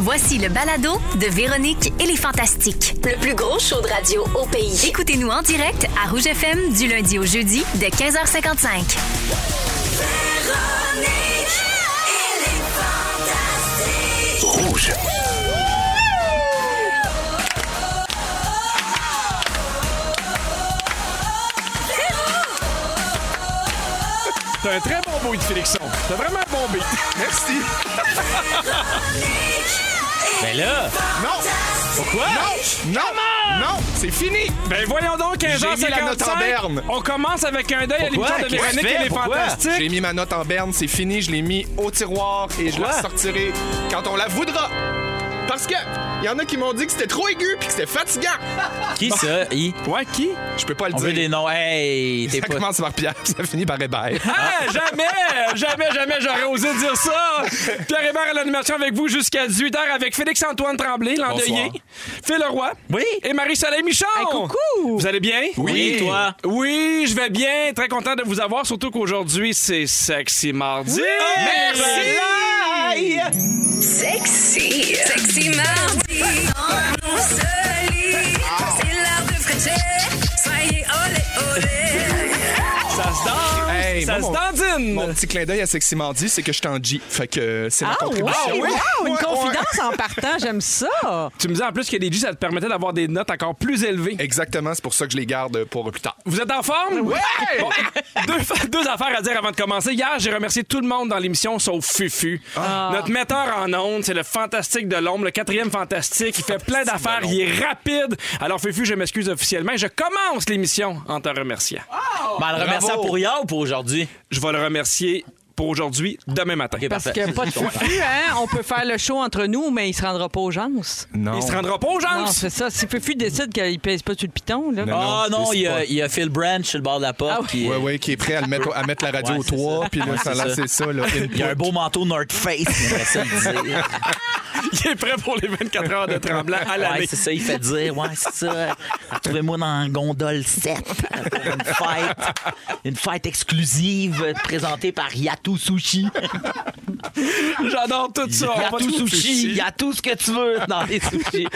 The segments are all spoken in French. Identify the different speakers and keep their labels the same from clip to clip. Speaker 1: Voici le balado de Véronique et les Fantastiques.
Speaker 2: Le plus gros show de radio au pays.
Speaker 1: Écoutez-nous en direct à Rouge FM du lundi au jeudi de 15h55.
Speaker 3: Rouge.
Speaker 4: T'as un très bon beat, Félixon. T'as vraiment un bon beat. Merci.
Speaker 5: Mais là,
Speaker 4: Non!
Speaker 5: pourquoi?
Speaker 4: Non! Non! Non! C'est fini!
Speaker 6: Ben voyons donc,
Speaker 4: J'ai mis la note en
Speaker 6: 15h55,
Speaker 4: berne.
Speaker 6: on commence avec un deuil à l'émission
Speaker 5: Pourquoi?
Speaker 6: de
Speaker 5: Qu'est-ce
Speaker 6: Véronique
Speaker 5: que tu
Speaker 6: et
Speaker 5: fais?
Speaker 6: les
Speaker 5: Pourquoi?
Speaker 6: Fantastiques.
Speaker 4: J'ai mis ma note en berne, c'est fini, je l'ai mis au tiroir et je la
Speaker 5: Pourquoi?
Speaker 4: sortirai quand on la voudra. Parce que y en a qui m'ont dit que c'était trop aigu puis que c'était fatigant.
Speaker 5: qui ça? I?
Speaker 6: Ouais, qui?
Speaker 4: Je peux pas le
Speaker 5: On veut
Speaker 4: dire.
Speaker 5: des noms. Hey, t'es
Speaker 4: Ça
Speaker 5: pas.
Speaker 4: commence par Pierre, puis ça finit par Hébert.
Speaker 6: Ah, jamais, jamais, jamais j'aurais osé dire ça. Pierre Hébert à l'animation avec vous jusqu'à 18h avec Félix-Antoine Tremblay, l'endeuillé, Phil Leroy
Speaker 5: Oui.
Speaker 6: et Marie-Soleil Michon.
Speaker 5: coucou.
Speaker 6: Vous allez bien?
Speaker 5: Oui, toi.
Speaker 6: Oui, je vais bien. Très content de vous avoir, surtout qu'aujourd'hui, c'est Sexy Mardi.
Speaker 5: Merci!
Speaker 2: Sexy. Sexy mardi. Dans nos solis. C'est l'heure de frécher. Soyez olé olé.
Speaker 6: Ça se danse,
Speaker 4: Hey,
Speaker 6: ça
Speaker 4: moi, mon-
Speaker 6: se dandine.
Speaker 4: Mon petit clin d'œil à Sexy Mandy, c'est que je t'en dis. Fait que euh, c'est ma
Speaker 7: Ah ouais,
Speaker 4: contribution.
Speaker 7: wow, une
Speaker 4: Ouais, ouais.
Speaker 7: confidence en partant, j'aime ça.
Speaker 6: Tu me disais en plus que les G, ça te permettait d'avoir des notes encore plus élevées.
Speaker 4: Exactement, c'est pour ça que je les garde pour plus tard.
Speaker 6: Vous êtes en forme? Ouais! deux, deux affaires à dire avant de commencer. Hier, j'ai remercié tout le monde dans l'émission sauf Fufu. Notre metteur en ondes, c'est le fantastique de l'ombre, le quatrième fantastique. Il fait plein d'affaires, il est rapide. Alors, Fufu, je m'excuse officiellement. Je commence l'émission en te remerciant.
Speaker 5: Ben, le remerciant pour hier ou pour aujourd'hui?
Speaker 6: Je vais le remercier pour aujourd'hui, demain matin.
Speaker 5: Ok,
Speaker 7: Parce
Speaker 5: parfait.
Speaker 7: que pas de confus, hein? On peut faire le show entre nous, mais il se rendra pas aux gens.
Speaker 4: Non.
Speaker 6: Il se rendra pas aux gens.
Speaker 7: Non, c'est ça. Si Fufu décide qu'il pèse pas sur le piton, là.
Speaker 4: Non.
Speaker 5: Ah non,
Speaker 4: c'est
Speaker 5: il y, a-
Speaker 4: pas-
Speaker 5: il y a Phil Branch sur le bord de la porte
Speaker 7: Ah oui.
Speaker 5: qui.
Speaker 4: Ouais, ouais, qui est prêt à, le mettre, à mettre la radio
Speaker 5: euh, Ouais,
Speaker 4: au
Speaker 5: c'est
Speaker 4: toit,
Speaker 5: ça.
Speaker 4: puis là,
Speaker 5: Ouais,
Speaker 4: ça,
Speaker 5: c'est
Speaker 4: là,
Speaker 5: ça.
Speaker 4: c'est ça, là.
Speaker 5: Il y a un beau manteau North Face, il aimerait ça le dire.
Speaker 6: Il est prêt pour les 24 heures de tremblant à l'année.
Speaker 5: Ouais, c'est ça, il fait dire, ouais, c'est ça. Retrouvez-moi dans Gondole 7 pour une fête, une fête exclusive présentée par Yatou Sushi.
Speaker 6: J'adore tout ça.
Speaker 5: Il y a
Speaker 6: On va
Speaker 5: tout
Speaker 6: tout
Speaker 5: sushi, il y a tout ce que tu veux dans les sushis.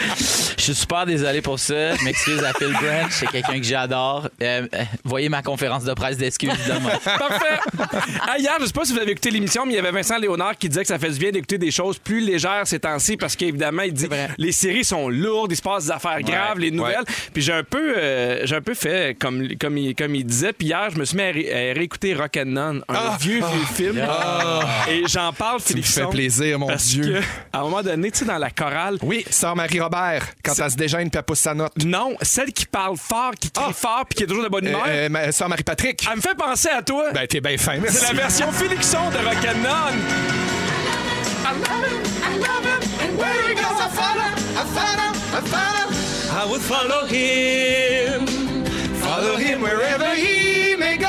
Speaker 5: Je suis super désolé pour ça. Je m'excuse à Phil Branch, c'est quelqu'un que j'adore. Euh, euh, voyez ma conférence de presse d'excuses demain.
Speaker 6: Parfait. Ah, Hier, je sais pas si vous avez écouté l'émission, mais il y avait Vincent Léonard qui disait que ça fait du bien d'écouter des choses plus légères ces temps-ci parce qu'évidemment, il dit
Speaker 5: vrai.
Speaker 6: les séries sont lourdes, il se passe des affaires graves, les nouvelles. Puis j'ai un peu euh, j'ai un peu fait comme comme il, comme il disait. Puis hier, je me suis mis à, ré- à réécouter Rock and None, un vieux vieux film. Et j'en
Speaker 4: Ah!
Speaker 6: parle
Speaker 4: Tu me
Speaker 6: Félixon,
Speaker 4: fais plaisir, mon
Speaker 6: parce
Speaker 4: Dieu.
Speaker 6: que, à un moment donné, tu sais dans la chorale
Speaker 4: Oui, sœur Marie-Robert, quand elle se déjeune, puis elle pousse sa note.
Speaker 6: non, celle qui parle fort, qui crie fort, puis qui est toujours de bonne
Speaker 4: Euh,
Speaker 6: humeur,
Speaker 4: Ah! euh, ma- sœur Marie-Patrick.
Speaker 5: Ah.
Speaker 6: elle me fait penser à toi.
Speaker 4: Ben, t'es bien fin, merci.
Speaker 6: C'est la version Félixon de Rock'n'On.
Speaker 5: I would follow him.
Speaker 4: Follow him wherever he may go.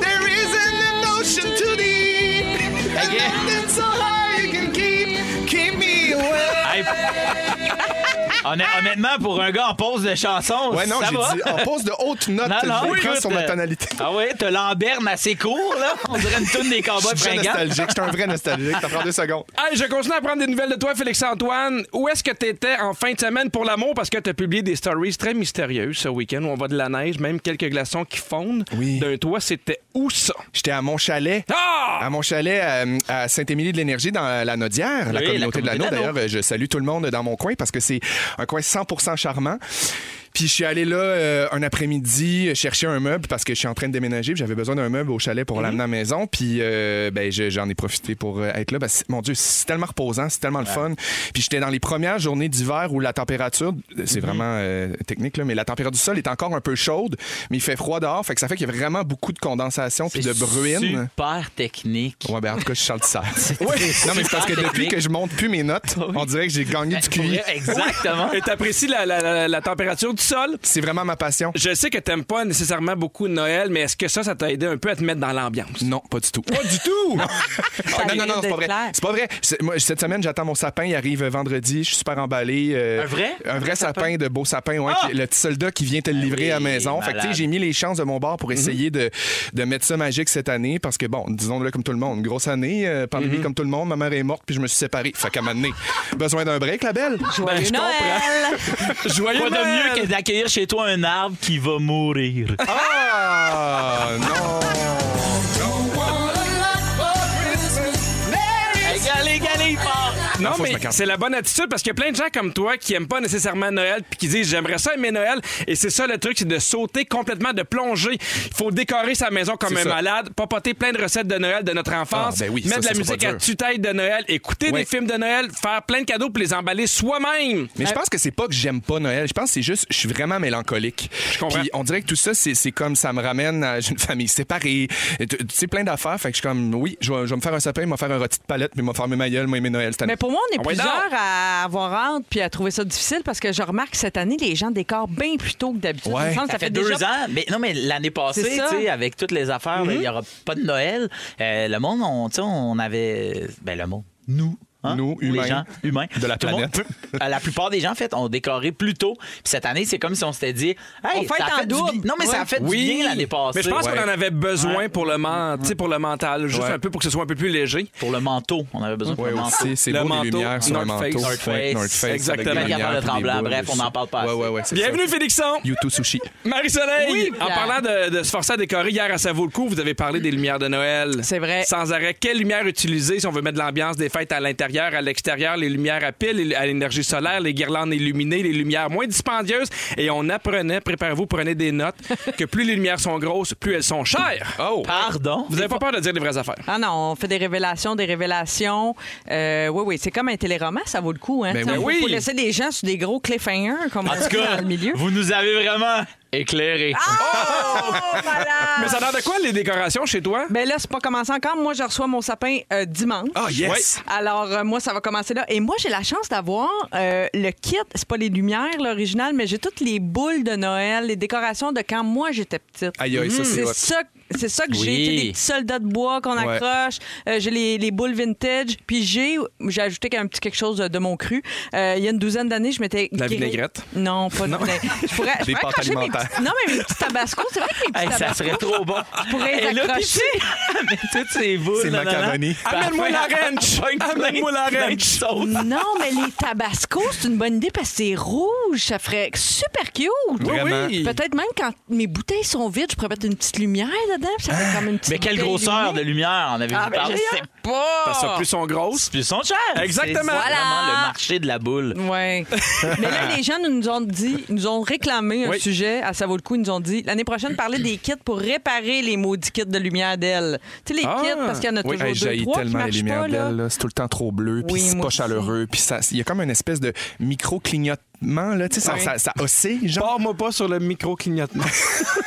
Speaker 4: There isn't an ocean too deep. And nothing so high you can keep. Keep me away.
Speaker 5: Hey, honn- honnêtement, pour un gars en pause de chanson,
Speaker 4: Ouais, non,
Speaker 5: ça
Speaker 4: j'ai
Speaker 5: va?
Speaker 4: dit, en pause de haute note,
Speaker 5: Non, non,
Speaker 4: je prends
Speaker 5: écoute,
Speaker 4: sur ma
Speaker 5: euh,
Speaker 4: tonalité.
Speaker 5: Ah oui, t'as l'amberne assez court, là. On dirait une toune des
Speaker 4: Je
Speaker 5: cowboys
Speaker 4: suis déjà
Speaker 5: fringants.
Speaker 4: nostalgique, je suis un vrai nostalgique. Ça prend deux secondes.
Speaker 6: Hey, je continue à prendre des nouvelles de toi, Félix-Antoine. Où est-ce que t'étais en fin de semaine pour l'amour? Parce que t'as publié des stories très mystérieuses ce week-end où on va de la neige, même quelques glaçons qui fondent
Speaker 4: Oui.
Speaker 6: d'un toit. C'était où ça?
Speaker 4: J'étais à mon chalet.
Speaker 6: Ah!
Speaker 4: À mon chalet euh, à, Saint-Émilie de l'Énergie, dans la Nodière, la
Speaker 5: Oui,
Speaker 4: communauté,
Speaker 5: la communauté
Speaker 4: de l'anneau.
Speaker 5: d'Anneau.
Speaker 4: D'ailleurs, euh, je salue tout le monde dans mon coin parce que c'est un coin 100% charmant. Puis je suis allé là euh, un après-midi chercher un meuble parce que je suis en train de déménager. puis J'avais besoin d'un meuble au chalet pour l'amener à la maison. Puis euh, ben, je- j'en ai profité pour euh, être là. Parce que, mon Dieu, c'est tellement reposant, c'est tellement le fun. Puis j'étais dans les premières journées d'hiver où la température, c'est vraiment euh, technique, là, mais la température du sol est encore un peu chaude, mais il fait froid dehors. Fait que ça fait qu'il y a vraiment beaucoup de condensation puis de bruine.
Speaker 5: Super technique.
Speaker 4: Ouais, ben en tout cas, je suis Charles Tissard. Non, mais c'est parce que depuis que je monte plus mes notes, on dirait que j'ai gagné du
Speaker 5: Pour
Speaker 4: QI.
Speaker 6: Ah!
Speaker 5: vrai, Exactement.
Speaker 6: Et t'apprécies la, la- la- la température tout seul.
Speaker 4: C'est vraiment ma passion.
Speaker 6: Je sais que t'aimes pas nécessairement beaucoup Noël, mais est-ce que ça, ça t'a aidé un peu à te mettre dans l'ambiance?
Speaker 4: Non, pas du tout. Pas du tout! non, non, non, non, c'est
Speaker 7: d'être
Speaker 4: pas vrai.
Speaker 7: clair.
Speaker 4: C'est pas vrai. C'est- moi, cette semaine, j'attends mon sapin. Il arrive vendredi. Je suis super emballé. euh,
Speaker 5: Un vrai?
Speaker 4: Un vrai sapin, de beau sapin. ouais, qui- le petit soldat qui vient te le livrer
Speaker 5: oui,
Speaker 4: à la maison. Fait que, tu sais,
Speaker 5: malade.
Speaker 4: j'ai mis les chances de mon bord pour essayer de, de mettre ça magique cette année parce que, bon, disons-le comme tout le monde, une grosse année, euh, pandémie comme tout le monde, ma mère est morte puis je me suis séparé. Fait qu'à un moment donné, besoin d'un break, la belle?
Speaker 6: Ben, je
Speaker 7: Noël!
Speaker 6: Joyeux
Speaker 5: Pas de
Speaker 6: Noël!
Speaker 5: mieux que d'accueillir chez toi un arbre qui va mourir.
Speaker 4: Ah! Non!
Speaker 5: Allez, allez, allez, part!
Speaker 6: Non,
Speaker 4: Ah, faut que je
Speaker 6: mais
Speaker 4: me calme.
Speaker 6: c'est la bonne attitude parce qu'il y a plein de gens comme toi qui aiment pas nécessairement Noël puis qui disent j'aimerais ça aimer Noël. Et c'est ça le truc, c'est de sauter complètement, de plonger. Il faut décorer sa maison comme
Speaker 4: C'est
Speaker 6: un
Speaker 4: ça.
Speaker 6: malade, papoter plein de recettes de Noël de notre enfance,
Speaker 4: Ah, ben oui, ça,
Speaker 6: mettre de
Speaker 4: ça
Speaker 6: la
Speaker 4: sera
Speaker 6: musique
Speaker 4: pas
Speaker 6: à
Speaker 4: dur.
Speaker 6: tue-tête de Noël, écouter
Speaker 4: Oui.
Speaker 6: des films de Noël, faire plein de cadeaux pour les emballer soi-même.
Speaker 4: Mais
Speaker 5: Euh,
Speaker 4: je pense que c'est pas que j'aime pas Noël. Je pense que c'est juste, je suis vraiment mélancolique.
Speaker 6: comprends.
Speaker 4: Puis on dirait que tout ça, c'est c'est comme ça me ramène à j'ai une famille séparée. Et Tu tu sais, plein d'affaires. Fait que je suis comme, oui, je vais, je vais me faire un sapin, je vais faire un rôti de palette, mais je vais fermer ma gueule, moi, aimer Noël cette année.
Speaker 7: Mais pour moi, on est
Speaker 6: Ah ouais,
Speaker 7: plusieurs à avoir hâte puis à trouver ça difficile parce que je remarque que cette année, les gens décorent bien plus tôt que d'habitude.
Speaker 4: Ouais.
Speaker 7: Il me semble que
Speaker 5: Ça, fait, deux
Speaker 7: déjà-
Speaker 5: ans. Mais non, mais l'année
Speaker 7: C'est
Speaker 5: passée,
Speaker 7: ça. Mm-hmm.
Speaker 5: tu sais, avec toutes les affaires, là, il y n'y aura pas de Noël. Euh, le monde, on, tu sais, on avait. Ben, le monde. Nous. hein,
Speaker 4: Nous,
Speaker 5: les
Speaker 4: humains.
Speaker 5: gens humains.
Speaker 4: De la
Speaker 5: Tout le monde-
Speaker 4: planète.
Speaker 5: peu- la plupart des gens, en fait, ont décoré plus tôt. Puis cette année, c'est comme si on s'était dit. Hey,
Speaker 7: On fête
Speaker 5: ça a
Speaker 7: en
Speaker 5: fait du
Speaker 7: double.
Speaker 5: bien. Non, mais ça a
Speaker 7: Ouais.
Speaker 5: fait du bien l'année passée.
Speaker 6: Mais je pense
Speaker 4: Ouais.
Speaker 6: qu'on en avait besoin pour, le men- tu sais, pour le mental, juste
Speaker 4: Ouais.
Speaker 6: un peu pour que ce soit un peu plus léger.
Speaker 5: Pour le manteau, on avait besoin
Speaker 4: Ouais,
Speaker 5: pour le manteau.
Speaker 4: aussi, c'est
Speaker 6: Le
Speaker 4: beau
Speaker 6: manteau,
Speaker 4: les lumières sur un
Speaker 6: North
Speaker 4: manteau.
Speaker 6: Face.
Speaker 4: Ouais, North Face.
Speaker 6: Exactement.
Speaker 4: avec des
Speaker 5: Regarde
Speaker 4: lumières,
Speaker 5: le tremblant.
Speaker 4: des boules,
Speaker 5: Bref, on
Speaker 4: ça.
Speaker 5: n'en parle pas
Speaker 4: Ouais,
Speaker 5: assez.
Speaker 4: ouais, ouais, c'est
Speaker 6: Bienvenue,
Speaker 4: ça.
Speaker 6: Félixon!
Speaker 4: YouTube Sushi.
Speaker 6: Marie-Soleil,
Speaker 7: Oui,
Speaker 6: en
Speaker 7: Pierre.
Speaker 6: parlant de, de se forcer à décorer, hier à Ça vaut le coup, vous avez parlé des lumières de Noël.
Speaker 7: C'est vrai.
Speaker 6: Sans arrêt. Quelle lumière utiliser si on veut mettre de l'ambiance des fêtes à l'intérieur, à l'extérieur, les lumières à pile, à l'énergie solaire, les guirlandes illuminées, les lumières moins dispendieuses. Et on apprenait, préparez-vous, prenez des notes, que plus les lumières sont grosses, plus elles sont chères.
Speaker 4: Oh!
Speaker 5: Pardon?
Speaker 6: Vous n'avez pas peur de dire les vraies affaires.
Speaker 7: Ah non, on fait des révélations, des révélations. Euh, oui, oui, c'est comme un téléroman, ça vaut le coup. Hein?
Speaker 4: Ben
Speaker 7: Ça,
Speaker 4: oui.
Speaker 7: faut-
Speaker 6: Oui.
Speaker 7: faut laisser des gens sur des gros cliffhangers, comme
Speaker 5: En
Speaker 7: on
Speaker 5: tout
Speaker 7: dit
Speaker 5: cas,
Speaker 7: dans le milieu. Ah,
Speaker 5: vous nous avez vraiment éclairés.
Speaker 7: Oh, malade!
Speaker 6: Mais ça a l'air de quoi les décorations chez toi?
Speaker 7: Ben là, c'est pas commencé encore. Moi, je reçois mon sapin euh, dimanche.
Speaker 4: Ah, yes!
Speaker 7: Alors, euh, moi, ça va commencer là. Et moi, j'ai la chance d'avoir euh, le kit. C'est pas les lumières, l'original, mais j'ai toutes les boules de Noël, les décorations de quand moi j'étais petite.
Speaker 4: Aïe, aïe, ça, c'est
Speaker 7: C'est
Speaker 4: hot.
Speaker 7: ça, c'est ça que j'ai.
Speaker 5: Oui.
Speaker 7: tu sais, Des petits soldats de bois qu'on
Speaker 4: Ouais.
Speaker 7: accroche. Euh, j'ai les, les boules vintage. Puis j'ai, j'ai ajouté un petit quelque chose de mon cru. Euh, il y a une douzaine d'années, je m'étais.
Speaker 6: De la
Speaker 7: grillée-
Speaker 6: vinaigrette?
Speaker 7: Non, pas de vinaigrette. Je pourrais, je
Speaker 4: Des
Speaker 7: pourrais
Speaker 4: pâtes
Speaker 7: accrocher mes
Speaker 4: alimentaires.
Speaker 7: petits- Non, mais mes petits tabascos, c'est vrai que mes petits
Speaker 5: Hey, ça
Speaker 7: tabascos.
Speaker 5: serait trop bon. Je
Speaker 7: pourrais les accrocher.
Speaker 5: Mais toutes ces boules.
Speaker 4: C'est
Speaker 5: nanana.
Speaker 4: macaroni.
Speaker 6: Amène-moi la ranch!
Speaker 5: Plein de-
Speaker 6: Amène-moi la
Speaker 5: plein de
Speaker 6: ranch!
Speaker 5: sauces.
Speaker 7: Non, mais les tabascos, c'est une bonne idée parce que c'est rouge. Ça ferait super cute.
Speaker 4: Vraiment.
Speaker 6: Oui, oui.
Speaker 7: Peut-être même quand mes bouteilles sont vides, je pourrais mettre une petite lumière dedans. puis Ça fait comme une petite
Speaker 5: Mais quelle
Speaker 7: bouteille
Speaker 5: grosseur de
Speaker 7: illuminée.
Speaker 5: lumière en avez-vous
Speaker 7: Ah, ben,
Speaker 5: parlé?
Speaker 7: j'ai-
Speaker 5: C'est
Speaker 6: Parce que Ah, plus sont grosses.
Speaker 5: plus son cher.
Speaker 6: Exactement.
Speaker 5: C'est vraiment
Speaker 7: Voilà.
Speaker 5: le marché de la boule.
Speaker 7: Ouais. Mais là, les gens nous, nous ont dit, nous ont réclamé un
Speaker 6: Oui.
Speaker 7: sujet à ça vaut le coup. Ils nous ont dit l'année prochaine, parler des kits pour réparer les maudits kits de lumière d'elle. Tu sais, les
Speaker 6: Ah.
Speaker 7: kits, parce qu'il y en a
Speaker 4: Oui,
Speaker 7: toujours
Speaker 4: hey,
Speaker 7: deux,
Speaker 4: j'haïs
Speaker 7: trois qui
Speaker 4: tellement les
Speaker 7: marchent
Speaker 4: lumières
Speaker 7: pas. Là.
Speaker 4: d'elle, là. c'est tout le temps trop bleu, puis
Speaker 7: Oui,
Speaker 4: c'est
Speaker 7: moi
Speaker 4: pas
Speaker 7: aussi.
Speaker 4: chaleureux, puis ça, il y a comme une espèce de micro clignotement là, tu sais, ça,
Speaker 7: Oui.
Speaker 4: ça, ça oscille, genre.
Speaker 6: Pars-moi pas sur le micro-clignotement.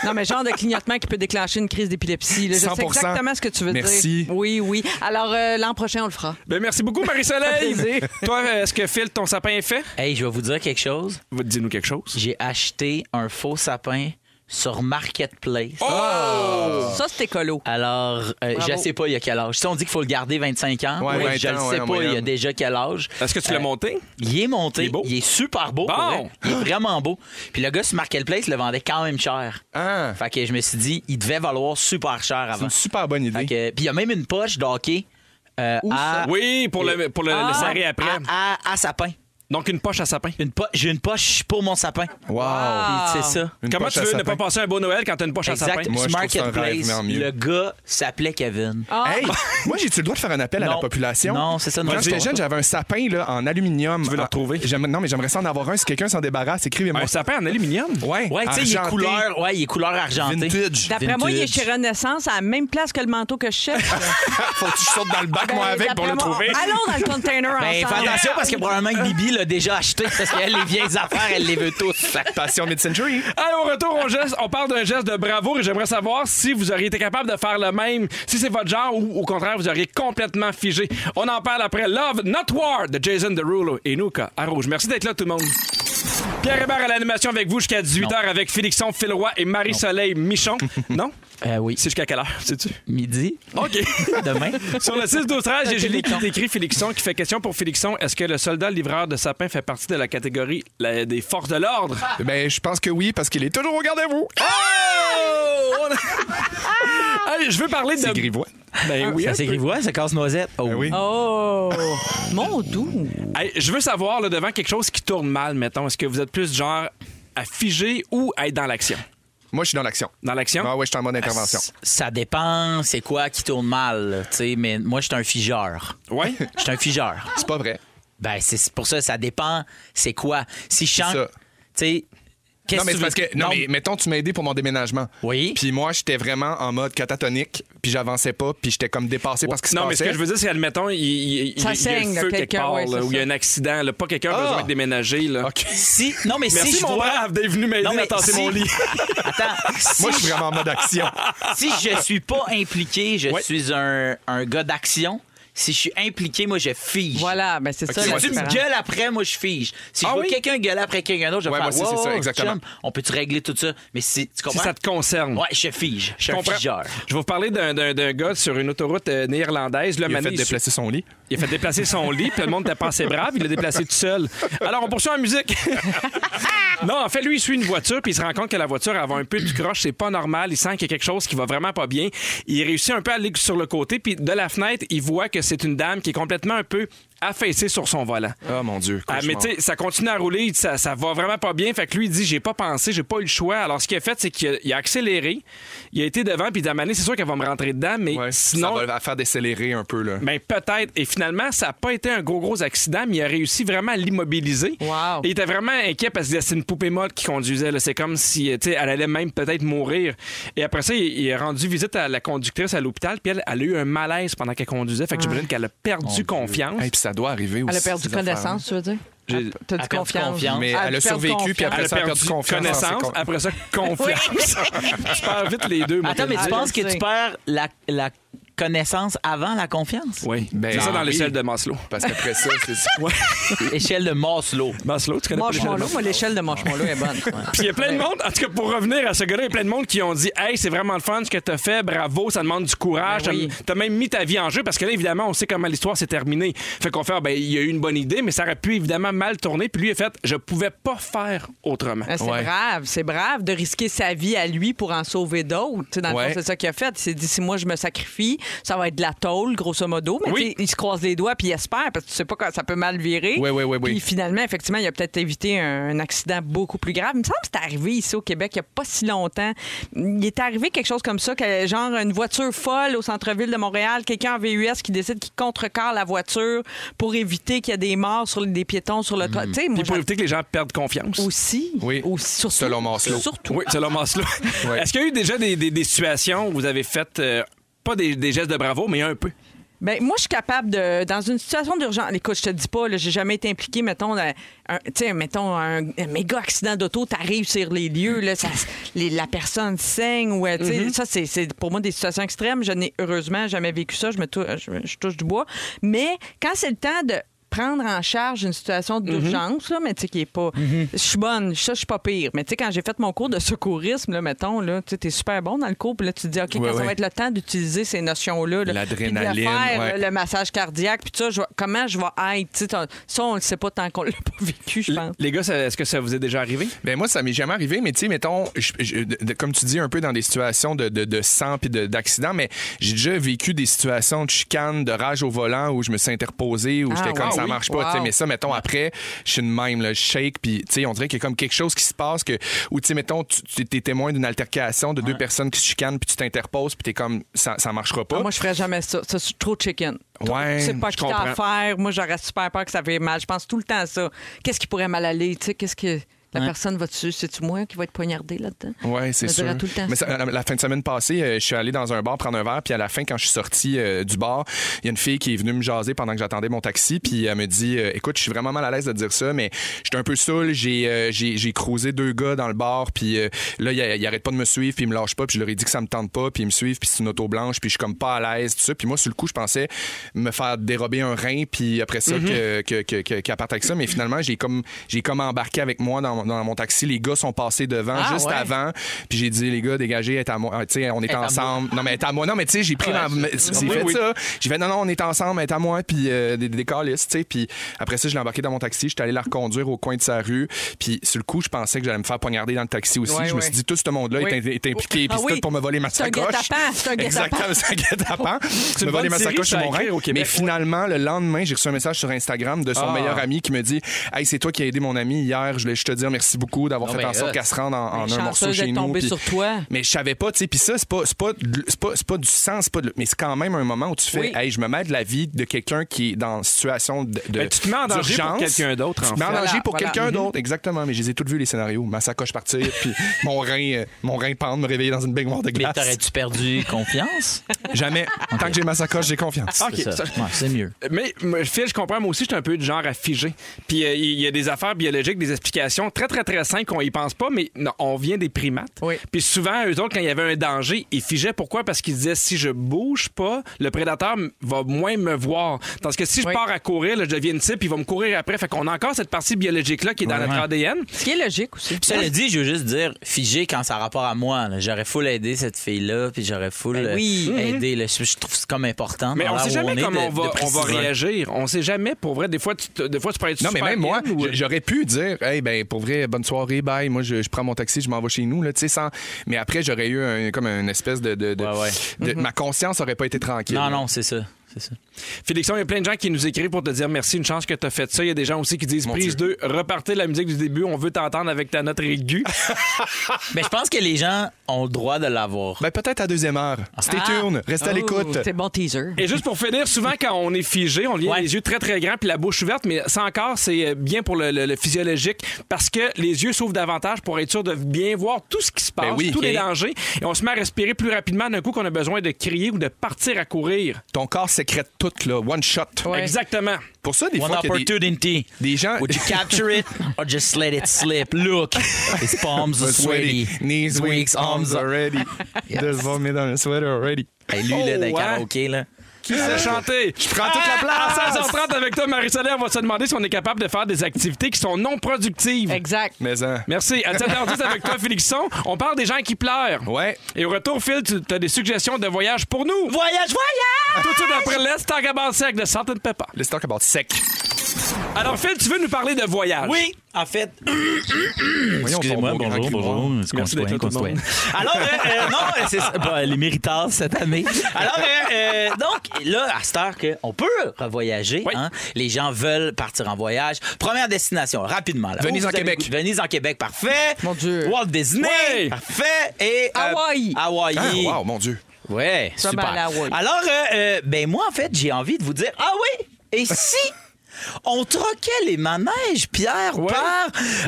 Speaker 7: Non, mais genre de clignotement qui peut déclencher une crise d'épilepsie. là. Je sais
Speaker 4: 100%.
Speaker 7: exactement ce que tu veux
Speaker 4: Merci.
Speaker 7: dire. Oui, oui. Alors, euh, l'an prochain, on le fera.
Speaker 6: Ben, merci beaucoup, Marie-Soleil. Toi, est-ce que Phil, ton sapin est fait?
Speaker 5: Hey, je vais vous dire quelque chose.
Speaker 6: Dis-nous quelque chose.
Speaker 5: J'ai acheté un faux sapin sur Marketplace. Oh!
Speaker 4: Oh.
Speaker 7: Ça, c'est écolo.
Speaker 5: Alors, euh, je sais pas il y a quel âge. Si on dit qu'il faut le garder 25 ans,
Speaker 4: Ouais,
Speaker 5: moi,
Speaker 4: 20
Speaker 5: je ne
Speaker 4: ans, ouais,
Speaker 5: sais
Speaker 4: en
Speaker 5: pas il y a
Speaker 4: moyenne.
Speaker 5: déjà quel âge.
Speaker 6: Est-ce que tu l'as
Speaker 5: Euh,
Speaker 6: monté?
Speaker 5: Il est monté.
Speaker 6: Il est beau.
Speaker 5: super beau.
Speaker 6: Bon.
Speaker 5: pour vrai. Il est vraiment beau. Puis le gars sur Marketplace le vendait quand même cher.
Speaker 4: Ah.
Speaker 5: Fait que je me suis dit, il devait valoir super cher
Speaker 4: C'est
Speaker 5: avant.
Speaker 4: une super bonne idée.
Speaker 5: Fait que- puis il y a même une poche d'hockey euh, à,
Speaker 6: Oui, pour le, pour le, le
Speaker 7: Ah.
Speaker 6: serrer après.
Speaker 5: à, à- à sapin.
Speaker 6: Donc, une poche à sapin.
Speaker 5: Une po- J'ai une poche pour mon sapin.
Speaker 4: Wow.
Speaker 7: Ah.
Speaker 5: Puis C'est ça.
Speaker 4: Une
Speaker 6: Comment
Speaker 4: poche
Speaker 6: tu
Speaker 4: à
Speaker 6: veux ne
Speaker 4: sapin.
Speaker 6: pas passer un beau Noël quand t'as une poche à
Speaker 5: Exact.
Speaker 6: sapin?
Speaker 4: Moi,
Speaker 5: Sur
Speaker 4: je trouve ça un rêve,
Speaker 5: Marketplace,
Speaker 4: mais en mieux.
Speaker 5: le gars s'appelait Kevin.
Speaker 7: Ah.
Speaker 4: Hey, moi, j'ai-tu le droit de faire un appel à la
Speaker 5: Non.
Speaker 4: population?
Speaker 5: Non, c'est ça, non,
Speaker 4: Quand
Speaker 5: c'est
Speaker 4: j'étais
Speaker 5: pas
Speaker 4: jeune,
Speaker 5: ça.
Speaker 4: j'avais un sapin là, en aluminium. Tu
Speaker 6: veux le retrouver?
Speaker 4: Non, mais j'aimerais ça en avoir un. Si quelqu'un s'en débarrasse, écrivez-moi.
Speaker 6: Un sapin en aluminium?
Speaker 4: Ouais,
Speaker 5: Ouais, tu sais, il est
Speaker 4: argenté.
Speaker 5: couleur, ouais, il est couleur argentée.
Speaker 4: Vintage.
Speaker 7: D'après moi, il est chez
Speaker 5: Vintage.
Speaker 7: Renaissance à la même place que le manteau que je cherche.
Speaker 4: Faut que tu sortes dans le
Speaker 7: Ben,
Speaker 4: bac, moi, avec, pour
Speaker 7: D'après
Speaker 4: le
Speaker 7: moi,
Speaker 4: trouver.
Speaker 7: Allons dans le container
Speaker 5: Ben, fais
Speaker 7: ensemble.
Speaker 5: attention parce que probablement que Bibi l'a déjà acheté parce qu'elle, les vieilles affaires, elle les veut tous.
Speaker 4: Passion mid-century.
Speaker 6: Allez, au retour, on, geste- on parle d'un geste de bravoure et j'aimerais savoir si vous auriez été capable de faire le même, si c'est votre genre ou au contraire, vous auriez complètement figé. On en parle après Love Not War de Jason Derulo et Nuka à Rouge. Merci d'être là, tout le monde. Pierre Hébert à l'animation avec vous jusqu'à 18h avec Félixon Filroy et Marie-Soleil Michon. non?
Speaker 5: Euh, oui,
Speaker 6: C'est jusqu'à quelle heure, sais-tu?
Speaker 5: midi,
Speaker 6: OK.
Speaker 5: demain.
Speaker 6: Sur le 6 12 13 j'ai Julie qui t'écrit Félixon qui fait question pour Félixon. Est-ce que le soldat livreur de sapin fait partie de la catégorie la- des forces de l'ordre?
Speaker 4: Ben, je pense que oui, parce qu'il est toujours au garde-à-vous.
Speaker 5: Ah.
Speaker 6: Oh! Hey, je veux parler de.
Speaker 4: C'est Grivois.
Speaker 6: Ben oui.
Speaker 5: ça
Speaker 6: un peu.
Speaker 5: s'écrivoit, ça casse noisette. Oh.
Speaker 4: Ben oui.
Speaker 7: Oh! Mon doux!
Speaker 6: Hey, je veux savoir, là, devant quelque chose qui tourne mal, mettons, est-ce que vous êtes plus genre à figer ou à être dans l'action?
Speaker 4: Moi, je suis dans l'action.
Speaker 6: Dans l'action?
Speaker 4: Ah ouais, je suis en mode intervention.
Speaker 5: Ça dépend, c'est quoi qui tourne mal, tu sais, mais moi, je suis un figeur.
Speaker 6: Ouais.
Speaker 5: Je suis un figeur.
Speaker 4: C'est pas vrai.
Speaker 5: Ben, c'est pour ça, ça dépend, c'est quoi. Si je chante,
Speaker 4: C'est ça.
Speaker 5: tu sais, qu'est-ce
Speaker 4: Non, mais c'est
Speaker 5: tu veux-
Speaker 4: parce que. Non, mais mettons, tu m'as aidé pour mon déménagement.
Speaker 5: Oui.
Speaker 4: Puis moi, j'étais vraiment en mode catatonique, puis j'avançais pas, puis j'étais comme dépassé parce qu'il se
Speaker 6: Non, mais ce
Speaker 4: passait.
Speaker 6: que je veux dire, c'est, admettons, il, il- il-
Speaker 7: Ça
Speaker 6: il y a
Speaker 7: saigne,
Speaker 6: un
Speaker 7: là,
Speaker 6: feu quelque
Speaker 7: quelqu'un,
Speaker 6: part,
Speaker 7: ouais,
Speaker 6: là,
Speaker 7: c'est
Speaker 6: où il y a
Speaker 7: ça.
Speaker 6: un accident, là, pas quelqu'un a
Speaker 4: Ah!
Speaker 6: besoin de déménager. Là.
Speaker 4: OK.
Speaker 5: Si, non, mais
Speaker 6: Merci,
Speaker 5: si je
Speaker 6: mon
Speaker 5: vois...
Speaker 6: brave, d'être venu m'aider
Speaker 5: Non, mais
Speaker 6: à tasser
Speaker 5: si-
Speaker 6: mon lit.
Speaker 5: Attends, si,
Speaker 4: Moi, je suis vraiment en mode action.
Speaker 6: Ah,
Speaker 5: si je suis pas impliqué, je
Speaker 6: Ouais.
Speaker 5: suis un, un gars d'action. Si je suis impliqué, moi, je fige.
Speaker 7: Voilà, ben c'est ça.
Speaker 5: Si
Speaker 7: la
Speaker 5: tu me
Speaker 7: différence.
Speaker 5: gueules après, moi je fige. Si
Speaker 6: Ah
Speaker 5: je vois
Speaker 6: oui?
Speaker 5: quelqu'un gueuler après quelqu'un d'autre, je vais
Speaker 4: Ouais,
Speaker 5: faire
Speaker 4: moi aussi, c'est ça,
Speaker 5: wow,
Speaker 4: exactement.
Speaker 5: chum, on peut-tu régler tout ça? Mais si, tu
Speaker 6: Si
Speaker 5: comprends?
Speaker 6: ça te concerne.
Speaker 5: Ouais, je fige. Je
Speaker 6: Je
Speaker 5: suis un
Speaker 6: comprends.
Speaker 5: figeur.
Speaker 6: Je vais vous parler d'un- d'un d'un gars sur une autoroute euh, néerlandaise.
Speaker 4: Il
Speaker 6: Le
Speaker 4: a fait
Speaker 6: déplacer.
Speaker 4: déplacer son lit.
Speaker 6: Il a fait déplacer son lit, puis le monde était pensé brave, il l'a déplacé tout seul. Alors, on poursuit en musique. non, en fait, lui, il suit une voiture, puis il se rend compte que la voiture elle va un peu du croche, c'est pas normal, il sent qu'il y a quelque chose qui va vraiment pas bien. Il réussit un peu à aller sur le côté, puis de la fenêtre, il voit que c'est une dame qui est complètement un peu affaissée sur son volant.
Speaker 4: Oh mon Dieu.
Speaker 6: Ah, mais tu sais, ça continue à rouler, il dit, ça, ça va vraiment pas bien. Fait que lui, il dit J'ai pas pensé, j'ai pas eu le choix. Alors, ce qu'il a fait, c'est qu'il a, il a accéléré, il a été devant, puis il dit à Mané, c'est sûr qu'elle va me rentrer dedans, mais
Speaker 4: Ouais,
Speaker 6: sinon.
Speaker 4: Ça va faire décélérer un peu, là.
Speaker 6: Ben peut-être. Et finalement, ça n'a pas été un gros, gros accident, mais il a réussi vraiment à l'immobiliser.
Speaker 7: Wow.
Speaker 6: Et il était vraiment inquiet parce que c'est une poupée molle qui conduisait. là. C'est comme si euh, tu sais, elle allait même peut-être mourir. Et après ça, il, il a rendu visite à la conductrice à l'hôpital, puis elle, elle a eu un malaise pendant qu'elle conduisait. Fait que j'imagine qu'elle a perdu confiance.
Speaker 4: Et puis ça doit arriver aussi.
Speaker 7: Elle a perdu
Speaker 4: ces affaires-là.
Speaker 7: connaissance, tu veux dire?
Speaker 6: J'ai-
Speaker 7: T'as
Speaker 5: Elle
Speaker 7: dit
Speaker 5: a perdu
Speaker 7: confiance.
Speaker 5: confiance.
Speaker 4: Mais elle a
Speaker 7: perdu
Speaker 4: survécu, puis
Speaker 7: confiance.
Speaker 4: après,
Speaker 6: Elle a
Speaker 4: ça a perdu
Speaker 6: perdu
Speaker 4: confiance.
Speaker 6: connaissance,
Speaker 4: C'est con.
Speaker 6: après ça, confiance. Super vite les deux. moi,
Speaker 5: Attends, mais
Speaker 6: je
Speaker 5: tu
Speaker 6: le
Speaker 7: Ah,
Speaker 5: penses
Speaker 7: je
Speaker 5: que
Speaker 7: sais.
Speaker 5: tu perds la, la connaissance avant la confiance?
Speaker 6: dis. Oui,
Speaker 4: Ben,
Speaker 6: c'est ça dans
Speaker 4: oui.
Speaker 6: l'échelle de Maslow.
Speaker 4: Parce qu'après ça, c'est ça.
Speaker 5: Échelle de Maslow.
Speaker 6: Maslow, tu connais pas l'échelle de
Speaker 7: Marshmallow, moi, l'échelle de marshmallow est bonne.
Speaker 6: Puis il y a plein de monde, en tout cas pour revenir à ce gars-là, il y a plein de monde qui ont dit Hey, c'est vraiment le fun ce que t'as fait, bravo, ça demande du courage,
Speaker 7: Ben oui.
Speaker 6: t'as- t'as même mis ta vie en jeu parce que là, évidemment, on sait comment l'histoire s'est terminée. Fait qu'on fait, Ah, ben, il y a eu une bonne idée, mais ça aurait pu évidemment mal tourner. Puis lui, il a fait, je pouvais pas faire autrement.
Speaker 7: Ah, C'est brave, c'est brave de risquer sa vie à lui pour en sauver d'autres. Tu sais, Dans le
Speaker 4: Ouais.
Speaker 7: fond, c'est ça qu'il a fait. Il s'est dit si moi je me sacrifie, ça va être de la tôle, grosso modo. Mais
Speaker 6: Oui.
Speaker 7: tu sais, il se croise les doigts puis il espère parce que tu sais pas quand ça peut mal virer.
Speaker 4: Ouais, ouais, ouais, ouais.
Speaker 7: Puis finalement, effectivement, il a peut-être évité un, un accident beaucoup plus grave. Il me semble que c'est arrivé ici au Québec il n'y a pas si longtemps. Il est arrivé quelque chose comme ça, que, genre une voiture folle au centre-ville de Montréal, quelqu'un en VUS qui décide qu'il contrecarre la voiture pour éviter qu'il y ait des morts sur les- des piétons sur le toit. Tu sais, moi,
Speaker 6: Mhm. Puis pour
Speaker 7: j'en-
Speaker 6: éviter que les gens perdent confiance.
Speaker 7: aussi,
Speaker 4: Oui.
Speaker 7: aussi surtout,
Speaker 4: Selon Maslow.
Speaker 7: Surtout.
Speaker 6: Oui, selon Maslow.
Speaker 4: Ouais.
Speaker 6: Est-ce qu'il y a eu déjà des, des- des situations où vous avez fait. euh, pas des, des gestes de bravo, mais un peu.
Speaker 7: Ben, moi, je suis capable de. Dans une situation d'urgence. Écoute, je te dis pas, là, j'ai jamais été impliqué, mettons, dans un, tu sais, mettons, un, un méga accident d'auto, t'arrives sur les lieux, là, ça- les- la personne saigne. Ou, euh, tu sais,
Speaker 4: Mm-hmm.
Speaker 7: Ça, c'est- c'est pour moi des situations extrêmes. Je n'ai heureusement jamais vécu ça. Je, me tou- je- je touche du bois. Mais quand c'est le temps de prendre en charge une situation
Speaker 4: Mm-hmm.
Speaker 7: d'urgence, là, mais tu sais, qui est pas. Je suis bonne, ça, je suis pas pire. Mais tu sais, quand j'ai fait mon cours de secourisme, là, mettons, là, tu sais, t'es super bon dans le cours, puis là, tu te dis, OK, quand ça
Speaker 4: ouais.
Speaker 7: va être le temps d'utiliser ces notions-là, là, puis de le
Speaker 4: L'adrénaline,
Speaker 7: faire,
Speaker 4: ouais.
Speaker 7: le massage cardiaque, puis ça, je vais- comment je vais être? tu sais, t'as- Ça, on le sait pas tant qu'on l'a pas vécu, je pense.
Speaker 6: Les gars, ça- est-ce que ça vous est déjà arrivé?
Speaker 4: Ben moi, ça m'est jamais arrivé, mais tu sais, mettons, je- je- de- de- comme tu dis, un peu dans des situations de, de, de sang puis de- d'accident, mais j'ai déjà vécu des situations de chicane, de rage au volant où je me suis interposé, où
Speaker 7: Ah,
Speaker 4: j'étais comme
Speaker 7: wow,
Speaker 4: ça
Speaker 7: oui.
Speaker 4: marche pas. tu sais,
Speaker 7: Wow.
Speaker 4: Mais ça, mettons, après, je suis de même, là, je shake, puis tu sais, on dirait qu'il y a comme quelque chose qui se passe, que, où tu sais, mettons, tu tu- t'es témoin d'une altercation de deux personnes qui se chicanent, puis tu t'interposes, puis t'es comme, ça, ça marchera pas.
Speaker 7: Ah, moi, je ferais jamais ça. Ça, c'est trop chicken. Trop-
Speaker 4: Ouais,
Speaker 7: tu sais pas
Speaker 4: je
Speaker 7: qui t'en
Speaker 4: comprends.
Speaker 7: faire. Moi, j'aurais super peur que ça fait mal. Je pense tout le temps à ça. Qu'est-ce qui pourrait mal aller? Tu sais, qu'est-ce que. La
Speaker 5: Ouais.
Speaker 7: personne va dessus, c'est-tu moi qui va être poignardé là-dedans?
Speaker 4: Oui, c'est
Speaker 7: Je
Speaker 4: sûr.
Speaker 7: dirais tout le temps
Speaker 4: Mais
Speaker 7: ça.
Speaker 4: ça, la, la fin de semaine passée, euh, je suis allé dans un bar prendre un verre, puis à la fin, quand je suis sorti euh, du bar, il y a une fille qui est venue me jaser pendant que j'attendais mon taxi, puis elle me dit euh, Écoute, je suis vraiment mal à l'aise de dire ça, mais j'étais un peu saoul, j'ai euh, j'ai j'ai croisé deux gars dans le bar, puis euh, là, ils ils arrêtent pas de me suivre, puis ils me lâchent pas, puis je leur ai dit que ça me tente pas, puis ils me suivent, puis c'est une auto blanche, puis je suis comme pas à l'aise, tout ça. Puis moi, sur le coup, je pensais me faire dérober un rein, puis après ça, que- que- que- que- qu'elle parte avec ça, mais finalement, j'ai comme, j'ai comme embarqué avec moi dans, mon, dans mon taxi, les gars sont passés devant
Speaker 5: Ah,
Speaker 4: juste
Speaker 5: ouais.
Speaker 4: avant. Puis j'ai dit, les gars, dégagez, elle est à moi. Ah, tu sais, on est, ensemble. Non, mais elle est à moi. Non, mais tu sais, j'ai pris
Speaker 5: Ouais,
Speaker 4: ma-
Speaker 5: c'est-
Speaker 4: c'est
Speaker 5: Oui,
Speaker 4: fait
Speaker 5: oui.
Speaker 4: ça. J'ai fait, non, non, on est ensemble, elle est à moi. Puis euh, des, des câlisses, tu sais. Puis après ça, je l'ai embarqué dans mon taxi. J'étais allé la reconduire au coin de sa rue. Puis sur le coup, je pensais que j'allais me faire poignarder dans le taxi aussi.
Speaker 7: Ouais,
Speaker 4: je me
Speaker 7: ouais.
Speaker 4: suis dit, tout ce monde-là est,
Speaker 7: Oui.
Speaker 4: in- est impliqué. Puis
Speaker 7: Ah
Speaker 4: c'est
Speaker 7: oui.
Speaker 4: tout pour me voler ma
Speaker 7: C'est un
Speaker 4: sacoche.
Speaker 7: guet-apens, c'est un guet-apens.
Speaker 4: Exactement, c'est un guet-apens.
Speaker 6: une
Speaker 4: me voler
Speaker 6: bonne
Speaker 4: ma
Speaker 6: série,
Speaker 4: sacoche sur
Speaker 6: ça, à
Speaker 4: mon rein.
Speaker 6: écrire au Québec.
Speaker 4: Mais finalement, le lendemain, j'ai reçu un message sur Instagram de son
Speaker 6: Ah.
Speaker 4: meilleur ami qui me dit Hey, c'est toi qui as aidé mon ami hier. Je voulais juste te dire merci beaucoup d'avoir
Speaker 5: Non,
Speaker 4: fait
Speaker 5: mais
Speaker 4: en sorte
Speaker 5: hot.
Speaker 4: qu'elle se rende en, en
Speaker 7: Mais
Speaker 4: un morceau
Speaker 7: chanceuse
Speaker 4: chez
Speaker 7: d'être
Speaker 4: nous.
Speaker 7: tombée
Speaker 4: Puis-
Speaker 7: sur toi.
Speaker 4: Mais je savais pas, tu sais. Puis ça, c'est pas, c'est pas, de- c'est pas, c'est pas du sens, c'est pas de- mais c'est quand même un moment où tu fais
Speaker 7: Oui.
Speaker 4: Hey, je me mets de la vie de quelqu'un qui est dans situation de. de
Speaker 6: Ben, tu te mets en danger pour
Speaker 4: d'urgence.
Speaker 6: quelqu'un d'autre,
Speaker 4: Tu
Speaker 6: en
Speaker 4: te mets en
Speaker 6: fait.
Speaker 4: danger
Speaker 7: Voilà,
Speaker 4: pour
Speaker 7: voilà. Mhm.
Speaker 4: quelqu'un d'autre, exactement. Mais je les ai tous vus, les scénarios. Ma sacoche partir, puis mon rein, euh, mon rein pendre, me réveiller dans une baignoire de
Speaker 5: Mais
Speaker 4: glace.
Speaker 5: t'aurais-tu perdu confiance?
Speaker 4: Jamais. Tant que j'ai ma sacoche, j'ai confiance.
Speaker 6: Ok,
Speaker 5: C'est ça.
Speaker 6: ça-
Speaker 5: Ouais, c'est mieux.
Speaker 6: Mais, mais Phil, je comprends, moi aussi, je suis un peu du genre à figer. Puis euh, il y a des affaires biologiques, des explications très, très, très simples qu'on y pense pas, mais non, on vient des primates.
Speaker 7: Oui.
Speaker 6: Puis souvent, eux autres, quand il y avait un danger, ils figeaient. Pourquoi? Parce qu'ils disaient, si je bouge pas, le prédateur m- va moins me voir. Tandis que si je
Speaker 7: Oui.
Speaker 6: pars à courir, là, je deviens une type, il va me courir après. Fait qu'on a encore cette partie biologique-là qui est dans notre ADN.
Speaker 7: Ce qui est logique aussi.
Speaker 5: Puis Cela dit, je veux juste dire, figé quand ça a rapport à moi. là. J'aurais full aidé cette fille-là, puis j'aurais full
Speaker 7: Ben
Speaker 5: euh,
Speaker 7: oui.
Speaker 5: aidé. là. Je, je trouve que c'est comme important.
Speaker 6: Mais
Speaker 5: dans
Speaker 6: on
Speaker 5: là
Speaker 6: sait
Speaker 5: où
Speaker 6: jamais
Speaker 5: est
Speaker 6: comment
Speaker 5: de-
Speaker 6: on va,
Speaker 5: de
Speaker 6: on va
Speaker 5: préciser.
Speaker 6: réagir. On sait jamais. Pour vrai, des fois, tu, te- des fois, tu peux être
Speaker 4: Non, mais
Speaker 6: super
Speaker 4: même moi,
Speaker 5: euh?
Speaker 6: bien ou-
Speaker 4: j- j'aurais pu dire, hey, ben, pour vrai, bonne soirée, bye. Moi, je, je prends mon taxi, je m'en vais chez nous, là, tu sais, sans. Mais après, j'aurais eu un- comme une espèce de. de- de-
Speaker 5: Ouais, ouais.
Speaker 4: de-
Speaker 7: Mm-hmm.
Speaker 4: Ma conscience aurait pas été tranquille.
Speaker 5: Non, non, c'est ça. C'est ça.
Speaker 6: Félixon, il y a plein de gens qui nous écrivent pour te dire merci, une chance que tu as fait ça. Il y a des gens aussi qui disent
Speaker 4: Mon
Speaker 6: prise 2, repartez la musique du début, on veut t'entendre avec ta note aiguë.
Speaker 5: Mais je pense que les gens ont le droit de l'avoir.
Speaker 4: Ben, peut-être à deuxième heure. Stay
Speaker 7: Ah.
Speaker 4: tuned. Reste à
Speaker 7: Oh,
Speaker 4: l'écoute.
Speaker 7: C'est bon teaser.
Speaker 6: Et juste pour finir, souvent quand on est figé, on lien
Speaker 5: Ouais.
Speaker 6: les yeux très très grands puis la bouche ouverte, mais ça encore, c'est euh, bien pour le, le- le physiologique parce que les yeux s'ouvrent davantage pour être sûr de bien voir tout ce qui se passe,
Speaker 4: Ben oui.
Speaker 6: tous les
Speaker 5: Ok.
Speaker 6: dangers. Et on se met à respirer plus rapidement d'un coup qu'on a besoin de crier ou de partir à courir.
Speaker 4: Ton corps sécrète tout, là. One shot.
Speaker 7: Ouais.
Speaker 6: Exactement.
Speaker 4: Pour ça, des
Speaker 5: One
Speaker 4: fois, qu'il y a des-
Speaker 5: opportunity.
Speaker 4: des gens-
Speaker 5: Would you capture it or just let it slip? Look, his palms are sweaty.
Speaker 4: Knees weak, arms already. Just vomit on a sweater already.
Speaker 5: Hey, lui, là,
Speaker 6: Oh,
Speaker 5: dans
Speaker 6: ouais.
Speaker 5: les karaokés, là.
Speaker 6: Qui sait chanter? Je
Speaker 4: prends
Speaker 5: Ah,
Speaker 4: toute la place.
Speaker 6: À 16h30 avec toi, Marie-Soleil, on va se demander si on est capable de faire des activités qui sont non productives.
Speaker 7: Exact.
Speaker 4: Mais, hein.
Speaker 6: Merci. À 7h10 avec toi, Félixon. On parle des gens qui pleurent.
Speaker 4: Ouais.
Speaker 6: Et au retour, Phil, tu as des suggestions de voyage pour nous.
Speaker 5: Voyage, voyage!
Speaker 6: Tout de suite après l'Est, Tagabar sec de Salt and Pepper.
Speaker 4: Let's talk about sec.
Speaker 6: Alors, Phil, tu veux nous parler de voyage?
Speaker 5: Oui, en fait,
Speaker 4: Voyons,
Speaker 5: Excusez-moi,
Speaker 4: son beau grand
Speaker 5: bonjour,
Speaker 4: grimoire.
Speaker 5: bonjour.
Speaker 6: Merci d'être là, tout le monde.
Speaker 5: concitoyen. Alors, euh, euh, non, c'est ça. Bah, les méritants cette année. Alors, euh, euh, donc, là, à cette heure qu'on peut revoyager,
Speaker 6: Oui.
Speaker 5: hein, les gens veulent partir en voyage. Première destination, rapidement. là.
Speaker 4: Venise
Speaker 5: Où
Speaker 4: en
Speaker 5: vous avez
Speaker 4: Québec.
Speaker 5: goût- Venise en Québec, parfait.
Speaker 7: Mon Dieu.
Speaker 5: Walt Disney,
Speaker 6: Oui.
Speaker 5: parfait. Et. euh,
Speaker 7: Hawaï.
Speaker 5: Hawaï.
Speaker 4: Ah, wow, mon Dieu.
Speaker 5: Ouais,
Speaker 7: Comme
Speaker 5: super.
Speaker 7: à la Hawaii.
Speaker 5: Alors, euh, euh, ben moi, en fait, j'ai envie de vous dire, ah oui, et si on troquait les manèges, Pierre, par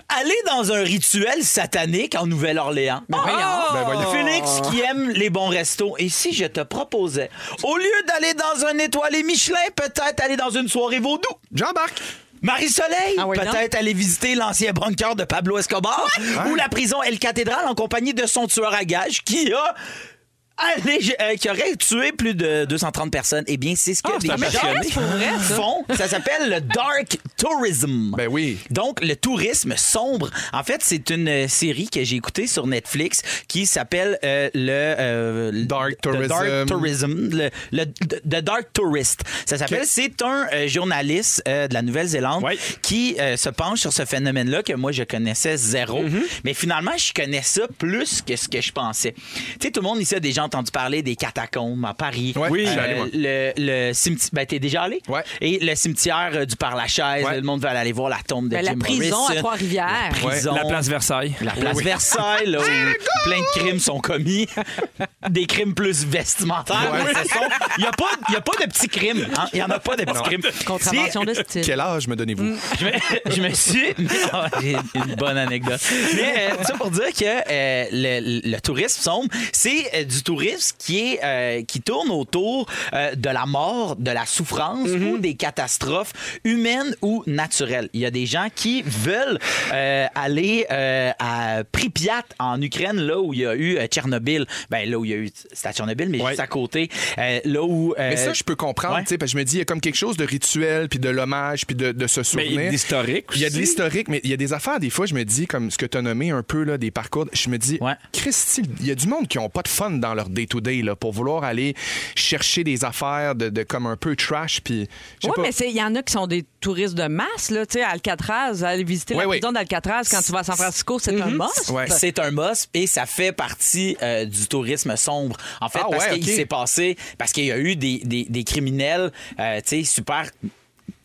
Speaker 5: aller dans un rituel satanique en Nouvelle-Orléans? Oh.
Speaker 7: voyons.
Speaker 4: Ben, voyons.
Speaker 5: Félix qui aime les bons restos. Et si je te proposais, au lieu d'aller dans un étoilé Michelin, peut-être aller dans une soirée vaudou?
Speaker 4: J'embarque.
Speaker 5: Marie-Soleil,
Speaker 7: Ah oui,
Speaker 5: peut-être aller visiter l'ancien bunker de Pablo Escobar ou la prison El Cathédrale en compagnie de son tueur à gages qui a allégé- euh, qui aurait tué plus de 230 personnes. Eh bien, c'est ce que
Speaker 6: Ah, c'est un
Speaker 5: les
Speaker 6: passionnés.
Speaker 5: gens font. Ça s'appelle le dark tourism.
Speaker 4: Ben oui.
Speaker 5: Donc, le tourisme sombre. En fait, c'est une euh, série que j'ai écoutée sur Netflix qui s'appelle euh, le, euh, le-
Speaker 4: Dark
Speaker 5: The
Speaker 4: Tourism.
Speaker 5: Dark Tourism. Le, le- The Dark Tourist. Ça s'appelle. C'est un euh, journaliste euh, de la Nouvelle-Zélande
Speaker 6: Ouais.
Speaker 5: qui euh, se penche sur ce phénomène-là que moi, je connaissais zéro.
Speaker 4: Mm-hmm.
Speaker 5: Mais finalement, je connais ça plus que ce que je pensais. Tu sais, tout le monde ici a déjà entendu parler des catacombes à Paris. Euh,
Speaker 4: Ouais,
Speaker 6: Oui.
Speaker 4: je suis allé, moi.
Speaker 5: Le, cimetière. Ben, t'es déjà allé?
Speaker 4: Ouais.
Speaker 5: Et le cimetière euh, du Parlachaise,
Speaker 4: Ouais.
Speaker 5: le monde veut aller voir la tombe de
Speaker 7: Ben,
Speaker 5: Jim
Speaker 7: la prison
Speaker 5: Morrison.
Speaker 7: à Trois-Rivières.
Speaker 5: La prison.
Speaker 6: La place Versailles.
Speaker 5: La place Versailles, là, où plein de crimes sont commis. Des crimes plus vestimentaires.
Speaker 4: Ouais.
Speaker 5: mais ce sont- Il n'y a, pas- il y a pas de petits crimes. hein. Il n'y en a pas de petits crimes.
Speaker 7: Contravention de style.
Speaker 4: Quel âge me
Speaker 6: Mm.
Speaker 4: donnez-vous?
Speaker 5: Je me, je me suis. Ah, J'ai une bonne anecdote. Mais euh, tout ça pour dire que euh, le, le tourisme sombre, c'est euh, du tourisme qui, est, euh, qui tourne autour euh, de la mort, de la souffrance
Speaker 4: Mhm.
Speaker 5: ou des catastrophes humaines ou naturelles. Il y a des gens qui veulent euh, aller euh, à Pripyat en Ukraine, là où il y a eu euh, Tchernobyl. Ben, là où il y a eu, c'est à Tchernobyl, mais
Speaker 4: Ouais.
Speaker 5: juste à côté. Euh, là où.
Speaker 4: Mais
Speaker 5: euh,
Speaker 4: ça, je peux comprendre,
Speaker 5: ouais.
Speaker 4: tu sais, parce que je me dis, il y a comme quelque chose de rituel, puis de l'hommage, puis de, de se
Speaker 6: Mais
Speaker 4: souvenir.
Speaker 6: il y a de l'historique
Speaker 4: Il y a de
Speaker 6: aussi.
Speaker 4: l'historique, mais il y a des affaires, des fois, je me dis, comme ce que tu as nommé un peu, là, des parcours, je me dis,
Speaker 5: Ouais.
Speaker 4: Christy, il y a du monde qui ont pas de fun dans leur day-to-day, là, pour vouloir aller chercher des affaires de, de comme un peu trash, puis je sais
Speaker 7: Oui,
Speaker 4: pas.
Speaker 7: mais c'est- il y en a qui sont des touristes de masse, là, tu sais, à Alcatraz, aller visiter
Speaker 4: Ouais,
Speaker 7: la
Speaker 4: ouais.
Speaker 7: prison d'Alcatraz quand tu vas à San Francisco, c'est un must.
Speaker 4: Ouais.
Speaker 5: C'est un must et ça fait partie euh, du tourisme sombre. En fait,
Speaker 4: Ah
Speaker 5: parce
Speaker 4: ouais,
Speaker 5: qu'il
Speaker 4: ok.
Speaker 5: s'est passé, parce qu'il y a eu des, des- des criminels, euh, tu sais, super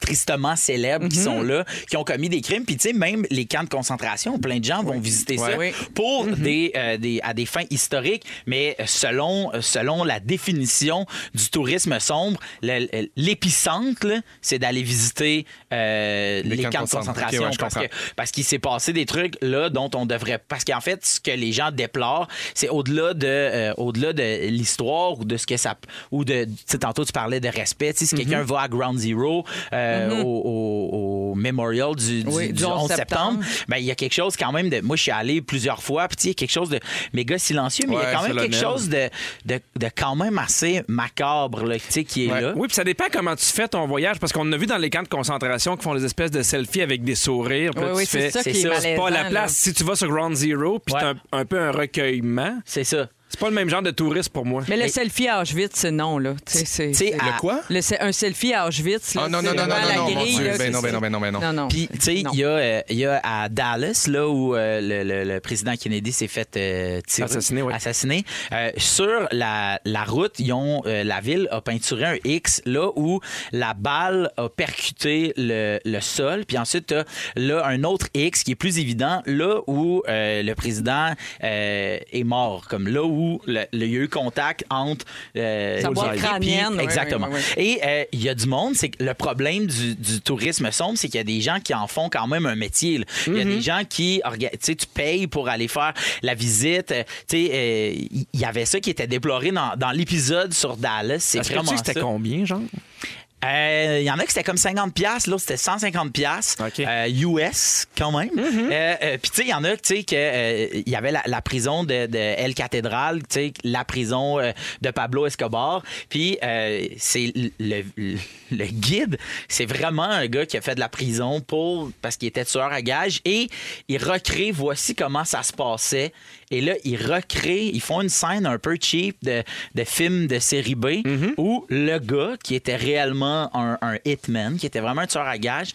Speaker 5: tristement célèbres
Speaker 4: Mhm.
Speaker 5: qui sont là, qui ont commis des crimes. Puis, tu sais, même les camps de concentration, plein de gens vont visiter ça
Speaker 7: Oui.
Speaker 5: pour
Speaker 4: Mhm.
Speaker 5: des, euh, des- à des fins historiques, mais euh, selon, selon la définition du tourisme sombre, le- le- l'épicentre, là, c'est d'aller visiter euh, les, camps, de concentration.
Speaker 4: Ok, ouais, je
Speaker 5: parce que-
Speaker 4: comprends.
Speaker 5: parce qu'il s'est passé des trucs là dont on devrait parce qu'en fait ce que les gens déplorent c'est au-delà de euh, au-delà de l'histoire ou de ce que ça ou de tu sais, tantôt tu parlais de respect tu sais, si quelqu'un va à Ground Zero euh, au, au- au memorial du, du-
Speaker 7: Oui,
Speaker 5: du 11 septembre ben il y a quelque chose quand même de moi je suis allé plusieurs fois puis tu sais, il y a quelque chose de méga silencieux mais il y
Speaker 4: Ouais,
Speaker 5: a quand même quelque
Speaker 4: solennel.
Speaker 5: chose de, de, de quand même assez macabre là, tu sais, qui est
Speaker 4: Ouais.
Speaker 5: là
Speaker 6: Oui, puis ça dépend comment tu fais ton voyage, parce qu'on a vu dans les camps de concentration qui font des espèces de selfies avec des sourires. Puis là,
Speaker 7: Oui,
Speaker 6: tu
Speaker 7: oui, c'est
Speaker 6: fais-
Speaker 7: ça
Speaker 5: c'est
Speaker 7: qui est
Speaker 5: ça,
Speaker 6: C'est
Speaker 7: malaisant,
Speaker 6: pas la
Speaker 7: là.
Speaker 6: place. Si tu vas sur Ground Zero, puis
Speaker 5: Ouais.
Speaker 6: c'est un, un peu un recueillement,
Speaker 5: c'est ça
Speaker 6: c'est pas le même genre de touriste pour moi.
Speaker 7: Mais le
Speaker 5: Mais-
Speaker 7: selfie à Auschwitz, c'est non, là. Tu sais, c'est-
Speaker 5: Tu sais,
Speaker 7: c'est-
Speaker 5: à-
Speaker 4: Le quoi?
Speaker 7: Le se- un selfie à Auschwitz, là,
Speaker 4: Ah, non,
Speaker 7: c'est
Speaker 4: non, non, non,
Speaker 7: devant
Speaker 4: non,
Speaker 7: la
Speaker 4: non, mon
Speaker 7: grille,
Speaker 4: Dieu.
Speaker 7: là,
Speaker 4: Ben
Speaker 7: c'est-
Speaker 4: non, ben non, ben non, ben non.
Speaker 7: Non, non.
Speaker 5: Puis, tu sais,
Speaker 7: Non.
Speaker 5: il y, a, euh, il y a à Dallas, là où euh, le, le- le président Kennedy s'est fait euh, tirer,
Speaker 6: Assassiné, oui.
Speaker 5: assassiner, euh, sur la, la route, ils ont, euh, la ville a peinturé un X, là où la balle a percuté le, le sol. Puis ensuite, t'as là un autre X qui est plus évident, là où euh, le président euh, est mort, comme là où le- le- il y a eu contact entre euh,
Speaker 7: Sa boîte
Speaker 5: le- puis-
Speaker 7: crânienne, oui,
Speaker 5: Exactement.
Speaker 7: oui, oui, oui.
Speaker 5: Et euh, il y a du monde, c'est que le problème du, du tourisme sombre, c'est qu'il y a des gens qui en font quand même un métier. là. Il y a
Speaker 6: Mhm.
Speaker 5: des gens qui, orga- tu sais, tu payes pour aller faire la visite. Euh, Tu sais, euh, il y, y avait ça qui était déploré dans, dans l'épisode sur Dallas. C'est
Speaker 6: Est-ce que tu
Speaker 5: vraiment
Speaker 6: sais que c'était
Speaker 5: ça.
Speaker 6: combien, genre?
Speaker 5: Euh, Il y en a qui c'était comme 50 pièces, l'autre c'était 150 pièces
Speaker 6: OK.
Speaker 5: US euh, quand même. Euh, euh, Puis tu sais, il y en a tu sais que euh, il y avait la, la prison de, de El Catedral, tu sais, la prison euh, de Pablo Escobar. Puis euh, c'est le, le- le guide, c'est vraiment un gars qui a fait de la prison pour parce qu'il était tueur à gage et il recrée voici comment ça se passait. Et là, ils recréent, ils font une scène un peu cheap de, de film de série B où le gars, qui était réellement un, un hitman, qui était vraiment un tueur à gages,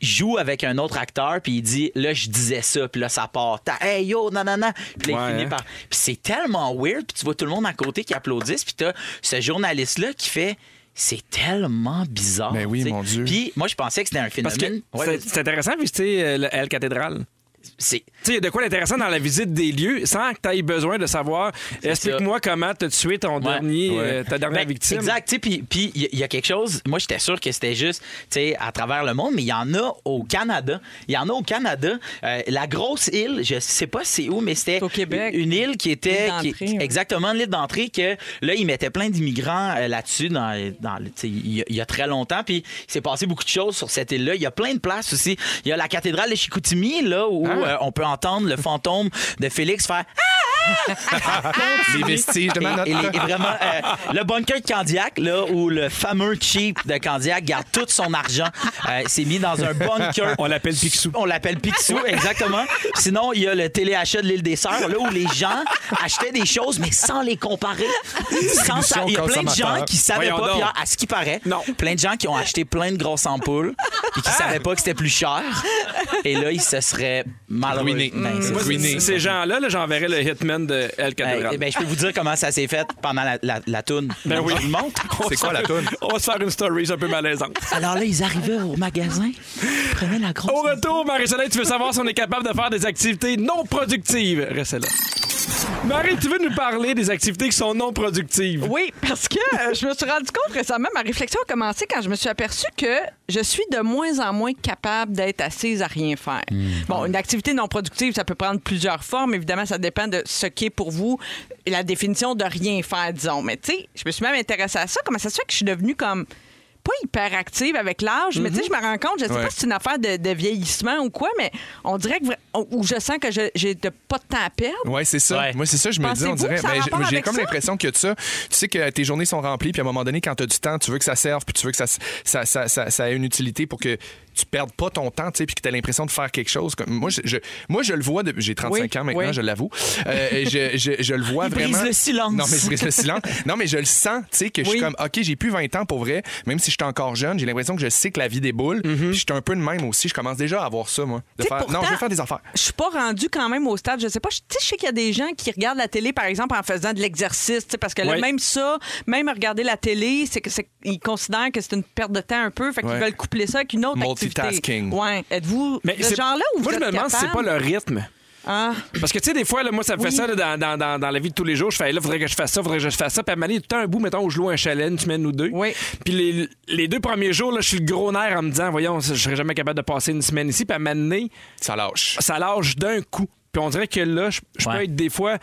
Speaker 5: joue avec un autre acteur, puis il dit Là, je disais ça, puis là, ça part. Ta- Hey yo, nanana. Puis là, il
Speaker 6: Ouais,
Speaker 5: finit
Speaker 6: hein.
Speaker 5: par. Puis c'est tellement weird, puis tu vois tout le monde à côté qui applaudissent, puis t'as ce journaliste-là qui fait. C'est tellement bizarre.
Speaker 4: Ben oui,
Speaker 5: tu sais.
Speaker 4: mon Dieu.
Speaker 5: Puis moi, je pensais que c'était un
Speaker 6: Parce que
Speaker 5: phénomène. Ouais,
Speaker 6: c'est- c'est intéressant de visiter euh, le- El Cathédrale.
Speaker 5: c'est-
Speaker 6: Tu sais, il y a de quoi d'intéressant dans la visite des lieux sans que tu aies besoin de savoir. Explique-moi comment tu as tué ton
Speaker 5: Ouais.
Speaker 6: dernier,
Speaker 5: Ouais.
Speaker 6: euh, ta dernière
Speaker 5: Ben,
Speaker 6: victime.
Speaker 5: Exact. tu sais, Puis puis il y a- il y, a quelque chose. Moi, j'étais sûr que c'était juste tu sais, à travers le monde, mais il y en a au Canada. Il y en a au Canada. Euh, la grosse île, je sais pas c'est où, mais c'était
Speaker 7: C'est au Québec.
Speaker 5: une île qui était.
Speaker 7: L'île d'entrée,
Speaker 5: qui-
Speaker 7: ouais.
Speaker 5: Exactement, l'île d'entrée, que là, ils mettaient plein d'immigrants euh, là-dessus dans, dans le- tu sais, il y, a- il y a très longtemps. Puis il s'est passé beaucoup de choses sur cette île-là. Il y a plein de places aussi. Il y a la cathédrale de Chicoutimi, là,
Speaker 6: Ah.
Speaker 5: où euh, on peut entendre le fantôme de Félix faire.
Speaker 4: Les vestiges de ma note.
Speaker 5: Et, et les- et vraiment, euh, le bunker de Candiac, là, où le fameux cheap de Candiac garde tout son argent, euh, s'est mis dans un bunker.
Speaker 6: On l'appelle Picsou.
Speaker 5: On l'appelle Picsou, exactement. Sinon, il y a le téléachat de l'île des Sœurs, là, où les gens achetaient des choses, mais sans les comparer. Sans ça- il y a plein de
Speaker 4: consommateur.
Speaker 5: gens qui savaient
Speaker 6: Voyons
Speaker 5: pas, puis
Speaker 6: donc.
Speaker 5: à ce qui paraît,
Speaker 6: Non. Ah!
Speaker 5: plein de gens qui ont acheté plein de grosses ampoules, puis qui savaient pas que c'était plus cher. Et là, ils se Ben, seraient mal
Speaker 4: Ruinés.
Speaker 6: Moi, c'est- Ces gens-là, là, j'enverrai le hitman de El Cathédrale.
Speaker 5: euh, ben, je peux vous dire comment ça s'est fait pendant la, la, la toune.
Speaker 6: Ben
Speaker 5: Donc,
Speaker 6: oui.
Speaker 5: je vous le montre.
Speaker 4: C'est quoi la toune?
Speaker 6: On va se faire une story, c'est un peu malaisante.
Speaker 5: Alors là, ils arrivaient au magasin, ils prenaient la grosse.
Speaker 6: Au retour, Marie-Soleil, tu veux savoir si on est capable de faire des activités non productives? Restez là. Marie, tu veux nous parler des activités qui sont non productives?
Speaker 7: Oui, parce que euh, je me suis rendu compte récemment, ma réflexion a commencé quand je me suis aperçue que je suis de moins en moins capable d'être assise à rien faire. Bon, une activité non productive, ça peut prendre plusieurs formes. Évidemment, ça dépend de ce qui est pour vous la définition de rien faire, disons. Mais tu sais, je me suis même intéressée à ça. Comment ça se fait que je suis devenue comme pas hyper active avec l'âge, mais tu sais, je me rends compte, je sais
Speaker 4: Ouais.
Speaker 7: pas si c'est une affaire de, de vieillissement ou quoi, mais on dirait que vra- ou je sens que je- j'ai de- pas de temps à perdre.
Speaker 4: Ouais, c'est ça.
Speaker 5: Ouais.
Speaker 4: Moi, c'est ça, je me dis, on
Speaker 7: Pensez-vous
Speaker 4: dirait.
Speaker 7: que ça a
Speaker 4: ben, j'ai-
Speaker 7: rapport
Speaker 4: j'ai
Speaker 7: avec
Speaker 4: comme
Speaker 7: ça?
Speaker 4: l'impression que de ça, tu sais que tes journées sont remplies, puis à un moment donné, quand tu as du temps, tu veux que ça serve, puis tu veux que ça, ça, ça, ça, ça ait une utilité pour que tu perdes pas ton temps, tu sais, puis que tu as l'impression de faire quelque chose. Comme- Moi, je, je- moi, je le vois, depuis- j'ai 35 ans maintenant,
Speaker 7: oui.
Speaker 4: je l'avoue. Euh, et je, je, je le vois
Speaker 5: Il brise
Speaker 4: vraiment.
Speaker 5: le silence.
Speaker 4: Non, mais je brise le silence. Non, mais je le sens, tu sais, que je suis
Speaker 7: Oui.
Speaker 4: comme, OK, j'ai plus 20 ans pour vrai, même si je suis encore jeune, j'ai l'impression que je sais que la vie déboule,
Speaker 5: Mm-hmm.
Speaker 4: puis je suis un peu de même aussi. Je commence déjà à avoir ça, moi. De
Speaker 7: T'sais,
Speaker 4: faire, non,
Speaker 7: pourtant,
Speaker 4: je veux faire des affaires.
Speaker 7: Je suis pas rendue quand même au stade. Je sais pas. Je tu sais, je sais qu'il y a des gens qui regardent la télé, par exemple, en faisant de l'exercice. tu sais, Parce que là,
Speaker 6: Ouais.
Speaker 7: même ça, même regarder la télé, c'est que c'est- ils considèrent que c'est une perte de temps un peu. Fait qu'ils
Speaker 4: Ouais.
Speaker 7: veulent coupler ça avec une autre
Speaker 4: Multitasking.
Speaker 7: activité. Ouais. Êtes-vous de ce
Speaker 6: c'est-
Speaker 7: genre-là ou
Speaker 6: Moi,
Speaker 7: vous
Speaker 6: je me
Speaker 7: êtes
Speaker 6: demande si c'est pas
Speaker 7: capable?
Speaker 6: le rythme.
Speaker 7: Ah.
Speaker 6: Parce que, tu sais, des fois, là, moi, ça me fait
Speaker 7: Oui.
Speaker 6: ça là, dans, dans- dans- dans la vie de tous les jours. Je fais, là, faudrait que je fasse ça, faudrait que je fasse ça. Puis à un moment donné, il y a tout le temps un bout, mettons, où je loue un chalet, une semaine ou deux.
Speaker 7: Oui.
Speaker 6: Puis les, les deux premiers jours, là, je suis le gros nerf en me disant, voyons, je serais jamais capable de passer une semaine ici. Puis à un moment donné,
Speaker 4: Ça lâche.
Speaker 6: ça lâche d'un coup. Puis on dirait que là, je, je peux
Speaker 5: Ouais.
Speaker 6: être des fois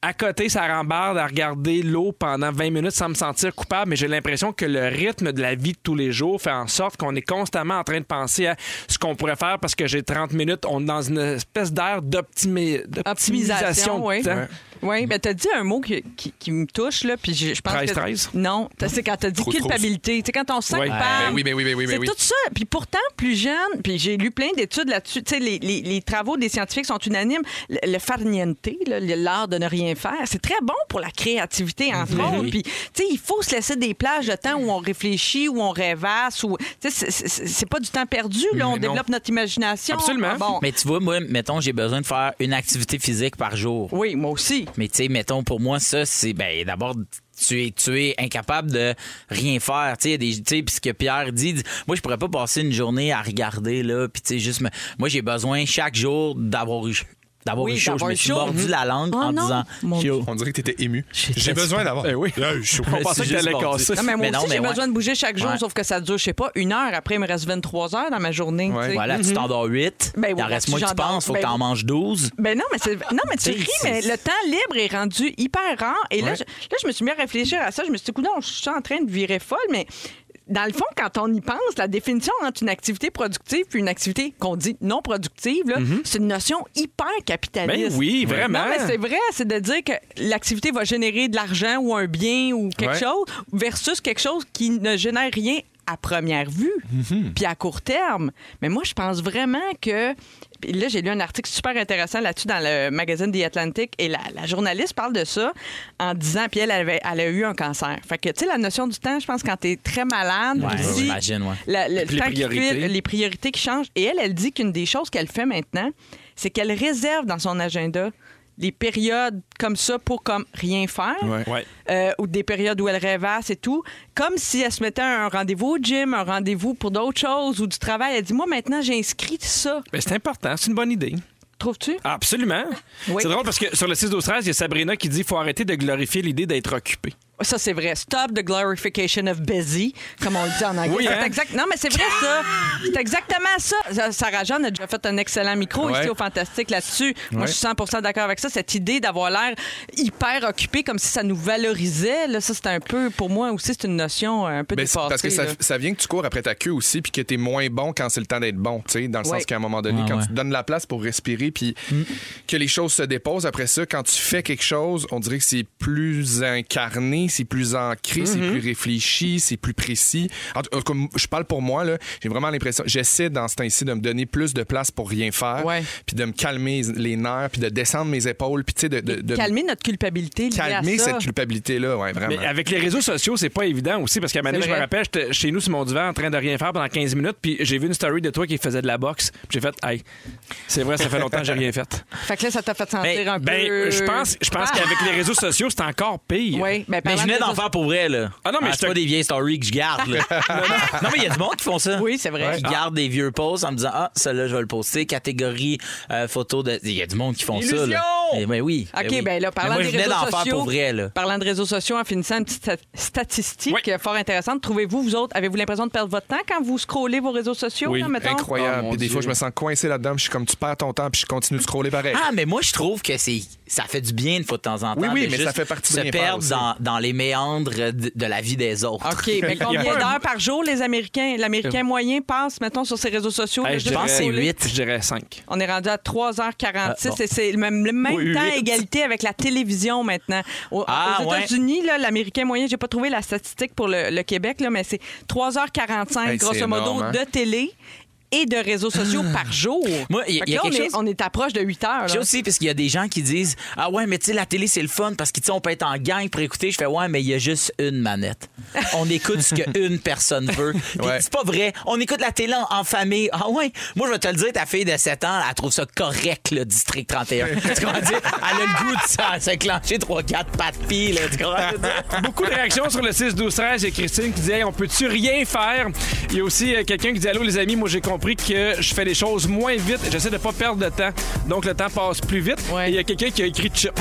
Speaker 6: à côté, ça rembarde, à regarder l'eau pendant 20 minutes sans me sentir coupable, mais j'ai l'impression que le rythme de la vie de tous les jours fait en sorte qu'on est constamment en train de penser à ce qu'on pourrait faire parce que j'ai 30 minutes. On est dans une espèce d'air d'optimi- d'optimisation.
Speaker 7: Optimisation, oui.
Speaker 6: de temps.
Speaker 7: Oui, ben t'as dit un mot qui, qui- qui me touche, là, puis je, je pense
Speaker 6: 13,
Speaker 7: que...
Speaker 6: 13?
Speaker 7: Non, t'as- c'est quand t'as dit
Speaker 4: Trousse,
Speaker 7: culpabilité. Tu sais, quand on sent
Speaker 6: Ouais.
Speaker 7: que
Speaker 6: Ouais.
Speaker 7: par-
Speaker 4: Ben oui, ben oui, ben oui, ben
Speaker 7: C'est
Speaker 4: oui.
Speaker 7: tout ça. Puis pourtant, plus jeune, puis j'ai lu plein d'études là-dessus, tu sais, les, les- les travaux des scientifiques sont unanimes. Le, le farniente, là, le- l'art de ne rien faire, c'est très bon pour la créativité, entre
Speaker 4: Mhm.
Speaker 7: autres. Puis, tu sais, il faut se laisser des plages de temps où on réfléchit, où on rêvasse, où... Tu sais, c'est- c'est c'est pas du temps perdu, là. On
Speaker 4: Mais non.
Speaker 7: développe notre imagination.
Speaker 6: Absolument.
Speaker 7: Ah, bon.
Speaker 5: Mais tu vois, moi, mettons, j'ai besoin de faire une activité physique par jour.
Speaker 7: Oui, moi aussi.
Speaker 5: Mais tu sais, mettons, pour moi, ça, c'est ben d'abord. Tu es, tu es incapable de rien faire. Tu sais, il y a des- tu sais, puis ce que Pierre dit, dit, moi, je pourrais pas passer une journée à regarder, là, puis tu sais, juste, me- moi, j'ai besoin chaque jour d'avoir eu d'avoir
Speaker 7: Oui,
Speaker 5: eu chaud. Je
Speaker 7: d'avoir
Speaker 5: me
Speaker 7: eu
Speaker 5: suis
Speaker 7: chaud.
Speaker 5: mordu
Speaker 7: Mhm.
Speaker 5: la langue
Speaker 7: Oh
Speaker 5: en
Speaker 7: non, mon
Speaker 5: disant chaud.
Speaker 4: On dirait que t'étais ému.
Speaker 5: J'étais
Speaker 4: J'ai besoin d'avoir.
Speaker 5: Ben
Speaker 6: Eh oui.
Speaker 4: Eh, je suis
Speaker 6: On pensait
Speaker 5: suis
Speaker 6: que t'allais
Speaker 5: juste mordu.
Speaker 6: casser.
Speaker 5: Non,
Speaker 7: Non, mais moi
Speaker 5: Mais non,
Speaker 7: aussi,
Speaker 5: mais
Speaker 7: j'ai
Speaker 5: ouais.
Speaker 7: besoin de bouger chaque jour,
Speaker 5: Ouais.
Speaker 7: sauf que ça dure, je sais pas, une heure. Après, il me reste 23 heures dans ma journée. tu sais. Mhm.
Speaker 5: Voilà, tu t'endors 8.
Speaker 7: Ben oui,
Speaker 5: il en reste
Speaker 7: là-dessus,
Speaker 5: moins que tu
Speaker 7: j'endors.
Speaker 5: penses. Faut que
Speaker 7: Ben
Speaker 5: tu en
Speaker 7: oui.
Speaker 5: manges 12.
Speaker 7: Ben non, mais c'est non, mais
Speaker 5: Tu
Speaker 7: tu
Speaker 5: sais,
Speaker 7: ris,
Speaker 5: c'est-
Speaker 7: mais le temps libre est rendu hyper rare. Et là,
Speaker 4: Ouais.
Speaker 7: je, là, je me suis mis à réfléchir à ça. Je me suis dit, non, je suis en train de virer folle, mais dans le fond, quand on y pense, la définition entre une activité productive puis une activité qu'on dit non productive, là, c'est une notion hyper capitaliste.
Speaker 6: Ben oui, vraiment.
Speaker 7: Non, mais c'est vrai, c'est de dire que l'activité va générer de l'argent ou un bien ou quelque
Speaker 4: Ouais.
Speaker 7: chose versus quelque chose qui ne génère rien à première vue, puis à court terme. Mais moi, je pense vraiment que... puis Là, j'ai lu un article super intéressant là-dessus dans le magazine The Atlantic et la, la journaliste parle de ça en disant, puis elle, avait, elle a eu un cancer. Fait que, tu sais, la notion du temps, je pense, quand t'es très malade,
Speaker 5: Ouais,
Speaker 7: puis si-
Speaker 5: j'imagine, ouais.
Speaker 7: la- le, le
Speaker 6: Puis les
Speaker 7: temps qui
Speaker 6: priorités.
Speaker 7: file, les priorités qui changent. Et elle, elle dit qu'une des choses qu'elle fait maintenant, c'est qu'elle réserve dans son agenda les périodes comme ça pour comme rien faire.
Speaker 4: Ouais.
Speaker 6: Ouais.
Speaker 7: Euh, ou des périodes où elle rêvasse et tout, comme si elle se mettait un rendez-vous au gym, un rendez-vous pour d'autres choses ou du travail. Elle dit, moi, maintenant, j'inscris ça.
Speaker 6: Mais c'est important, c'est une bonne idée.
Speaker 7: Trouves-tu?
Speaker 6: Ah, Absolument.
Speaker 7: Oui.
Speaker 6: C'est drôle parce que sur le 6 12 13, il y a Sabrina qui dit faut arrêter de glorifier l'idée d'être occupé.
Speaker 7: Ça, c'est vrai. Stop the glorification of busy, comme on le dit en anglais.
Speaker 6: Oui,
Speaker 7: C'est
Speaker 6: hein?
Speaker 7: exact- Non, mais c'est vrai, ça. C'est exactement ça. ça. Sarah Jeanne a déjà fait un excellent micro
Speaker 4: Ouais.
Speaker 7: ici au Fantastique là-dessus. Moi,
Speaker 4: Ouais.
Speaker 7: je suis 100 d'accord avec ça. Cette idée d'avoir l'air hyper occupé, comme si ça nous valorisait, là, ça, c'est un peu, pour moi aussi, c'est une notion euh, un peu
Speaker 4: Ben, c'est
Speaker 7: dépassée.
Speaker 4: parce que ça,
Speaker 7: là.
Speaker 4: ça vient que tu cours après ta queue aussi, puis que t'es moins bon quand c'est le temps d'être bon, tu sais, dans le
Speaker 7: Ouais. Mm.
Speaker 4: sens qu'à un moment donné,
Speaker 5: Ah,
Speaker 4: quand
Speaker 5: ouais.
Speaker 4: tu te donnes la place pour respirer, puis que les choses se déposent après ça, quand tu fais quelque chose, on dirait que c'est plus incarné, c'est plus ancré, c'est
Speaker 7: Mm-hmm.
Speaker 4: plus réfléchi, c'est plus précis. En tout cas, je parle pour moi, là, j'ai vraiment l'impression, j'essaie dans ce temps-ci de me donner plus de place pour rien faire,
Speaker 7: Ouais.
Speaker 4: puis de me calmer les nerfs, puis de descendre mes épaules, puis tu sais, de, de- de
Speaker 7: Calmer notre culpabilité liée
Speaker 4: calmer
Speaker 7: à ça.
Speaker 4: cette culpabilité-là, ouais, vraiment.
Speaker 6: Mais avec les réseaux sociaux, c'est pas évident aussi parce qu'à un moment donné,
Speaker 7: C'est
Speaker 6: je me
Speaker 7: vrai.
Speaker 6: rappelle, j'étais chez nous sur mon divan en train de rien faire pendant 15 minutes, puis j'ai vu une story de toi qui faisait de la boxe. puis J'ai fait, hey, c'est vrai, ça fait longtemps que j'ai rien fait.
Speaker 7: Fait que là, ça t'a fait sentir
Speaker 5: Ben,
Speaker 7: un peu...
Speaker 6: Ben, je pense, je pense
Speaker 7: Ah!
Speaker 6: qu'avec les réseaux sociaux, c'est encore pire.
Speaker 7: Oui, ben,
Speaker 5: Mais
Speaker 7: parlant
Speaker 5: je venais
Speaker 7: de
Speaker 5: d'en
Speaker 7: réseaux-
Speaker 5: faire pour vrai, là.
Speaker 6: Ah non, mais je
Speaker 5: c'est
Speaker 6: te-
Speaker 5: pas des vieilles stories que je garde, là. non, mais il y a du monde qui font ça.
Speaker 7: Oui, c'est vrai.
Speaker 5: Qui gardent des vieux posts en me disant, ah, celle-là, je vais le poster. Catégorie euh, photo de. Il y a du monde qui font ça, là. Eh ben oui.
Speaker 7: OK,
Speaker 5: eh oui.
Speaker 7: ben là,
Speaker 5: Mais
Speaker 7: parlant
Speaker 5: moi,
Speaker 7: des
Speaker 5: je venais
Speaker 7: réseaux
Speaker 5: d'en
Speaker 7: sociaux.
Speaker 5: faire pour vrai, là.
Speaker 7: Parlant de réseaux sociaux, en finissant, une petite stat- statistique fort intéressante. Trouvez-vous, vous autres, avez-vous l'impression de perdre votre temps quand vous scrollez vos réseaux sociaux?
Speaker 6: Oui,
Speaker 7: là, mettons?
Speaker 4: Incroyable.
Speaker 6: Oh, mon
Speaker 4: puis des
Speaker 6: Dieu.
Speaker 4: fois, je me sens coincé là-dedans. puis Je suis comme, tu perds ton temps, puis je continue de scroller pareil.
Speaker 5: Ah, mais moi, je trouve que c'est ça fait du bien une fois de temps en temps.
Speaker 4: Oui, oui,
Speaker 5: de
Speaker 4: mais ça
Speaker 5: juste
Speaker 4: fait partie de
Speaker 5: se
Speaker 4: bien faire
Speaker 5: perdre
Speaker 4: aussi.
Speaker 5: dans, dans les méandres de, de la vie des autres.
Speaker 7: OK, mais combien
Speaker 6: pas un- Euh.
Speaker 7: d'heures par jour les Américains, l'Américain moyen passe, mettons, sur ses réseaux sociaux?
Speaker 6: Hey,
Speaker 7: là,
Speaker 6: je
Speaker 7: juste
Speaker 5: pense
Speaker 6: dirais-
Speaker 5: que c'est
Speaker 7: scroller?
Speaker 5: huit.
Speaker 6: Je dirais 5.
Speaker 7: On est rendu à 3h46
Speaker 5: Ah, bon.
Speaker 7: et c'est le même, le même
Speaker 6: Oui,
Speaker 7: temps
Speaker 6: huit.
Speaker 7: égalité avec la télévision maintenant. Au-
Speaker 5: Ah,
Speaker 7: aux
Speaker 5: ouais.
Speaker 7: États-Unis, là, l'Américain moyen, j'ai pas trouvé la statistique pour le, le Québec, là, mais c'est 3h45
Speaker 4: Hey, c'est
Speaker 7: grosso modo
Speaker 4: énorme, hein?
Speaker 7: de télé et de réseaux sociaux par jour.
Speaker 5: Moi, il y a-
Speaker 7: Fait que
Speaker 5: il y a
Speaker 7: là,
Speaker 5: quelque
Speaker 7: on, est,
Speaker 5: chose-
Speaker 7: on est approche de 8 heures.
Speaker 5: Puis
Speaker 7: là.
Speaker 5: aussi, parce qu'il y a des gens qui disent Ah ouais, mais tu sais, la télé, c'est le fun parce qu'on peut être en gang pour écouter. Je fais Ouais, mais il y a juste une manette. On écoute ce qu'une personne veut. Puis
Speaker 4: Ouais.
Speaker 5: c'est pas vrai. On écoute la télé en, en famille. Ah ouais, moi, je vais te le dire, ta fille de 7 ans, elle trouve ça correct, le District 31. tu comprends dire Elle a le goût de ça, s'enclencher 3-4 papilles, là. Tu comprends dire?
Speaker 6: Beaucoup de réactions sur le 6-12-13. Il y a Christine qui dit Hey, on peut-tu rien faire? Il y a aussi euh, quelqu'un qui dit Allô, les amis, moi j'ai compris que je fais les choses moins vite. J'essaie de pas perdre de temps. Donc le temps passe plus vite.
Speaker 7: Ouais.
Speaker 6: Et il y a quelqu'un qui a écrit Chip.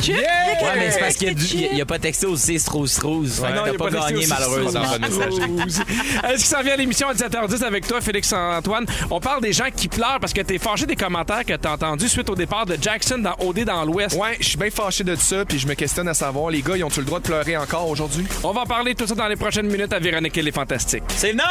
Speaker 7: Chip,
Speaker 6: Yeah!
Speaker 5: Ouais, mais c'est parce qu'il y a du-
Speaker 7: Chill.
Speaker 5: il n'y a, pas texté au 6 rose rose. Fait que
Speaker 6: Non, il
Speaker 5: t'as
Speaker 6: y a
Speaker 5: pas,
Speaker 6: de
Speaker 5: gagné,
Speaker 6: question aussi.
Speaker 5: malheureusement.
Speaker 4: Dans votre message.
Speaker 6: Est-ce qu'il s'en Euh, vient à l'émission à 17h10 avec toi, Félix-Antoine? On parle des gens qui pleurent parce que t'es fâché des commentaires que t'as entendus suite au départ de Jackson dans OD dans l'Ouest.
Speaker 4: Ouais, je suis bien fâché de ça, puis je me questionne à savoir, les gars, ils ont-tu le droit de pleurer encore aujourd'hui?
Speaker 6: On va en parler tout ça dans les prochaines minutes à Véronique et les Fantastiques.
Speaker 5: C'est non!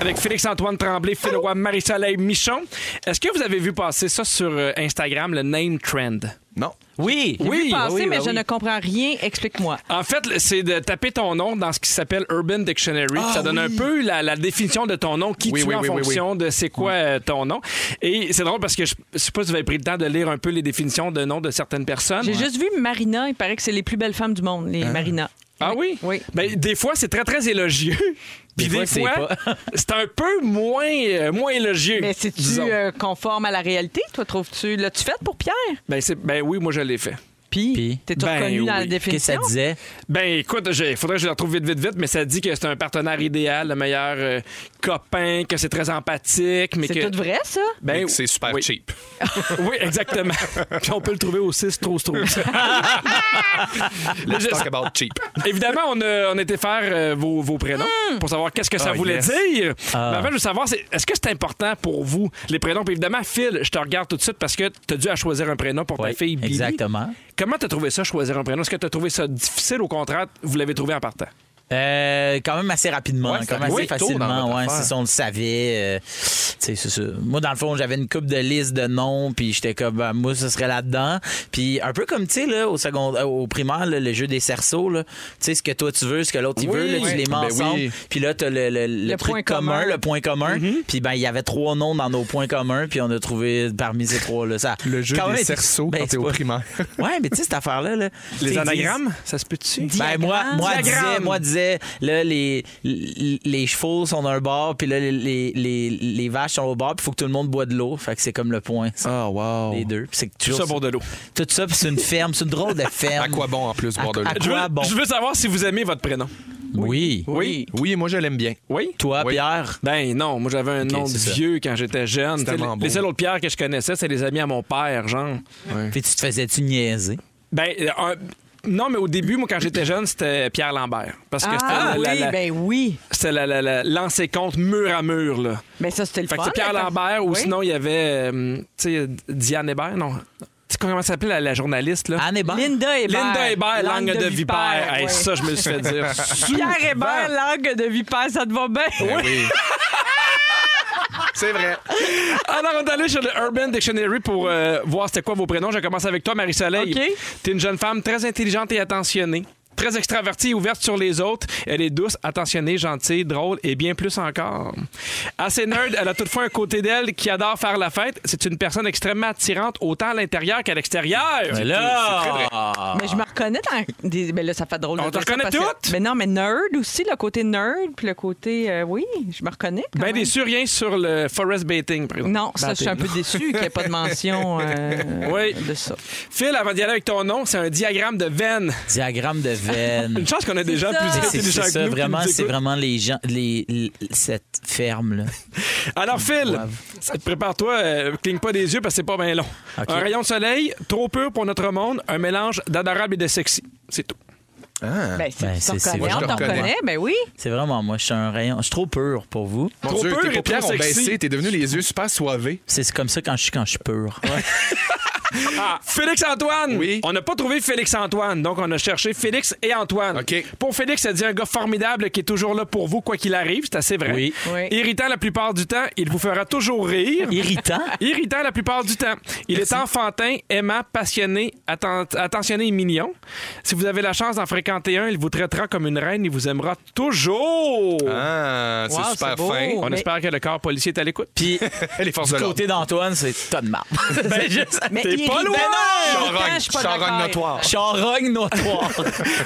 Speaker 6: Avec Félix-Antoine Tremblay, Phil Roy, Marie-Soleil Michon. Est-ce que vous avez vu passer ça sur euh, Instagram, le name trend?
Speaker 4: Non.
Speaker 5: Oui!
Speaker 7: J'ai vu passer,
Speaker 6: oui,
Speaker 7: mais
Speaker 6: bah
Speaker 7: je
Speaker 6: oui.
Speaker 7: ne comprends rien. Explique-moi.
Speaker 6: En fait, c'est de taper ton nom dans ce qui s'appelle Urban Dictionary. ça donne un peu la, la définition de ton nom, qui
Speaker 4: Ah Oui,
Speaker 6: tu
Speaker 4: oui,
Speaker 6: es en
Speaker 4: oui, oui,
Speaker 6: fonction de c'est quoi euh, ton nom. Et c'est drôle parce que je, je sais pas si vous avez pris le temps de lire un peu les définitions de noms de certaines personnes.
Speaker 7: J'ai juste vu Marina. Il paraît que c'est les plus belles femmes du monde, les
Speaker 5: Hein?
Speaker 7: Marina.
Speaker 6: Ah oui?
Speaker 7: Oui.
Speaker 6: Ben, des fois, c'est très, très élogieux. Puis
Speaker 5: Des
Speaker 6: des,
Speaker 5: fois,
Speaker 6: fois,
Speaker 5: c'est pas.
Speaker 6: c'est un peu moins, euh, moins élogieux.
Speaker 7: Mais c'est-tu
Speaker 6: disons.
Speaker 7: euh, conforme à la réalité, toi, trouves-tu? L'as-tu fait pour Pierre?
Speaker 6: Ben, c'est- ben oui, moi, je l'ai fait.
Speaker 5: Puis?
Speaker 7: Puis, t'es-tu
Speaker 6: Ben
Speaker 7: reconnu dans
Speaker 6: oui.
Speaker 7: la
Speaker 5: Qu'est-ce que
Speaker 7: définition?
Speaker 5: ça disait?
Speaker 6: Ben écoute, il faudrait que je le retrouve vite, vite, vite, mais ça dit que c'est un partenaire idéal, le meilleur euh, copain, que c'est très empathique, mais
Speaker 7: C'est
Speaker 6: que...
Speaker 7: tout vrai, ça?
Speaker 6: Ben,
Speaker 4: Et que c'est super
Speaker 6: oui.
Speaker 4: cheap.
Speaker 6: Oui, exactement. Puis on peut le trouver au 6 trop trop.
Speaker 4: Let's talk about cheap.
Speaker 6: Évidemment, on a, on a été faire euh, vos, vos prénoms pour savoir qu'est-ce que ça
Speaker 4: Ah,
Speaker 6: voulait
Speaker 4: yes.
Speaker 6: dire. Mais en fait, je veux savoir, c'est- est-ce que c'est important pour vous, les prénoms? Puis évidemment, Phil, je te regarde tout de suite parce que tu as dû à choisir un prénom pour
Speaker 5: Oui,
Speaker 6: ta fille, Billy.
Speaker 5: exactement.
Speaker 6: Comment t'as trouvé ça, choisir un prénom? Est-ce que t'as trouvé ça difficile? Au contraire, vous l'avez trouvé en partant.
Speaker 5: Euh, quand même assez rapidement,
Speaker 4: Ouais, c'est
Speaker 5: quand même assez
Speaker 4: arrivé tôt dans
Speaker 5: facilement.
Speaker 4: votre
Speaker 5: Ouais,
Speaker 4: affaire.
Speaker 5: c'est ça, on le savait. euh, tu sais, c'est ça. Moi, dans le fond, j'avais une coupe de liste de noms, puis j'étais comme, ben, moi, ce serait là-dedans. Puis un peu comme, tu sais, là, au second, euh, au primaire, là, le jeu des cerceaux, là, tu sais, ce que toi tu veux, ce que l'autre il
Speaker 4: Oui,
Speaker 5: veut, là, tu
Speaker 4: oui.
Speaker 5: les mets
Speaker 4: Ben
Speaker 5: ensemble.
Speaker 4: oui. Mm-hmm.
Speaker 5: Puis là, t'as le, le, le
Speaker 7: Le
Speaker 5: truc
Speaker 7: point
Speaker 5: commun,
Speaker 7: commun.
Speaker 5: le point commun. Puis ben, il y avait trois noms dans nos points communs, puis on a trouvé parmi ces trois-là. Ça,
Speaker 4: Le jeu
Speaker 5: quand même
Speaker 4: des
Speaker 5: été-
Speaker 4: cerceaux
Speaker 5: Ben,
Speaker 4: quand
Speaker 5: c'est
Speaker 4: t'es au
Speaker 5: pas-
Speaker 4: primaire.
Speaker 5: Ouais, mais tu sais, cette affaire-là, là, tu sais,
Speaker 6: Les
Speaker 5: ils
Speaker 6: anagrammes, ça se peut-tu?
Speaker 5: ben, moi, moi,
Speaker 6: Diagramme.
Speaker 5: disais, moi disais, là, les, les, les chevaux sont d'un bord, puis là, les, les, les- les vaches sont au bord, puis il faut que tout le monde boit de l'eau. Fait que c'est comme le point, ça,
Speaker 4: Oh, wow.
Speaker 5: les deux. Puis c'est
Speaker 6: Tout
Speaker 5: toujours
Speaker 6: ça pour de l'eau.
Speaker 5: Tout ça, puis c'est une ferme, c'est une drôle de ferme.
Speaker 4: À quoi bon, en plus,
Speaker 5: À-
Speaker 4: boire de
Speaker 5: à-
Speaker 4: l'eau?
Speaker 6: Je veux,
Speaker 5: Quoi bon?
Speaker 6: je veux savoir si vous aimez votre prénom.
Speaker 5: Oui.
Speaker 6: Oui.
Speaker 4: Oui, moi, je l'aime bien.
Speaker 6: Oui?
Speaker 5: Toi,
Speaker 4: Oui.
Speaker 5: Pierre?
Speaker 6: Ben non, moi j'avais un nom de
Speaker 5: c'est ça.
Speaker 6: vieux quand j'étais jeune.
Speaker 4: C'est
Speaker 6: Tu sais,
Speaker 4: tellement
Speaker 6: les-
Speaker 4: beau.
Speaker 6: Les seuls autres pierres que je connaissais, c'est les amis à mon père, genre.
Speaker 5: Puis tu te faisais-tu niaiser?
Speaker 6: Ben, euh, un- non, mais au début, moi, quand j'étais jeune, c'était Pierre Lambert. Parce que
Speaker 7: Ah
Speaker 6: c'était la- la-
Speaker 7: oui,
Speaker 6: la-
Speaker 7: ben oui.
Speaker 6: c'était la, la, la- lancer contre mur à mur, là.
Speaker 7: Mais ça, c'était le
Speaker 6: Fait que
Speaker 7: fun.
Speaker 6: c'est Pierre
Speaker 7: là, quand-
Speaker 6: Lambert, ou
Speaker 7: Oui.
Speaker 6: sinon, il y avait, euh, tu sais, Diane Hébert, non. Tu sais comment ça s'appelle, la, la journaliste, là?
Speaker 5: Anne Hébert?
Speaker 7: Linda Hébert.
Speaker 6: Linda Hébert, langue, de, vipère. Hey,
Speaker 7: ouais.
Speaker 6: ça, je me le suis fait dire.
Speaker 7: Pierre Hébert, langue de vipère, ça te va bien?
Speaker 4: Ben oui. C'est vrai.
Speaker 6: Alors, on est allé sur le Urban Dictionary pour euh, voir c'était quoi vos prénoms. Je commence avec toi, Marie-Soleil.
Speaker 7: OK.
Speaker 6: T'es une jeune femme très intelligente et attentionnée. Très extravertie et ouverte sur les autres. Elle est douce, attentionnée, gentille, drôle et bien plus encore. Assez nerd, elle a toutefois un côté d'elle qui adore faire la fête. C'est une personne extrêmement attirante, autant à l'intérieur qu'à l'extérieur.
Speaker 5: Mais Ben là!
Speaker 7: Mais je me reconnais dans des. Mais là, ça fait drôle. de
Speaker 6: On te
Speaker 7: dire ça
Speaker 6: reconnaît
Speaker 7: parce que-
Speaker 6: toutes?
Speaker 7: Mais non, mais nerd aussi, le côté nerd, puis le côté. euh, oui, je me reconnais. quand
Speaker 6: Ben
Speaker 7: même.
Speaker 6: déçu, rien sur le forest baiting, par exemple.
Speaker 7: Non,
Speaker 4: Bah,
Speaker 7: ça, je suis un peu déçu qu'il n'y ait pas de mention euh,
Speaker 6: Oui.
Speaker 7: de ça.
Speaker 6: Phil, avant d'y aller avec ton nom, c'est un diagramme de veine.
Speaker 5: Diagramme de veine.
Speaker 6: Une chance qu'on a des gens
Speaker 7: ça.
Speaker 6: plus
Speaker 5: Ben, C'est c'est
Speaker 6: intelligents que
Speaker 5: ça,
Speaker 6: nous qui
Speaker 5: vraiment,
Speaker 6: nous
Speaker 5: c'est
Speaker 6: écoutent.
Speaker 5: vraiment les gens, les, les- cette ferme-là.
Speaker 6: Alors, Phil, ça- prépare-toi, euh, cligne pas des yeux parce que c'est pas bien long. Un rayon de soleil, trop pur pour notre monde, un mélange d'adorable et de sexy. C'est tout.
Speaker 4: Ah,
Speaker 7: Ben, si
Speaker 5: Ben,
Speaker 7: tu
Speaker 5: c'est-
Speaker 7: t'en
Speaker 5: c'est-
Speaker 7: reconnais,
Speaker 5: moi,
Speaker 4: je
Speaker 7: on
Speaker 4: te
Speaker 7: t'en
Speaker 4: reconnais.
Speaker 7: reconnaît, ben oui.
Speaker 5: C'est vraiment moi, je suis un rayon. Je suis trop pur pour vous.
Speaker 4: Mon
Speaker 6: Trop
Speaker 4: Dieu,
Speaker 6: peu
Speaker 4: tes
Speaker 6: et
Speaker 4: paupières
Speaker 6: trop
Speaker 4: ont
Speaker 6: sexy.
Speaker 4: baissé, t'es devenu les yeux super soivés.
Speaker 5: C'est comme ça quand je suis quand je suis pur.
Speaker 6: Ah, Félix-Antoine!
Speaker 4: Oui.
Speaker 6: On n'a pas trouvé Félix-Antoine, donc on a cherché Félix et Antoine.
Speaker 4: OK.
Speaker 6: Pour Félix, ça dit un gars formidable qui est toujours là pour vous, quoi qu'il arrive, c'est assez vrai.
Speaker 5: Oui.
Speaker 7: Oui.
Speaker 6: Irritant la plupart du temps, il vous fera toujours rire.
Speaker 5: Irritant.
Speaker 6: Irritant la plupart du temps. Il est enfantin, aimant, passionné, atten- attentionné et mignon. Si vous avez la chance d'en fréquenter un, il vous traitera comme une reine et vous aimera toujours.
Speaker 4: Ah, c'est
Speaker 7: Wow, c'est
Speaker 4: super
Speaker 7: beau.
Speaker 4: fin.
Speaker 6: On
Speaker 7: Mais-
Speaker 6: espère que le corps policier est à l'écoute.
Speaker 5: Puis
Speaker 4: Les forces
Speaker 5: du
Speaker 4: de l'ordre.
Speaker 5: côté d'Antoine, c'est Ben, tas de marde. C'est juste-
Speaker 7: Mais
Speaker 6: T'es
Speaker 7: irritant,
Speaker 6: pas loin!
Speaker 7: irritant,
Speaker 4: Charogne,
Speaker 7: je suis pas
Speaker 4: charogne
Speaker 7: d'accord.
Speaker 4: notoire.
Speaker 5: Charogne notoire.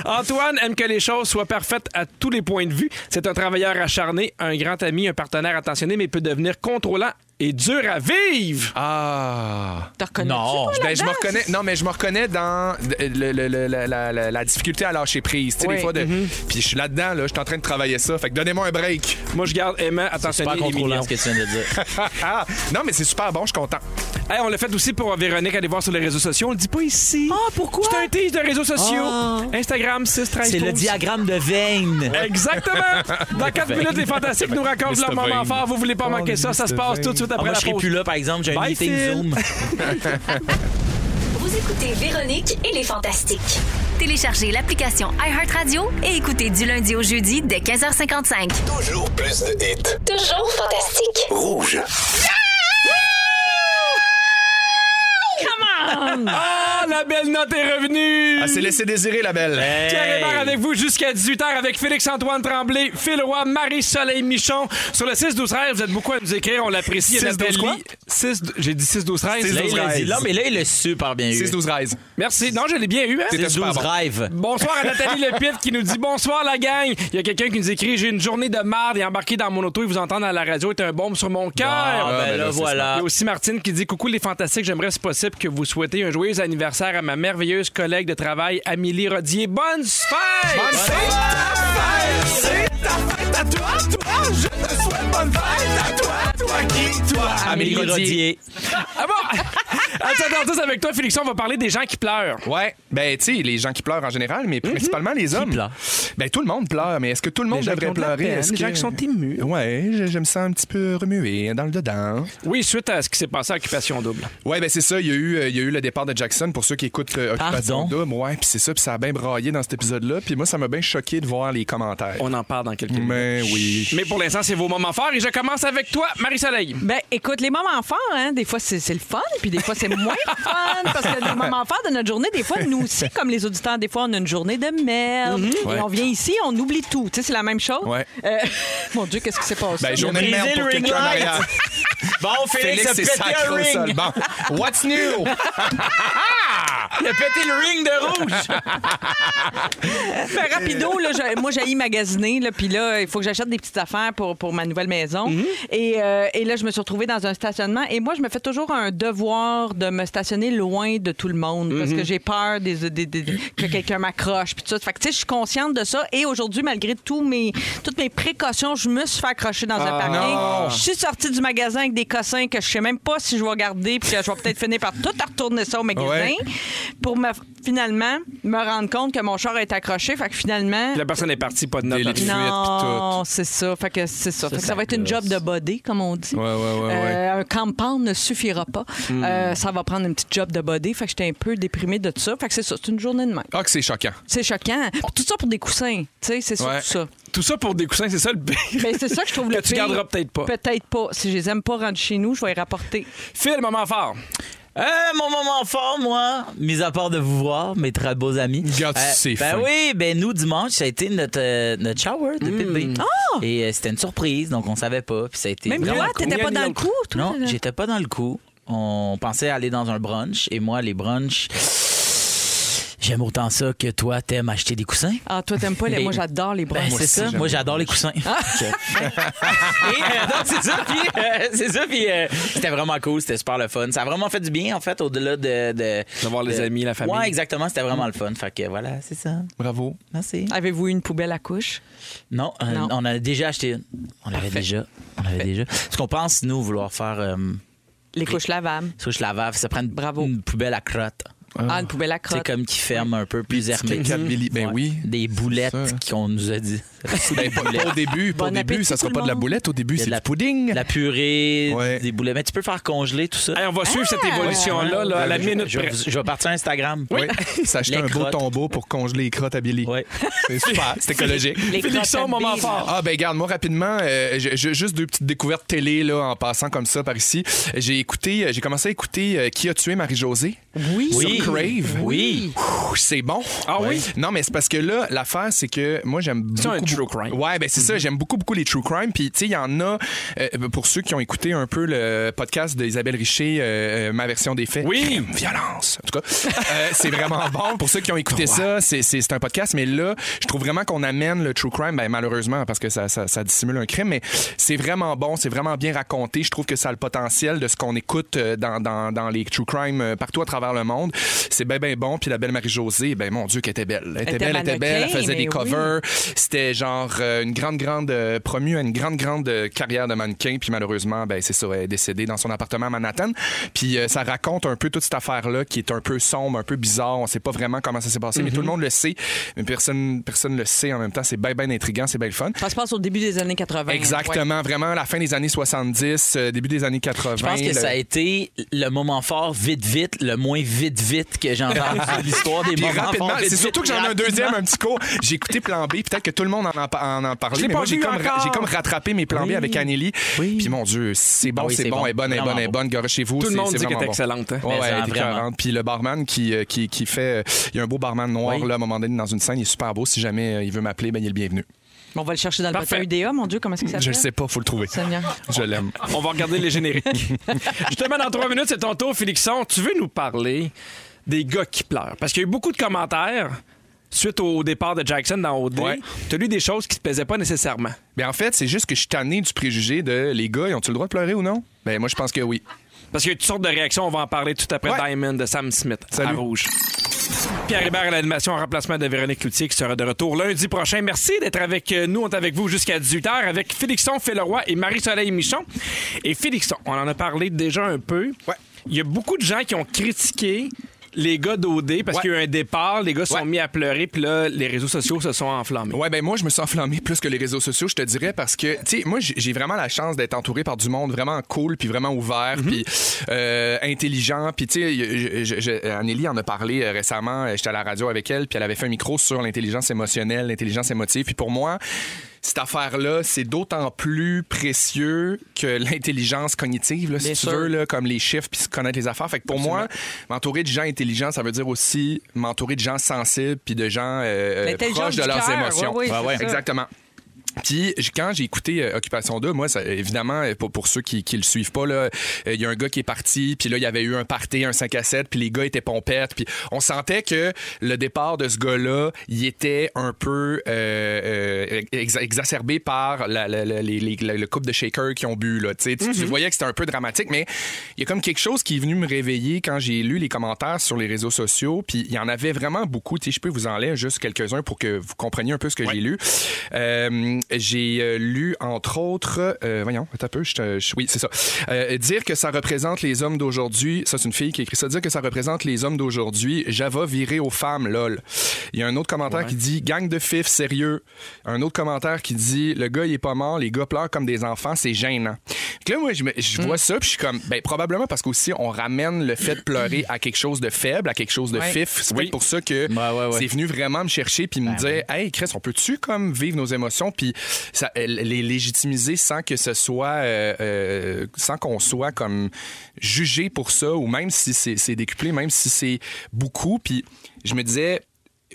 Speaker 6: Antoine aime que les choses soient parfaites à tous les points de vue. C'est un travailleur acharné, un grand ami, un partenaire attentionné, mais peut devenir contrôlant et dur à vivre.
Speaker 4: Ah.
Speaker 7: T'en reconnais
Speaker 5: Non.
Speaker 4: Ben, je me reconnais. Non, mais je me reconnais dans le- le- le- la, la- la difficulté à lâcher prise. Tu sais,
Speaker 7: Oui.
Speaker 4: des fois, de... puis je suis là-dedans, là, je suis en train de travailler ça. Fait que donnez-moi un break.
Speaker 6: Moi, je garde aimant,
Speaker 5: C'est
Speaker 6: attentionné
Speaker 5: pas
Speaker 6: et mignon.
Speaker 5: contrôlant ce que tu viens de dire.
Speaker 4: Ah, non, mais c'est super bon, je suis content.
Speaker 6: Hey, on l'a fait aussi pour Véronique, allez voir sur les réseaux sociaux. On le dit pas ici.
Speaker 7: Ah, pourquoi?
Speaker 6: C'est un tease de réseaux sociaux.
Speaker 7: Ah.
Speaker 6: Instagram, 6, 13,
Speaker 5: C'est le
Speaker 6: 12.
Speaker 5: diagramme de Veyne.
Speaker 6: Exactement. Dans 4 minutes, les Fantastiques nous racontent leur
Speaker 4: Mr.
Speaker 6: moment
Speaker 4: Bean.
Speaker 6: fort. Vous voulez pas manquer ça. Ça se passe tout de suite
Speaker 5: Ah,
Speaker 6: après
Speaker 5: moi,
Speaker 6: la
Speaker 5: je serais
Speaker 6: pause.
Speaker 5: plus là, par exemple. J'ai un
Speaker 6: Bye,
Speaker 5: meeting
Speaker 6: Phil.
Speaker 5: Zoom.
Speaker 2: Vous écoutez Véronique et les Fantastiques.
Speaker 1: Téléchargez l'application iHeartRadio et écoutez du lundi au jeudi dès 15h55.
Speaker 3: Toujours plus de hits.
Speaker 2: Toujours fantastique.
Speaker 3: Rouge.
Speaker 6: Ah, la belle note est revenue.
Speaker 4: Ah, c'est laissé désirer, la belle.
Speaker 6: Pierre Hébert avec vous jusqu'à 18h avec Félix-Antoine Tremblay, Phil Roy, Marie-Soleil Michon. Sur le 6 12 13 vous êtes beaucoup à nous écrire. On l'apprécie.
Speaker 4: 6-12 quoi?
Speaker 6: 6 J'ai dit 6 12 13
Speaker 5: Là, il l'a dit. Là, mais là, il l'a super bien eu.
Speaker 4: 6-12 Rise.
Speaker 6: Merci. Non, je l'ai bien eu. Hein?
Speaker 4: C'était super
Speaker 5: 12
Speaker 4: bon.
Speaker 5: rêves.
Speaker 6: Bonsoir à Nathalie Lepitte qui nous dit bonsoir la gang. Il y a quelqu'un qui nous écrit j'ai une journée de marde et embarqué dans mon auto et vous entendre à la radio est un bombe sur mon cœur.
Speaker 5: Ah,
Speaker 4: ben
Speaker 5: ben là,
Speaker 4: là, c'est
Speaker 6: Il y
Speaker 5: voilà.
Speaker 6: a aussi Martine qui dit Coucou les fantastiques, j'aimerais si possible que vous souhaitiez un joyeux anniversaire à ma merveilleuse collègue de travail, Amélie Rodier. Bonne fête!
Speaker 4: Bonne fête! C'est ta fête à toi, toi. Je te souhaite bonne fête à toi, toi qui, toi.
Speaker 5: Amélie Rodier.
Speaker 6: Ah bon? à 7h10 avec toi, Félix, on va parler des gens qui pleurent.
Speaker 4: Ouais, ben tu sais, les gens qui pleurent en général,
Speaker 6: Mm-hmm.
Speaker 4: mais principalement les hommes.
Speaker 5: pleure?
Speaker 4: Ben tout le monde pleure, mais est-ce que tout le monde
Speaker 6: gens qui
Speaker 4: devrait
Speaker 6: ont de la
Speaker 4: pleurer?
Speaker 6: peine,
Speaker 4: Est-ce
Speaker 6: les gens qui sont émus.
Speaker 4: Ouais, je, je me sens un petit peu remué dans le dedans.
Speaker 6: Oui, suite à ce qui s'est passé à Occupation Double.
Speaker 4: Ouais, ben c'est ça, il y, a eu, euh, il y a eu le départ de Jackson pour ceux qui écoutent euh, Occupation
Speaker 5: Pardon?
Speaker 4: Double. Ouais, puis c'est ça, puis ça a bien braillé dans cet épisode-là, puis moi ça m'a bien choqué de voir les commentaires.
Speaker 6: On en parle dans quelques minutes.
Speaker 4: Mais oui.
Speaker 6: Mais pour l'instant, c'est vos moments forts et je commence avec toi, Marie-Soleil.
Speaker 7: Ben, écoute, les moments forts, hein, des fois, c'est c'est le fun, puis des fois, c'est moins le fun, parce que les moments forts de notre journée, des fois, nous aussi, comme les auditeurs, des fois, on a une journée de merde, et
Speaker 4: Mm-hmm. Ouais.
Speaker 7: on vient ici, on oublie tout. Tu sais, c'est la même chose.
Speaker 4: Ouais.
Speaker 7: Euh, mon Dieu, qu'est-ce qui s'est passé?
Speaker 4: Ben journée de merde
Speaker 5: brisé le
Speaker 4: pour
Speaker 5: ring
Speaker 4: quelqu'un en
Speaker 5: light.
Speaker 4: arrière.
Speaker 5: Bon, Félix,
Speaker 4: Félix,
Speaker 5: a
Speaker 4: c'est
Speaker 5: pété
Speaker 4: sacré
Speaker 5: un
Speaker 4: au sol.
Speaker 5: ring.
Speaker 4: Bon, what's new?
Speaker 5: Il a pété le ring de rouge.
Speaker 7: Ben, rapido, là, je- moi, j'ai magasiner, là, puis là, il faut que j'achète des petites affaires pour, pour ma nouvelle maison. et, euh, et là, je me suis retrouvée dans un stationnement. Et moi, je me fais toujours un devoir de me stationner loin de tout le monde parce que j'ai peur des, des- des- que quelqu'un m'accroche, puis tout ça. Fait que, tu sais, je suis consciente de ça. Et aujourd'hui, malgré tous mes, toutes mes précautions, je me suis fait accrocher dans un parking. Je suis sortie du magasin avec des cossins que je sais même pas si je vais garder, puis que je vais peut-être finir par tout retourner ça au magasin
Speaker 4: Ouais.
Speaker 7: pour me- finalement me rendre compte que mon char est accroché. Fait que finalement.
Speaker 6: La personne est partie, pas de note.
Speaker 4: Des
Speaker 6: Marie.
Speaker 4: fuite,
Speaker 7: Non, c'est ça. Fait que c'est ça. Fait que Ça, va être une job de body, comme on dit.
Speaker 4: Ouais, ouais, ouais,
Speaker 7: Euh, un campan ne suffira pas.
Speaker 6: Hmm.
Speaker 7: Euh, ça va prendre une petite job de body. Fait que j'étais un peu déprimée de tout ça. Fait que c'est ça. C'est une journée de même.
Speaker 4: Ah que c'est choquant.
Speaker 7: C'est choquant. Puis Tout ça pour des coussins. Tu sais, c'est surtout
Speaker 4: Ouais.
Speaker 7: ça.
Speaker 6: Tout ça pour des coussins, c'est ça le pire.
Speaker 7: Ben, c'est ça que je trouve
Speaker 6: Que
Speaker 7: le
Speaker 6: tu
Speaker 7: pire.
Speaker 6: garderas peut-être pas.
Speaker 7: Peut-être pas. Si je les aime pas rentrer chez nous, je vais les rapporter.
Speaker 6: Phil, moment fort.
Speaker 5: Euh, mon moment fort, moi, mis à part de vous voir, mes très beaux amis.
Speaker 4: Regarde,
Speaker 5: Euh,
Speaker 4: c'est
Speaker 5: Ben
Speaker 4: fin.
Speaker 5: oui, ben nous, dimanche, ça a été notre, euh, notre shower de
Speaker 4: Hmm.
Speaker 5: bébé.
Speaker 4: Ah!
Speaker 5: Et euh, c'était une surprise, donc on savait pas. Puis ça a été
Speaker 7: Même
Speaker 5: vraiment
Speaker 7: toi,
Speaker 5: cool.
Speaker 7: t'étais pas dans le coup, toi?
Speaker 5: Non,
Speaker 7: là?
Speaker 5: j'étais pas dans le coup. On pensait aller dans un brunch et moi, les brunchs, j'aime autant ça que toi, t'aimes acheter des coussins.
Speaker 7: Ah, toi, t'aimes pas les.
Speaker 5: Mais-
Speaker 7: Moi, j'adore les bras.
Speaker 5: Ben, c'est ça. Moi, j'adore les coussins. Et, euh, donc, c'est ça. Puis, euh, c'est ça. Puis, euh, c'était vraiment cool. C'était super le fun. Ça a vraiment fait du bien, en fait, au-delà de. De,
Speaker 6: De voir les amis, la famille.
Speaker 5: Ouais, exactement. C'était vraiment le fun. Fait que voilà, c'est ça.
Speaker 4: Bravo.
Speaker 5: Merci.
Speaker 7: Avez-vous eu une poubelle à couche?
Speaker 5: Non, euh,
Speaker 7: Non.
Speaker 5: on a déjà acheté une. On l'avait déjà. On qu'on avait déjà. Ce qu'on pense, nous, vouloir faire euh,
Speaker 7: Les couches lavables.
Speaker 5: souche lavable, ça prend une,
Speaker 7: Bravo.
Speaker 5: une poubelle à crotte.
Speaker 7: Ah, une poubelle à
Speaker 5: C'est
Speaker 7: crotte.
Speaker 5: comme qui ferme un peu plus hermétique.
Speaker 4: 4 milli- ben oui.
Speaker 5: Des
Speaker 4: Ça.
Speaker 5: boulettes qu'on nous a dit.
Speaker 4: Ben, pas, pas au début, pas au
Speaker 7: Bon
Speaker 4: début,
Speaker 7: appétit,
Speaker 4: ça sera
Speaker 7: tout
Speaker 4: pas
Speaker 7: le
Speaker 4: de la
Speaker 7: monde.
Speaker 4: boulette. Au début,
Speaker 5: Il y a
Speaker 4: c'est
Speaker 5: de
Speaker 4: du
Speaker 5: la-
Speaker 4: pudding.
Speaker 5: La purée,
Speaker 4: Ouais.
Speaker 5: des boulettes. Mais tu peux faire congeler tout ça.
Speaker 6: Hey, on va suivre cette
Speaker 4: Ah!
Speaker 6: évolution-là là, à la
Speaker 5: Je-
Speaker 6: minute
Speaker 5: je,
Speaker 6: près.
Speaker 5: je, vais partir Instagram.
Speaker 4: Oui. S'acheter
Speaker 5: Les
Speaker 4: un beau
Speaker 5: crottes.
Speaker 4: tombeau pour congeler les crottes à Billy.
Speaker 5: Oui.
Speaker 4: C'est super, c'est écologique.
Speaker 7: Les
Speaker 6: Félixon,
Speaker 7: crottes à
Speaker 6: moment
Speaker 7: billes.
Speaker 6: fort.
Speaker 4: Ah ben regarde, moi rapidement, euh, je- je- juste deux petites découvertes télé là en passant comme ça par ici. J'ai écouté, euh, j'ai commencé à écouter euh, Qui a tué Marie-Josée
Speaker 7: Oui.
Speaker 5: Oui.
Speaker 4: sur Crave.
Speaker 5: Oui.
Speaker 4: Ouh, C'est bon.
Speaker 6: Ah oui?
Speaker 4: Non mais c'est parce que là l'affaire c'est que moi j'aime beaucoup
Speaker 6: C'est un true crime.
Speaker 4: Ouais, ben c'est ça, j'aime beaucoup beaucoup les true crime puis tu sais il y en a euh, pour ceux qui ont écouté un peu le podcast d'Isabelle Richer euh, euh, ma version des faits.
Speaker 6: Oui.
Speaker 4: Crime, violence. En tout cas, euh, c'est vraiment bon pour ceux qui ont écouté ça, c'est- c'est c'est un podcast mais là, je trouve vraiment qu'on amène le true crime ben, malheureusement parce que ça, ça- ça dissimule un crime mais c'est vraiment bon, c'est vraiment bien raconté, je trouve que ça a le potentiel de ce qu'on écoute euh, dans, dans- dans les true crime euh, partout à travers le monde. C'est ben ben bon puis la belle Marie-Josée, ben mon dieu qu'elle était belle. Elle était
Speaker 7: était
Speaker 4: belle, elle était belle, elle
Speaker 7: mannequin,
Speaker 4: faisait des
Speaker 7: mais oui.
Speaker 4: covers. C'était genre euh, une grande, grande euh, promue à une grande, grande euh, carrière de mannequin. Puis malheureusement, ben, c'est ça, elle est décédée dans son appartement à Manhattan. Puis euh, ça raconte un peu toute cette affaire-là qui est un peu sombre, un peu bizarre. On sait pas vraiment comment ça s'est passé, mais tout le monde le sait. Mais personne personne le sait en même temps. C'est bien, bien intriguant, c'est bien le fun.
Speaker 7: Ça se passe au début des années 80. Ben, Ouais.
Speaker 4: Exactement, vraiment la fin des années 70, euh, début des années 80.
Speaker 5: Je pense que
Speaker 4: le-
Speaker 5: ça a été le moment fort, vite, vite, le moins vite, vite que j'ai entendu de l'histoire des
Speaker 4: Puis
Speaker 5: moments
Speaker 4: rapidement,
Speaker 5: forts. vite,
Speaker 4: c'est
Speaker 5: vite,
Speaker 4: surtout que j'en ai un
Speaker 5: rapidement.
Speaker 4: deuxième, un petit cours. J'ai écouté Plan B, peut-être que tout le monde en a, en a parlé,
Speaker 6: Je l'ai
Speaker 4: mais
Speaker 6: pas
Speaker 4: moi, j'ai
Speaker 6: vu
Speaker 4: comme,
Speaker 6: encore.
Speaker 4: j'ai comme rattrapé mes Plan B
Speaker 5: Oui.
Speaker 4: avec Anneli.
Speaker 5: Oui.
Speaker 4: Puis mon Dieu, c'est bon,
Speaker 5: Ah oui,
Speaker 4: c'est
Speaker 5: c'est
Speaker 4: bon,
Speaker 5: bon.
Speaker 4: elle est bonne, elle est bonne,
Speaker 5: Vraiment
Speaker 4: elle est bonne. Gorée chez vous,
Speaker 6: Tout le
Speaker 4: c'est-
Speaker 6: monde
Speaker 4: c'est
Speaker 6: dit qu'elle
Speaker 4: vraiment
Speaker 6: est
Speaker 4: bon.
Speaker 6: excellente, hein.
Speaker 4: Ouais, ouais,
Speaker 5: Mais ça,
Speaker 4: elle est
Speaker 5: vraiment.
Speaker 4: écœurante. Puis le barman qui, euh, qui, qui fait. euh, Il y a un beau barman noir,
Speaker 5: Oui.
Speaker 4: là, à un moment donné, dans une scène, il est super beau. Si jamais euh, il veut m'appeler, ben, il est le bienvenu.
Speaker 7: On va le chercher dans le
Speaker 6: Parfait.
Speaker 7: Parfait. UDA, mon Dieu, comment est-ce que ça
Speaker 4: Je le sais pas, faut le trouver.
Speaker 7: Seigneur.
Speaker 4: Je l'aime.
Speaker 6: On va regarder les génériques. Justement, dans trois minutes, c'est ton tour, Félixon. Tu veux nous parler des gars qui pleurent? Parce qu'il y a eu beaucoup de commentaires suite au départ de Jackson dans OD.
Speaker 4: Ouais.
Speaker 6: Tu as lu des choses qui ne te plaisaient pas nécessairement.
Speaker 4: Ben, en fait, c'est juste que je suis tanné du préjugé de les gars, ils ont-tu le droit de pleurer ou non? Ben, moi, je pense que oui.
Speaker 6: Parce qu'il y a toutes sortes de réactions. On va en parler tout après
Speaker 4: Ouais.
Speaker 6: Diamond de Sam Smith à
Speaker 4: Salut.
Speaker 6: Rouge. Pierre Hébert à l'animation en remplacement de Véronique Loutier qui sera de retour lundi prochain. Merci d'être avec euh, nous. On est avec vous jusqu'à 18h avec Félixon Féleroy et Marie-Soleil Michon. Et Félixon, on en a parlé déjà un peu.
Speaker 4: Ouais.
Speaker 6: Il y a beaucoup de gens qui ont critiqué les gars d'OD parce
Speaker 4: Ouais.
Speaker 6: qu'il y a eu un départ, les gars se
Speaker 4: Ouais.
Speaker 6: sont mis à pleurer, puis là, les réseaux sociaux se sont enflammés.
Speaker 4: Ouais, ben moi, je me suis enflammé plus que les réseaux sociaux, je te dirais, parce que, tu sais, moi, j'ai j'ai vraiment la chance d'être entouré par du monde vraiment cool, puis vraiment ouvert,
Speaker 7: Mm-hmm.
Speaker 4: puis euh, intelligent. Puis, tu sais, je- je- je- Anneli en a parlé euh, récemment, euh, j'étais à la radio avec elle, puis elle avait fait un micro sur l'intelligence émotionnelle, l'intelligence émotive. Puis pour moi, cette affaire-là, c'est d'autant plus précieux que l'intelligence cognitive, là, si
Speaker 7: Bien
Speaker 4: tu
Speaker 7: sûr.
Speaker 4: veux, là, comme les chiffres, puis se connaître les affaires. Fait que pour moi, m'entourer de gens intelligents, ça veut dire aussi m'entourer de gens sensibles, puis de gens euh, euh,
Speaker 7: L'intelligence
Speaker 4: proches de
Speaker 7: du
Speaker 4: leurs
Speaker 7: cœur,
Speaker 4: émotions.
Speaker 7: ouais, oui, Ouais, c'est ouais. ça.
Speaker 4: Exactement. Puis j- quand j'ai écouté euh, Occupation 2, moi, ça, évidemment, euh, pour, pour ceux qui, qui le suivent pas, là, euh, il y a un gars qui est parti, puis là, il y avait eu un party, un 5 à 7, puis les gars étaient pompettes, puis on sentait que le départ de ce gars-là, il était un peu euh, euh, ex- exacerbé par la- la- la- les- les- le couple de shakers qui ont bu, là, tu sais. Tu- Tu voyais que c'était un peu dramatique, mais il y a comme quelque chose qui est venu me réveiller quand j'ai lu les commentaires sur les réseaux sociaux, puis il y en avait vraiment beaucoup, tu sais, je peux vous en lire juste quelques-uns pour que vous compreniez un peu ce que j'ai lu. Euh, j'ai euh, lu, entre autres, euh, voyons, attends un peu, je te- je- oui, c'est ça. Euh, dire que ça représente les hommes d'aujourd'hui, ça c'est une fille qui écrit ça, dire que ça représente les hommes d'aujourd'hui, Java viré aux femmes, lol. Il y a un autre commentaire qui dit gang de fif, sérieux. Un autre commentaire qui dit le gars il est pas mort, les gars pleurent comme des enfants, c'est gênant. Fait que là, moi, je, me- je
Speaker 5: Hmm.
Speaker 4: vois ça, puis je suis comme, ben, probablement parce qu'aussi on ramène le fait de pleurer à quelque chose de faible, à quelque chose de fif. C'est peut-être pour ça que
Speaker 5: Bah, Ouais, ouais, ouais.
Speaker 4: c'est venu vraiment me chercher puis me dire hey Chris on peut-tu comme vivre nos émotions puis ça- euh, les légitimiser sans que ce soit euh, euh, sans qu'on soit comme jugé pour ça ou même si c'est c'est décuplé même si c'est beaucoup puis je me disais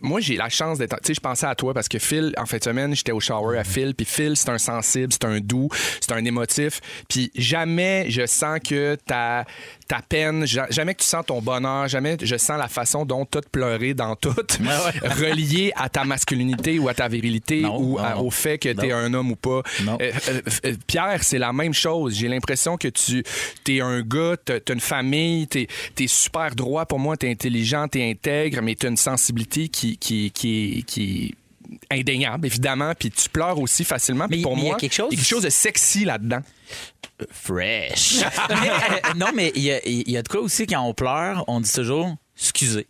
Speaker 4: moi, j'ai la chance d'être. Tu sais, je pensais à toi parce que Phil, en fin de semaine, j'étais au shower à Phil. Puis Phil, c'est un sensible, c'est un doux, c'est un émotif. Puis jamais je sens que ta, ta peine, ja- jamais que tu sens ton bonheur, jamais je sens la façon dont tu te pleurer dans tout, relié à ta masculinité ou à ta virilité
Speaker 5: Non,
Speaker 4: ou
Speaker 5: non,
Speaker 4: à-
Speaker 5: non.
Speaker 4: au fait que tu es
Speaker 5: Non.
Speaker 4: un homme ou pas.
Speaker 5: Non.
Speaker 4: Euh, euh, euh, Pierre, c'est la même chose. J'ai l'impression que tu es un gars, tu as une famille, tu es, super droit pour moi, tu es intelligent, tu es intègre, mais tu as une sensibilité qui, qui, qui, qui indéniable, évidemment, puis tu pleures aussi facilement. Puis
Speaker 5: Mais-
Speaker 4: pour
Speaker 5: mais il y a
Speaker 4: moi,
Speaker 5: quelque chose-
Speaker 4: il y a quelque chose de sexy là-dedans.
Speaker 5: Fresh. Mais, euh, non, mais il y, a- il y a de quoi aussi quand on pleure, on dit toujours excusez.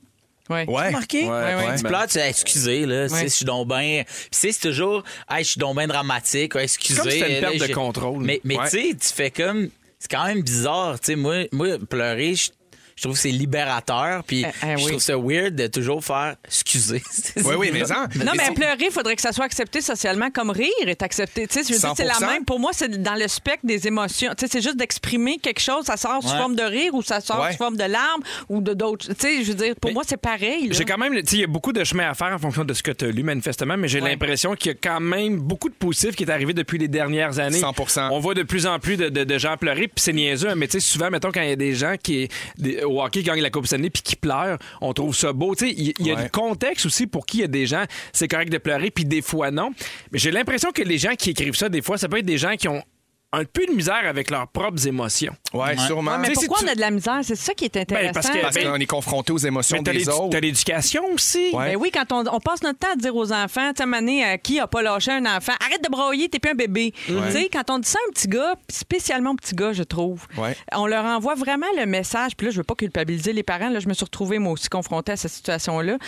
Speaker 7: Ouais.
Speaker 4: Ouais.
Speaker 5: Marqué?
Speaker 7: Ouais, ouais.
Speaker 5: Tu pleures, tu dis excusez, là, tu sais, je suis donc bien. Puis, tu sais, c'est toujours, hey, je suis donc bien dramatique, ouais, excusez.
Speaker 6: Comme si c'était une
Speaker 5: là,
Speaker 6: perte de
Speaker 5: j'ai-
Speaker 6: contrôle.
Speaker 5: Mais, mais
Speaker 6: Ouais.
Speaker 5: tu sais, tu fais comme. C'est quand même bizarre, tu sais. Moi, moi, pleurer, je. je trouve que c'est libérateur, puis
Speaker 7: Eh, eh
Speaker 5: je
Speaker 7: oui.
Speaker 5: trouve ça weird de toujours faire excusez. C'est-
Speaker 4: Oui, oui, mais ça.
Speaker 7: Non, mais pleurer, il faudrait que ça soit accepté socialement comme rire est accepté. Tu sais, je veux dire, c'est la
Speaker 4: 100%.
Speaker 7: même. Pour moi, c'est dans le spectre des émotions. Tu sais, c'est juste d'exprimer quelque chose. Ça sort sous
Speaker 5: Ouais.
Speaker 7: forme de rire ou ça sort
Speaker 4: Ouais.
Speaker 7: sous forme de larmes ou de d'autres. Tu sais, je veux dire, pour moi, c'est pareil. là.
Speaker 6: J'ai quand même, tu sais, il y a beaucoup de chemin à faire en fonction de ce que tu as lu manifestement, mais j'ai
Speaker 7: Ouais.
Speaker 6: l'impression qu'il y a quand même beaucoup de positif qui est arrivé depuis les dernières années.
Speaker 4: 100%.
Speaker 6: On voit de plus en plus de, de- de gens pleurer, puis c'est niaiseux, hein, mais tu sais, souvent, mettons, quand il y a des gens qui, des- au hockey, qui gagnent la Coupe Stanley puis qui pleurent, on trouve ça beau. Tu sais, il il y a
Speaker 4: Ouais.
Speaker 6: du contexte aussi pour qui il y a des gens, c'est correct de pleurer, puis des fois non. Mais j'ai l'impression que les gens qui écrivent ça, des fois, ça peut être des gens qui ont un peu de misère avec leurs propres émotions.
Speaker 4: Ouais, sûrement.
Speaker 7: Ouais, mais
Speaker 6: Tu sais,
Speaker 7: pourquoi
Speaker 6: si
Speaker 7: on
Speaker 6: tu-
Speaker 7: a de la misère? C'est ça qui est intéressant.
Speaker 6: Ben, parce que-
Speaker 4: Parce
Speaker 6: Mais-
Speaker 4: qu'on est confronté aux émotions
Speaker 6: Mais t'as
Speaker 4: des
Speaker 6: l'édu-
Speaker 4: autres.
Speaker 6: t'as l'éducation aussi.
Speaker 4: Ouais.
Speaker 7: Ben oui, quand on, on passe notre temps à dire aux enfants, tu sais, Mané, euh, qui a pas lâché un enfant? Arrête de broyer, t'es plus un bébé. Tu sais, quand on dit ça à un petit gars, puis spécialement au petit gars, je trouve,
Speaker 4: Ouais.
Speaker 7: on leur envoie vraiment le message. Puis là, je veux pas culpabiliser les parents. Là, je me suis retrouvée, moi aussi, confrontée à cette situation-là.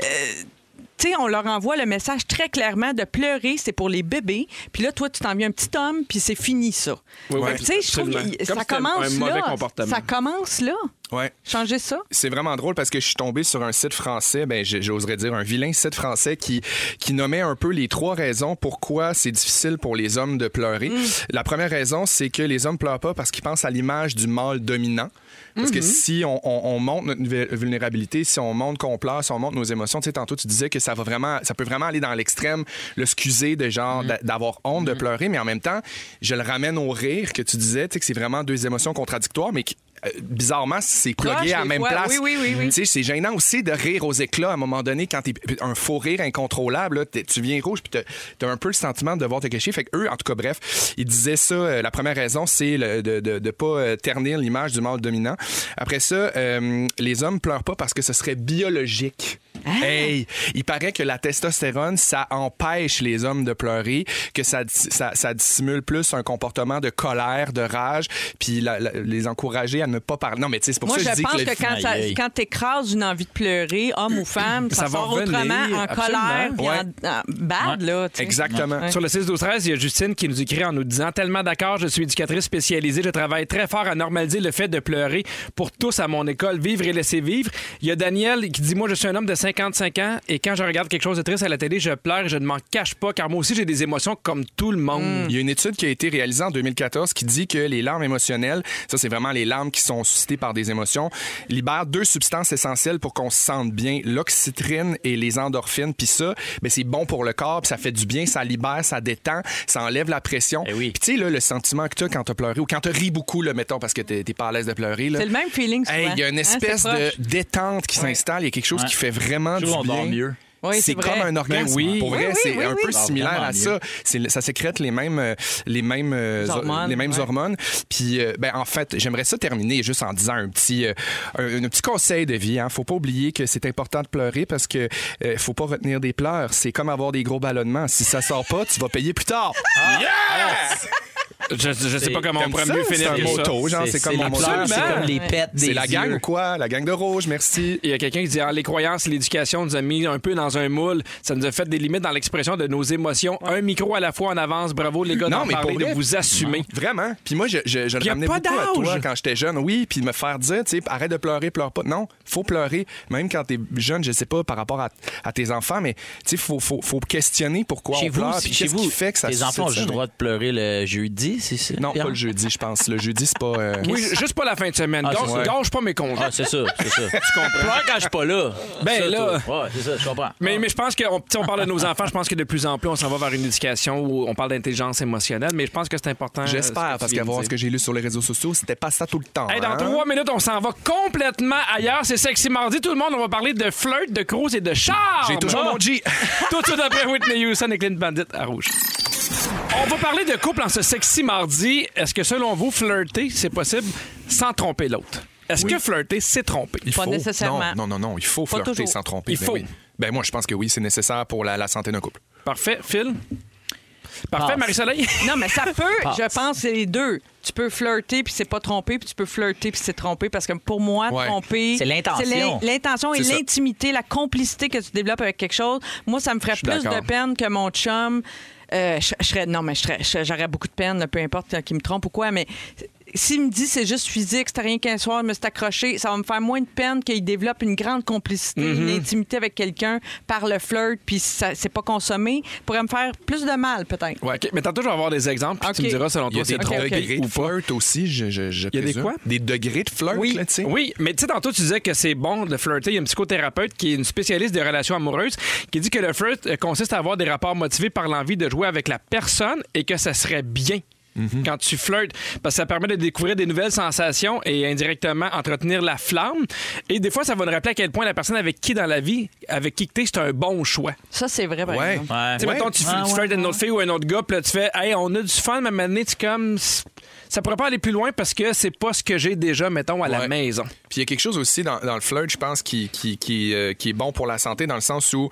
Speaker 7: Euh, tu sais, on leur envoie le message très clairement de pleurer, c'est pour les bébés. Puis là, toi, tu t'en viens un petit homme, puis c'est fini ça.
Speaker 6: Oui,
Speaker 7: Fait
Speaker 6: oui,
Speaker 7: que, tu sais, je trouve
Speaker 6: absolument. Comme
Speaker 7: que ça
Speaker 6: c'était un
Speaker 7: commence
Speaker 6: mauvais
Speaker 7: là.
Speaker 6: comportement.
Speaker 7: Ça commence là.
Speaker 4: Ouais.
Speaker 7: Changer ça.
Speaker 4: c'est vraiment drôle parce que je suis tombé sur un site français, ben j- j'oserais dire un vilain site français qui qui nommait un peu les trois raisons pourquoi c'est difficile pour les hommes de pleurer. La première raison, c'est que les hommes pleurent pas parce qu'ils pensent à l'image du mâle dominant. Parce que si on, on- on montre notre vu- vulnérabilité, si on montre qu'on pleure, si on montre nos émotions, tu sais, tantôt tu disais que ça va vraiment, ça peut vraiment aller dans l'extrême, le scuser de genre d'a- d'avoir honte de pleurer, mais en même temps, je le ramène au rire que tu disais, tu sais, que c'est vraiment deux émotions contradictoires, mais qui, euh, bizarrement, c'est
Speaker 7: Proche,
Speaker 4: plugué à la
Speaker 7: des
Speaker 4: même
Speaker 7: fois.
Speaker 4: place.
Speaker 7: Oui, oui, oui, oui.
Speaker 4: Tu sais, c'est gênant aussi de rire aux éclats à un moment donné quand t'es un faux rire incontrôlable. là, t'es- tu viens rouge puis t'as- t'as un peu le sentiment de devoir te cacher. Fait que eux, en tout cas, bref, ils disaient ça. euh, la première raison, c'est le- de, de, de pas euh, ternir l'image du mâle dominant. Après ça, euh, les hommes pleurent pas parce que ce serait biologique.
Speaker 7: Ah!
Speaker 4: Hey, il paraît que la testostérone, ça empêche les hommes de pleurer, que ça, dis- ça, ça dissimule plus un comportement de colère, de rage, puis la- la- les encourager à ne pas parler. Non, mais tu sais, c'est pour
Speaker 7: Moi,
Speaker 4: ça que je
Speaker 7: je
Speaker 4: dis
Speaker 7: pense
Speaker 4: le-
Speaker 7: que, quand, ça-
Speaker 5: Aïe, aïe.
Speaker 7: quand t'écrases une envie de pleurer, homme ou femme, ça,
Speaker 6: Ça va
Speaker 7: sort
Speaker 6: revenir,
Speaker 7: autrement en colère
Speaker 6: absolument.
Speaker 7: puis en, en bad, là. tu sais.
Speaker 4: Exactement.
Speaker 6: Sur le 6 12 13, il y a Justine qui nous écrit en nous disant tellement d'accord, je suis éducatrice spécialisée, je travaille très fort à normaliser le fait de pleurer pour tous à mon école, vivre et laisser vivre. Il y a Daniel qui dit moi je suis un homme de 55 ans et quand je regarde quelque chose de triste à la télé, je pleure et je ne m'en cache pas car moi aussi j'ai des émotions comme tout le
Speaker 5: Mm.
Speaker 6: monde.
Speaker 4: Il y a une étude qui a été réalisée en 2014 qui dit que les larmes émotionnelles, ça c'est vraiment les larmes qui sont suscitées par des émotions, libèrent deux substances essentielles pour qu'on se sente bien, l'oxytrine et les endorphines. Puis ça, ben, c'est bon pour le corps, puis ça fait du bien, ça libère, ça détend, ça enlève la pression.
Speaker 5: Eh oui.
Speaker 4: Puis tu sais, là, le sentiment que tu as quand tu as pleuré ou quand tu ris beaucoup, le mettons, parce que tu n'es pas à l'aise de pleurer. là.
Speaker 7: C'est le même feeling, souvent.
Speaker 4: Hey, Il y a une
Speaker 7: Hein, c'est
Speaker 4: espèce de
Speaker 7: proche.
Speaker 4: détente qui s'installe, il y a quelque chose
Speaker 5: Ouais.
Speaker 4: qui fait vraiment
Speaker 5: Je
Speaker 4: du
Speaker 5: trouve qu'on dort
Speaker 4: bien.
Speaker 5: mieux.
Speaker 7: Oui,
Speaker 4: c'est
Speaker 7: c'est vrai.
Speaker 4: comme un orgasme.
Speaker 5: Ben oui.
Speaker 4: Pour
Speaker 5: Oui,
Speaker 4: vrai,
Speaker 7: oui,
Speaker 4: c'est
Speaker 5: oui,
Speaker 4: un
Speaker 5: oui.
Speaker 4: peu
Speaker 5: Ça va
Speaker 4: similaire à
Speaker 5: vraiment
Speaker 4: ça. C'est- Ça sécrète les mêmes, euh, les mêmes, euh,
Speaker 7: Les hormones,
Speaker 4: les mêmes
Speaker 7: ouais.
Speaker 4: hormones. Puis, euh, ben, en fait, j'aimerais ça terminer juste en disant un petit, euh, un, un petit conseil de vie. Hein. Faut pas oublier que c'est important de pleurer parce que euh, faut pas retenir des pleurs. C'est comme avoir des gros ballonnements. Si ça sort pas, tu vas payer plus tard.
Speaker 5: Ah,
Speaker 6: Je, je sais pas comment on
Speaker 4: Comme
Speaker 6: pourrait
Speaker 4: ça,
Speaker 6: mieux
Speaker 4: c'est
Speaker 6: finir
Speaker 4: un
Speaker 6: que ça.
Speaker 4: moto, genre, c'est comme mon
Speaker 5: la
Speaker 4: moto.
Speaker 5: plage, C'est comme les
Speaker 7: Ouais.
Speaker 5: pets des
Speaker 4: C'est la gang
Speaker 5: yeux.
Speaker 4: ou quoi? La gang de rouge, merci.
Speaker 6: Il y a quelqu'un qui dit ah, les croyances, et l'éducation nous a mis un peu dans un moule. Ça nous a fait des limites dans l'expression de nos émotions. Un micro à la fois en avance. Bravo les gars
Speaker 4: Non,
Speaker 6: d'en
Speaker 4: mais
Speaker 6: parler,
Speaker 4: pour
Speaker 6: de
Speaker 4: vrai,
Speaker 6: vous assumer.
Speaker 4: Vraiment. Puis moi, je, je, je
Speaker 6: Y
Speaker 4: le
Speaker 6: a
Speaker 4: ramenais
Speaker 6: pas
Speaker 4: beaucoup à
Speaker 6: d'âge.
Speaker 4: toi quand j'étais jeune. Oui, puis me faire dire, tu sais, arrête de pleurer, pleure pas. Non, faut pleurer, même quand t'es jeune, je sais pas, par rapport à, à tes enfants, mais tu sais, faut, faut, faut questionner pourquoi
Speaker 5: Chez
Speaker 4: on
Speaker 5: vous,
Speaker 4: pleure,
Speaker 5: aussi,
Speaker 4: puis
Speaker 5: chez
Speaker 4: qu'est-ce
Speaker 5: vous,
Speaker 4: qui fait que ça
Speaker 5: les
Speaker 4: suscite
Speaker 5: enfants ont
Speaker 4: ça,
Speaker 5: juste le
Speaker 4: mais-
Speaker 5: droit de pleurer le jeudi, c'est ça?
Speaker 4: Non, pas le jeudi, je pense. Le jeudi, c'est pas... euh,
Speaker 6: Oui, juste pas la fin de semaine.
Speaker 5: Ah,
Speaker 6: Gâche
Speaker 5: c'est ça.
Speaker 6: gâche pas mes congés.
Speaker 5: Ah, c'est ça, c'est ça. tu comprends? Pleure quand je suis pas là.
Speaker 6: Ben,
Speaker 5: Ça,
Speaker 6: là.
Speaker 5: toi. Ouais, c'est ça, je comprends.
Speaker 6: Mais, mais je pense qu'on on parle de nos enfants, je pense que de plus en plus, on s'en va vers une éducation où on parle d'intelligence émotionnelle, mais je pense que c'est important. euh, ce que
Speaker 4: J'espère, parce
Speaker 6: tu viens de
Speaker 4: qu'à voir
Speaker 6: dire.
Speaker 4: ce que j'ai lu sur les réseaux sociaux, c'était pas ça tout le temps.
Speaker 6: Hey, dans
Speaker 4: hein?
Speaker 6: trois minutes, on s'en va complètement ailleurs. C'est Sexy Mardi. Tout le monde, on va parler de flirt, de cruise et de charme.
Speaker 4: J'ai toujours
Speaker 6: Ah!
Speaker 4: mon G.
Speaker 6: Tout de suite après Whitney Houston et Clint Bandit à rouge. On va parler de couple en ce Sexy Mardi. Est-ce que selon vous, flirter, c'est possible sans tromper l'autre? Est-ce que flirter, c'est tromper?
Speaker 4: Il
Speaker 7: Pas nécessairement.
Speaker 4: Non, non, non, non, il faut
Speaker 7: Pas
Speaker 4: flirter
Speaker 7: toujours.
Speaker 4: sans tromper.
Speaker 6: Il
Speaker 4: ben
Speaker 6: faut.
Speaker 4: oui. Ben moi, je pense que oui, c'est nécessaire pour la, la santé d'un couple.
Speaker 6: Parfait, Phil. Parfait,
Speaker 5: Passe.
Speaker 6: Marie-Soleil.
Speaker 7: Non, mais ça peut,
Speaker 5: Passe.
Speaker 7: je pense, c'est les deux. Tu peux flirter puis c'est pas trompé, puis tu peux flirter puis c'est trompé parce que pour moi,
Speaker 4: Ouais.
Speaker 7: tromper.
Speaker 5: C'est l'intention.
Speaker 7: l'in- L'intention et
Speaker 4: C'est ça.
Speaker 7: l'intimité, la complicité que tu développes avec quelque chose. Moi, ça me ferait
Speaker 4: suis
Speaker 7: plus de
Speaker 4: d'accord.
Speaker 7: peine que mon chum. euh, je, je serais, non, mais je serais- je- j'aurais beaucoup de peine, peu importe euh, qu'il me trompe ou quoi, mais. S'il me dit c'est juste physique, c'était rien qu'un soir, je me suis accroché, ça va me faire moins de peine qu'il développe une grande complicité, une
Speaker 4: Mm-hmm.
Speaker 7: intimité avec quelqu'un par le flirt, puis ça- c'est pas consommé, pourrait me faire plus de mal peut-être.
Speaker 6: Ouais, OK. Mais tantôt, je vais avoir des exemples, puis tu
Speaker 7: OK.
Speaker 6: me diras selon
Speaker 4: Il y
Speaker 6: toi
Speaker 4: a des
Speaker 6: c'est
Speaker 7: Ok, ok.
Speaker 6: trompé
Speaker 4: degrés
Speaker 6: ou
Speaker 4: de
Speaker 6: pas.
Speaker 4: flirt aussi, je, je, je
Speaker 6: Il y a des
Speaker 4: présume.
Speaker 6: quoi?
Speaker 4: Des degrés de flirt,
Speaker 6: Oui,
Speaker 4: là, tu sais.
Speaker 6: oui, mais tu sais, tantôt, tu disais que c'est bon de flirter. Il y a une psychothérapeute qui est une spécialiste des relations amoureuses qui dit que le flirt euh, consiste à avoir des rapports motivés par l'envie de jouer avec la personne et que ça serait bien. Quand tu flirtes, parce que ça permet de découvrir des nouvelles sensations et indirectement entretenir la flamme. Et des fois, ça va nous rappeler à quel point la personne avec qui dans la vie, avec qui que t'es, c'est un bon choix.
Speaker 7: Ça, c'est vrai, par
Speaker 4: Ah Ouais.
Speaker 7: exemple.
Speaker 5: Ouais.
Speaker 6: Tu sais, mettons, tu,
Speaker 5: Ouais,
Speaker 6: tu
Speaker 5: Ah ouais,
Speaker 6: flirtes avec une autre fille ou un autre gars, puis là, tu fais, hey, on a du fun, mais maintenant, tu comme. Ça pourrait pas aller plus loin parce que c'est pas ce que j'ai déjà, mettons, à la
Speaker 4: Ouais.
Speaker 6: maison.
Speaker 4: Puis il y a quelque chose aussi dans, dans le flirt, je pense, qui, qui, qui, euh, qui est bon pour la santé, dans le sens où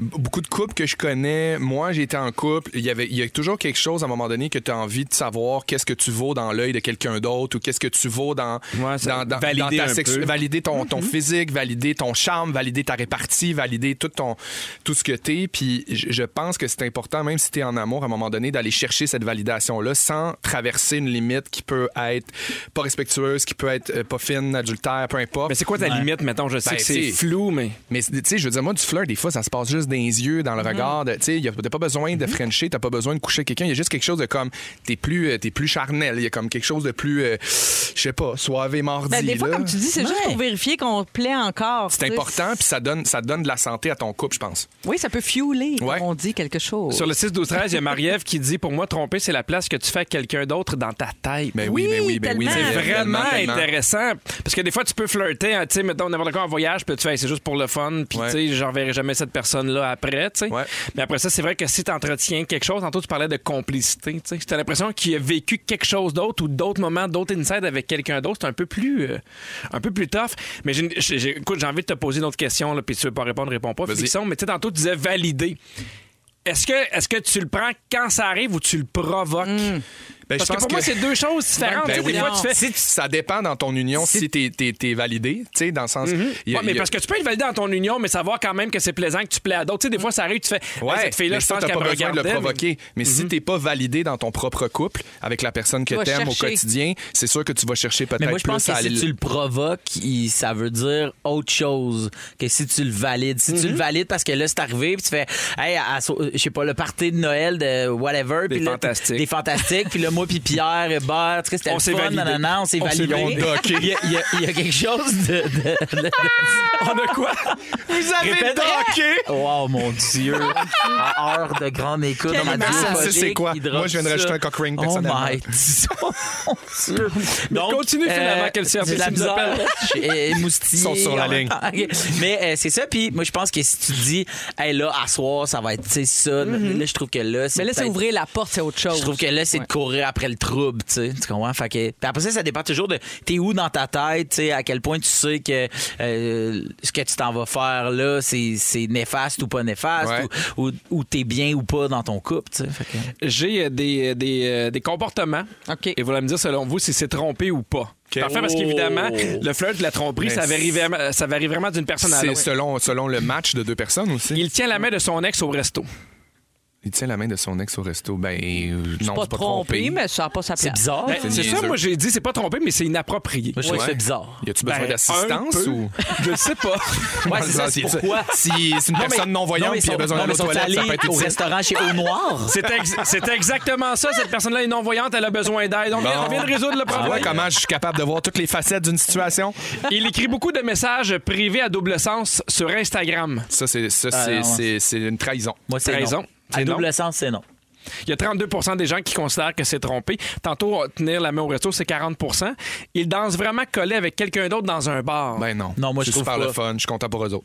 Speaker 4: beaucoup de couples que je connais, moi j'étais en couple, il y avait il y a toujours quelque chose à un moment donné que tu as envie de savoir qu'est-ce que tu vaux dans l'œil de quelqu'un d'autre ou qu'est-ce que tu vaux dans
Speaker 6: Ouais,
Speaker 4: dans,
Speaker 6: ça-
Speaker 4: dans-
Speaker 6: valider
Speaker 4: dans
Speaker 6: un
Speaker 4: ta sexu-
Speaker 6: peu.
Speaker 4: valider ton, ton
Speaker 7: Mhm.
Speaker 4: physique, valider ton charme, valider ta répartie, valider tout ton tout ce que tu es puis je je pense que c'est important même si tu es en amour à un moment donné d'aller chercher cette validation là sans traverser une limite qui peut être pas respectueuse, qui peut être euh, pas fine, adultère, peu importe.
Speaker 6: Mais c'est quoi ta limite, mettons? Je sais
Speaker 4: Ben,
Speaker 6: que c'est
Speaker 4: c'est-
Speaker 6: flou, mais.
Speaker 4: Mais c'est- tu sais, je veux dire, moi, du flirt, des fois, ça se passe juste dans les yeux, dans le
Speaker 7: Mhm.
Speaker 4: regard. de- Tu sais, y a- t'as pas besoin de frencher, t'as pas besoin de coucher quelqu'un. Il y a juste quelque chose de comme, t'es plus, euh, t'es plus charnel. Il y a comme quelque chose de plus, euh, je sais pas, soivé, mardi.
Speaker 7: Ben, des fois,
Speaker 4: là.
Speaker 7: comme tu dis, c'est juste
Speaker 5: Ouais.
Speaker 7: pour vérifier qu'on plaît encore.
Speaker 4: C'est
Speaker 7: tu sais.
Speaker 4: important, puis ça donne, ça donne de la santé à ton couple, je pense.
Speaker 7: Oui, ça peut fueler, comme
Speaker 4: Ouais.
Speaker 7: on dit quelque
Speaker 4: Oh.
Speaker 7: chose.
Speaker 6: Sur le 6-12-13, il y a Marie-Ève qui dit Pour moi, tromper, c'est la place que tu fais à quelqu'un d'autre dans ta tête.
Speaker 4: Ben
Speaker 7: Oui,
Speaker 4: oui, ben oui, ben oui.
Speaker 7: tellement.
Speaker 6: C'est
Speaker 4: ben oui,
Speaker 6: vraiment
Speaker 4: tellement, tellement.
Speaker 6: intéressant. Parce que des fois, tu peux flirter, hein, tu sais, mettons, n'importe quoi en voyage, puis tu fais, Hey, c'est juste pour le fun, puis
Speaker 4: Ouais.
Speaker 6: tu sais, je reverrai jamais cette personne-là après, tu sais.
Speaker 4: Ouais.
Speaker 6: Mais après ça, c'est vrai que si tu entretiens quelque chose, tantôt, tu parlais de complicité, tu sais. Si t'as l'impression qu'il a vécu quelque chose d'autre ou d'autres moments, d'autres insides avec quelqu'un d'autre, c'est un peu plus, euh, un peu plus tough. Mais j'ai, une- j'ai- j'ai- écoute, j'ai envie de te poser une autre question, là, puis si tu veux pas répondre, réponds pas.
Speaker 4: Vas-y.
Speaker 6: Félixon, mais tu sais, tantôt, tu disais valider. Est-ce que, est-ce que tu le prends quand ça arrive ou tu le provoques?
Speaker 4: Ben, je
Speaker 6: Parce que
Speaker 4: pense
Speaker 6: pour moi, c'est deux choses différentes.
Speaker 4: Ben
Speaker 6: Tu sais,
Speaker 4: oui.
Speaker 6: Des fois, tu fais.
Speaker 4: Si tu- ça dépend dans ton union si t'es es, validé, tu sais, dans le sens. il y a-
Speaker 6: Mhm. Ouais, mais
Speaker 4: il y a-
Speaker 6: parce que tu peux être validé dans ton union, mais savoir quand même que c'est plaisant que tu plais à d'autres. Tu sais, des fois, ça arrive, tu fais.
Speaker 4: Ouais,
Speaker 6: Hey, cette fille-là,
Speaker 4: mais
Speaker 6: je
Speaker 4: ça,
Speaker 6: pense
Speaker 4: t'as
Speaker 6: qu'elle
Speaker 4: pas
Speaker 6: me
Speaker 4: besoin de le
Speaker 6: regardait, mais- Mhm.
Speaker 4: provoquer. Mais si t'es pas validé dans ton propre couple avec la personne que
Speaker 7: Tu vas
Speaker 4: t'aimes au
Speaker 7: chercher.
Speaker 4: quotidien, c'est sûr que tu vas chercher peut-être
Speaker 5: Mais moi,
Speaker 4: plus
Speaker 5: je pense que
Speaker 4: à aller-
Speaker 5: si tu le provoques, il- ça veut dire autre chose que si tu le valides. Si tu
Speaker 4: Mm-hmm.
Speaker 5: le valides parce que là, c'est arrivé, puis tu fais, hey, à- à- je sais pas, le party de Noël de whatever.
Speaker 6: Des
Speaker 5: puis là,
Speaker 6: fantastiques.
Speaker 5: Des fantastiques. Puis là, moi, puis Pierre, Hébert, tu sais, c'était
Speaker 6: On
Speaker 5: le
Speaker 6: s'est
Speaker 5: fun,
Speaker 6: validé.
Speaker 5: nanana, on s'est
Speaker 6: On s'est
Speaker 5: validé.
Speaker 4: validé. On a docké.
Speaker 5: Il y a- il y, a- il y a quelque chose de. de- de-
Speaker 6: On a quoi?
Speaker 5: Vous
Speaker 6: avez docké?
Speaker 5: Wow, Oh, mon Dieu. À heure de grande écoute.
Speaker 7: Quelle
Speaker 5: dans ma
Speaker 7: image.
Speaker 5: discothèque,
Speaker 4: Ça, c'est quoi?
Speaker 5: il drop
Speaker 4: Moi, je viens de
Speaker 5: ça.
Speaker 4: rajouter un cock ring,
Speaker 5: Oh
Speaker 4: personnellement.
Speaker 5: my Dieu. Donc,
Speaker 6: continue, Phil,
Speaker 5: euh,
Speaker 6: avant que le service
Speaker 5: c'est la
Speaker 6: nous
Speaker 5: bizarre.
Speaker 6: appelle.
Speaker 5: Je suis, euh, moustillé
Speaker 4: Ils sont sur la
Speaker 5: en même
Speaker 4: ligne.
Speaker 5: temps. OK. Mais euh, c'est ça. Puis moi, je pense que si tu dis, hey, là, à soir, ça va être, tu sais, ça. Là, je trouve que là, c'est.
Speaker 7: Mm-hmm. mais là, c'est
Speaker 5: peut-être-
Speaker 7: ouvrir la porte, c'est autre chose.
Speaker 5: Je trouve que là, c'est
Speaker 7: Ouais.
Speaker 5: de courir après le trouble, tu sais. Tu comprends? Fait que- puis après ça, ça dépend toujours de t'es où dans ta tête, tu sais, à quel point tu sais que euh, ce que tu t'en vas faire là, c'est c'est néfaste ou pas néfaste,
Speaker 4: Ouais.
Speaker 5: ou, ou, ou t'es bien ou pas dans ton couple, tu sais. Fait que-
Speaker 6: J'ai euh, des, euh, des, euh, des comportements.
Speaker 7: OK.
Speaker 6: Et vous allez me dire, selon vous, si c'est trompé ou pas. Parfait, parce qu'évidemment, le flirt de la tromperie,
Speaker 4: Oh. Mais
Speaker 6: ça varie, vraiment- euh, ça varie vraiment d'une personne à
Speaker 4: C'est
Speaker 6: l'autre.
Speaker 4: selon, selon le match de deux personnes aussi. Il...
Speaker 6: Il tient la main de son ex au resto.
Speaker 4: tient la main de son ex au resto. Ben, euh, non, c'est
Speaker 7: pas, trompé, mais ça n'a pas sa place.
Speaker 5: C'est bizarre.
Speaker 6: Ben,
Speaker 4: c'est
Speaker 6: c'est ça,
Speaker 4: niaiseux.
Speaker 6: moi, j'ai dit, c'est pas trompé, mais c'est inapproprié.
Speaker 5: Moi, je trouve
Speaker 4: Ouais.
Speaker 5: ça bizarre.
Speaker 4: Y a-tu
Speaker 6: Ben,
Speaker 4: besoin
Speaker 6: un
Speaker 4: d'assistance
Speaker 6: peu.
Speaker 4: ou.
Speaker 6: Je sais pas.
Speaker 5: Ouais, c'est ça, c'est pourquoi.
Speaker 4: Si c'est une personne non-voyante et a besoin
Speaker 5: de
Speaker 4: d'aller aux toilettes, ça peut être
Speaker 5: au
Speaker 4: utile.
Speaker 5: restaurant chez Au Noir.
Speaker 6: C'est ex- c'est exactement ça. Cette personne-là est non-voyante, elle a besoin d'aide. Donc,
Speaker 4: Bon.
Speaker 6: on vient de résoudre le
Speaker 4: Tu
Speaker 6: problème.
Speaker 4: vois Bah, comment je suis capable de voir toutes les facettes d'une situation?
Speaker 6: Il écrit beaucoup de messages privés à double sens sur Instagram.
Speaker 4: Ça, c'est ça,
Speaker 5: Ah,
Speaker 4: c'est-
Speaker 5: non, ouais.
Speaker 4: c'est- c'est une trahison.
Speaker 5: Moi, c'est
Speaker 6: Raison.
Speaker 5: non. À
Speaker 6: C'est non.
Speaker 5: double sens, c'est non.
Speaker 6: Il y a 32 des gens qui considèrent que c'est trompé. Tantôt, euh, tenir la main au resto, c'est 40 Ils dansent vraiment collés avec quelqu'un d'autre dans un bar.
Speaker 4: Ben non.
Speaker 5: Non, moi, je
Speaker 4: C'est
Speaker 5: trouve
Speaker 4: super
Speaker 5: pas.
Speaker 4: le fun. Je suis content pour eux autres.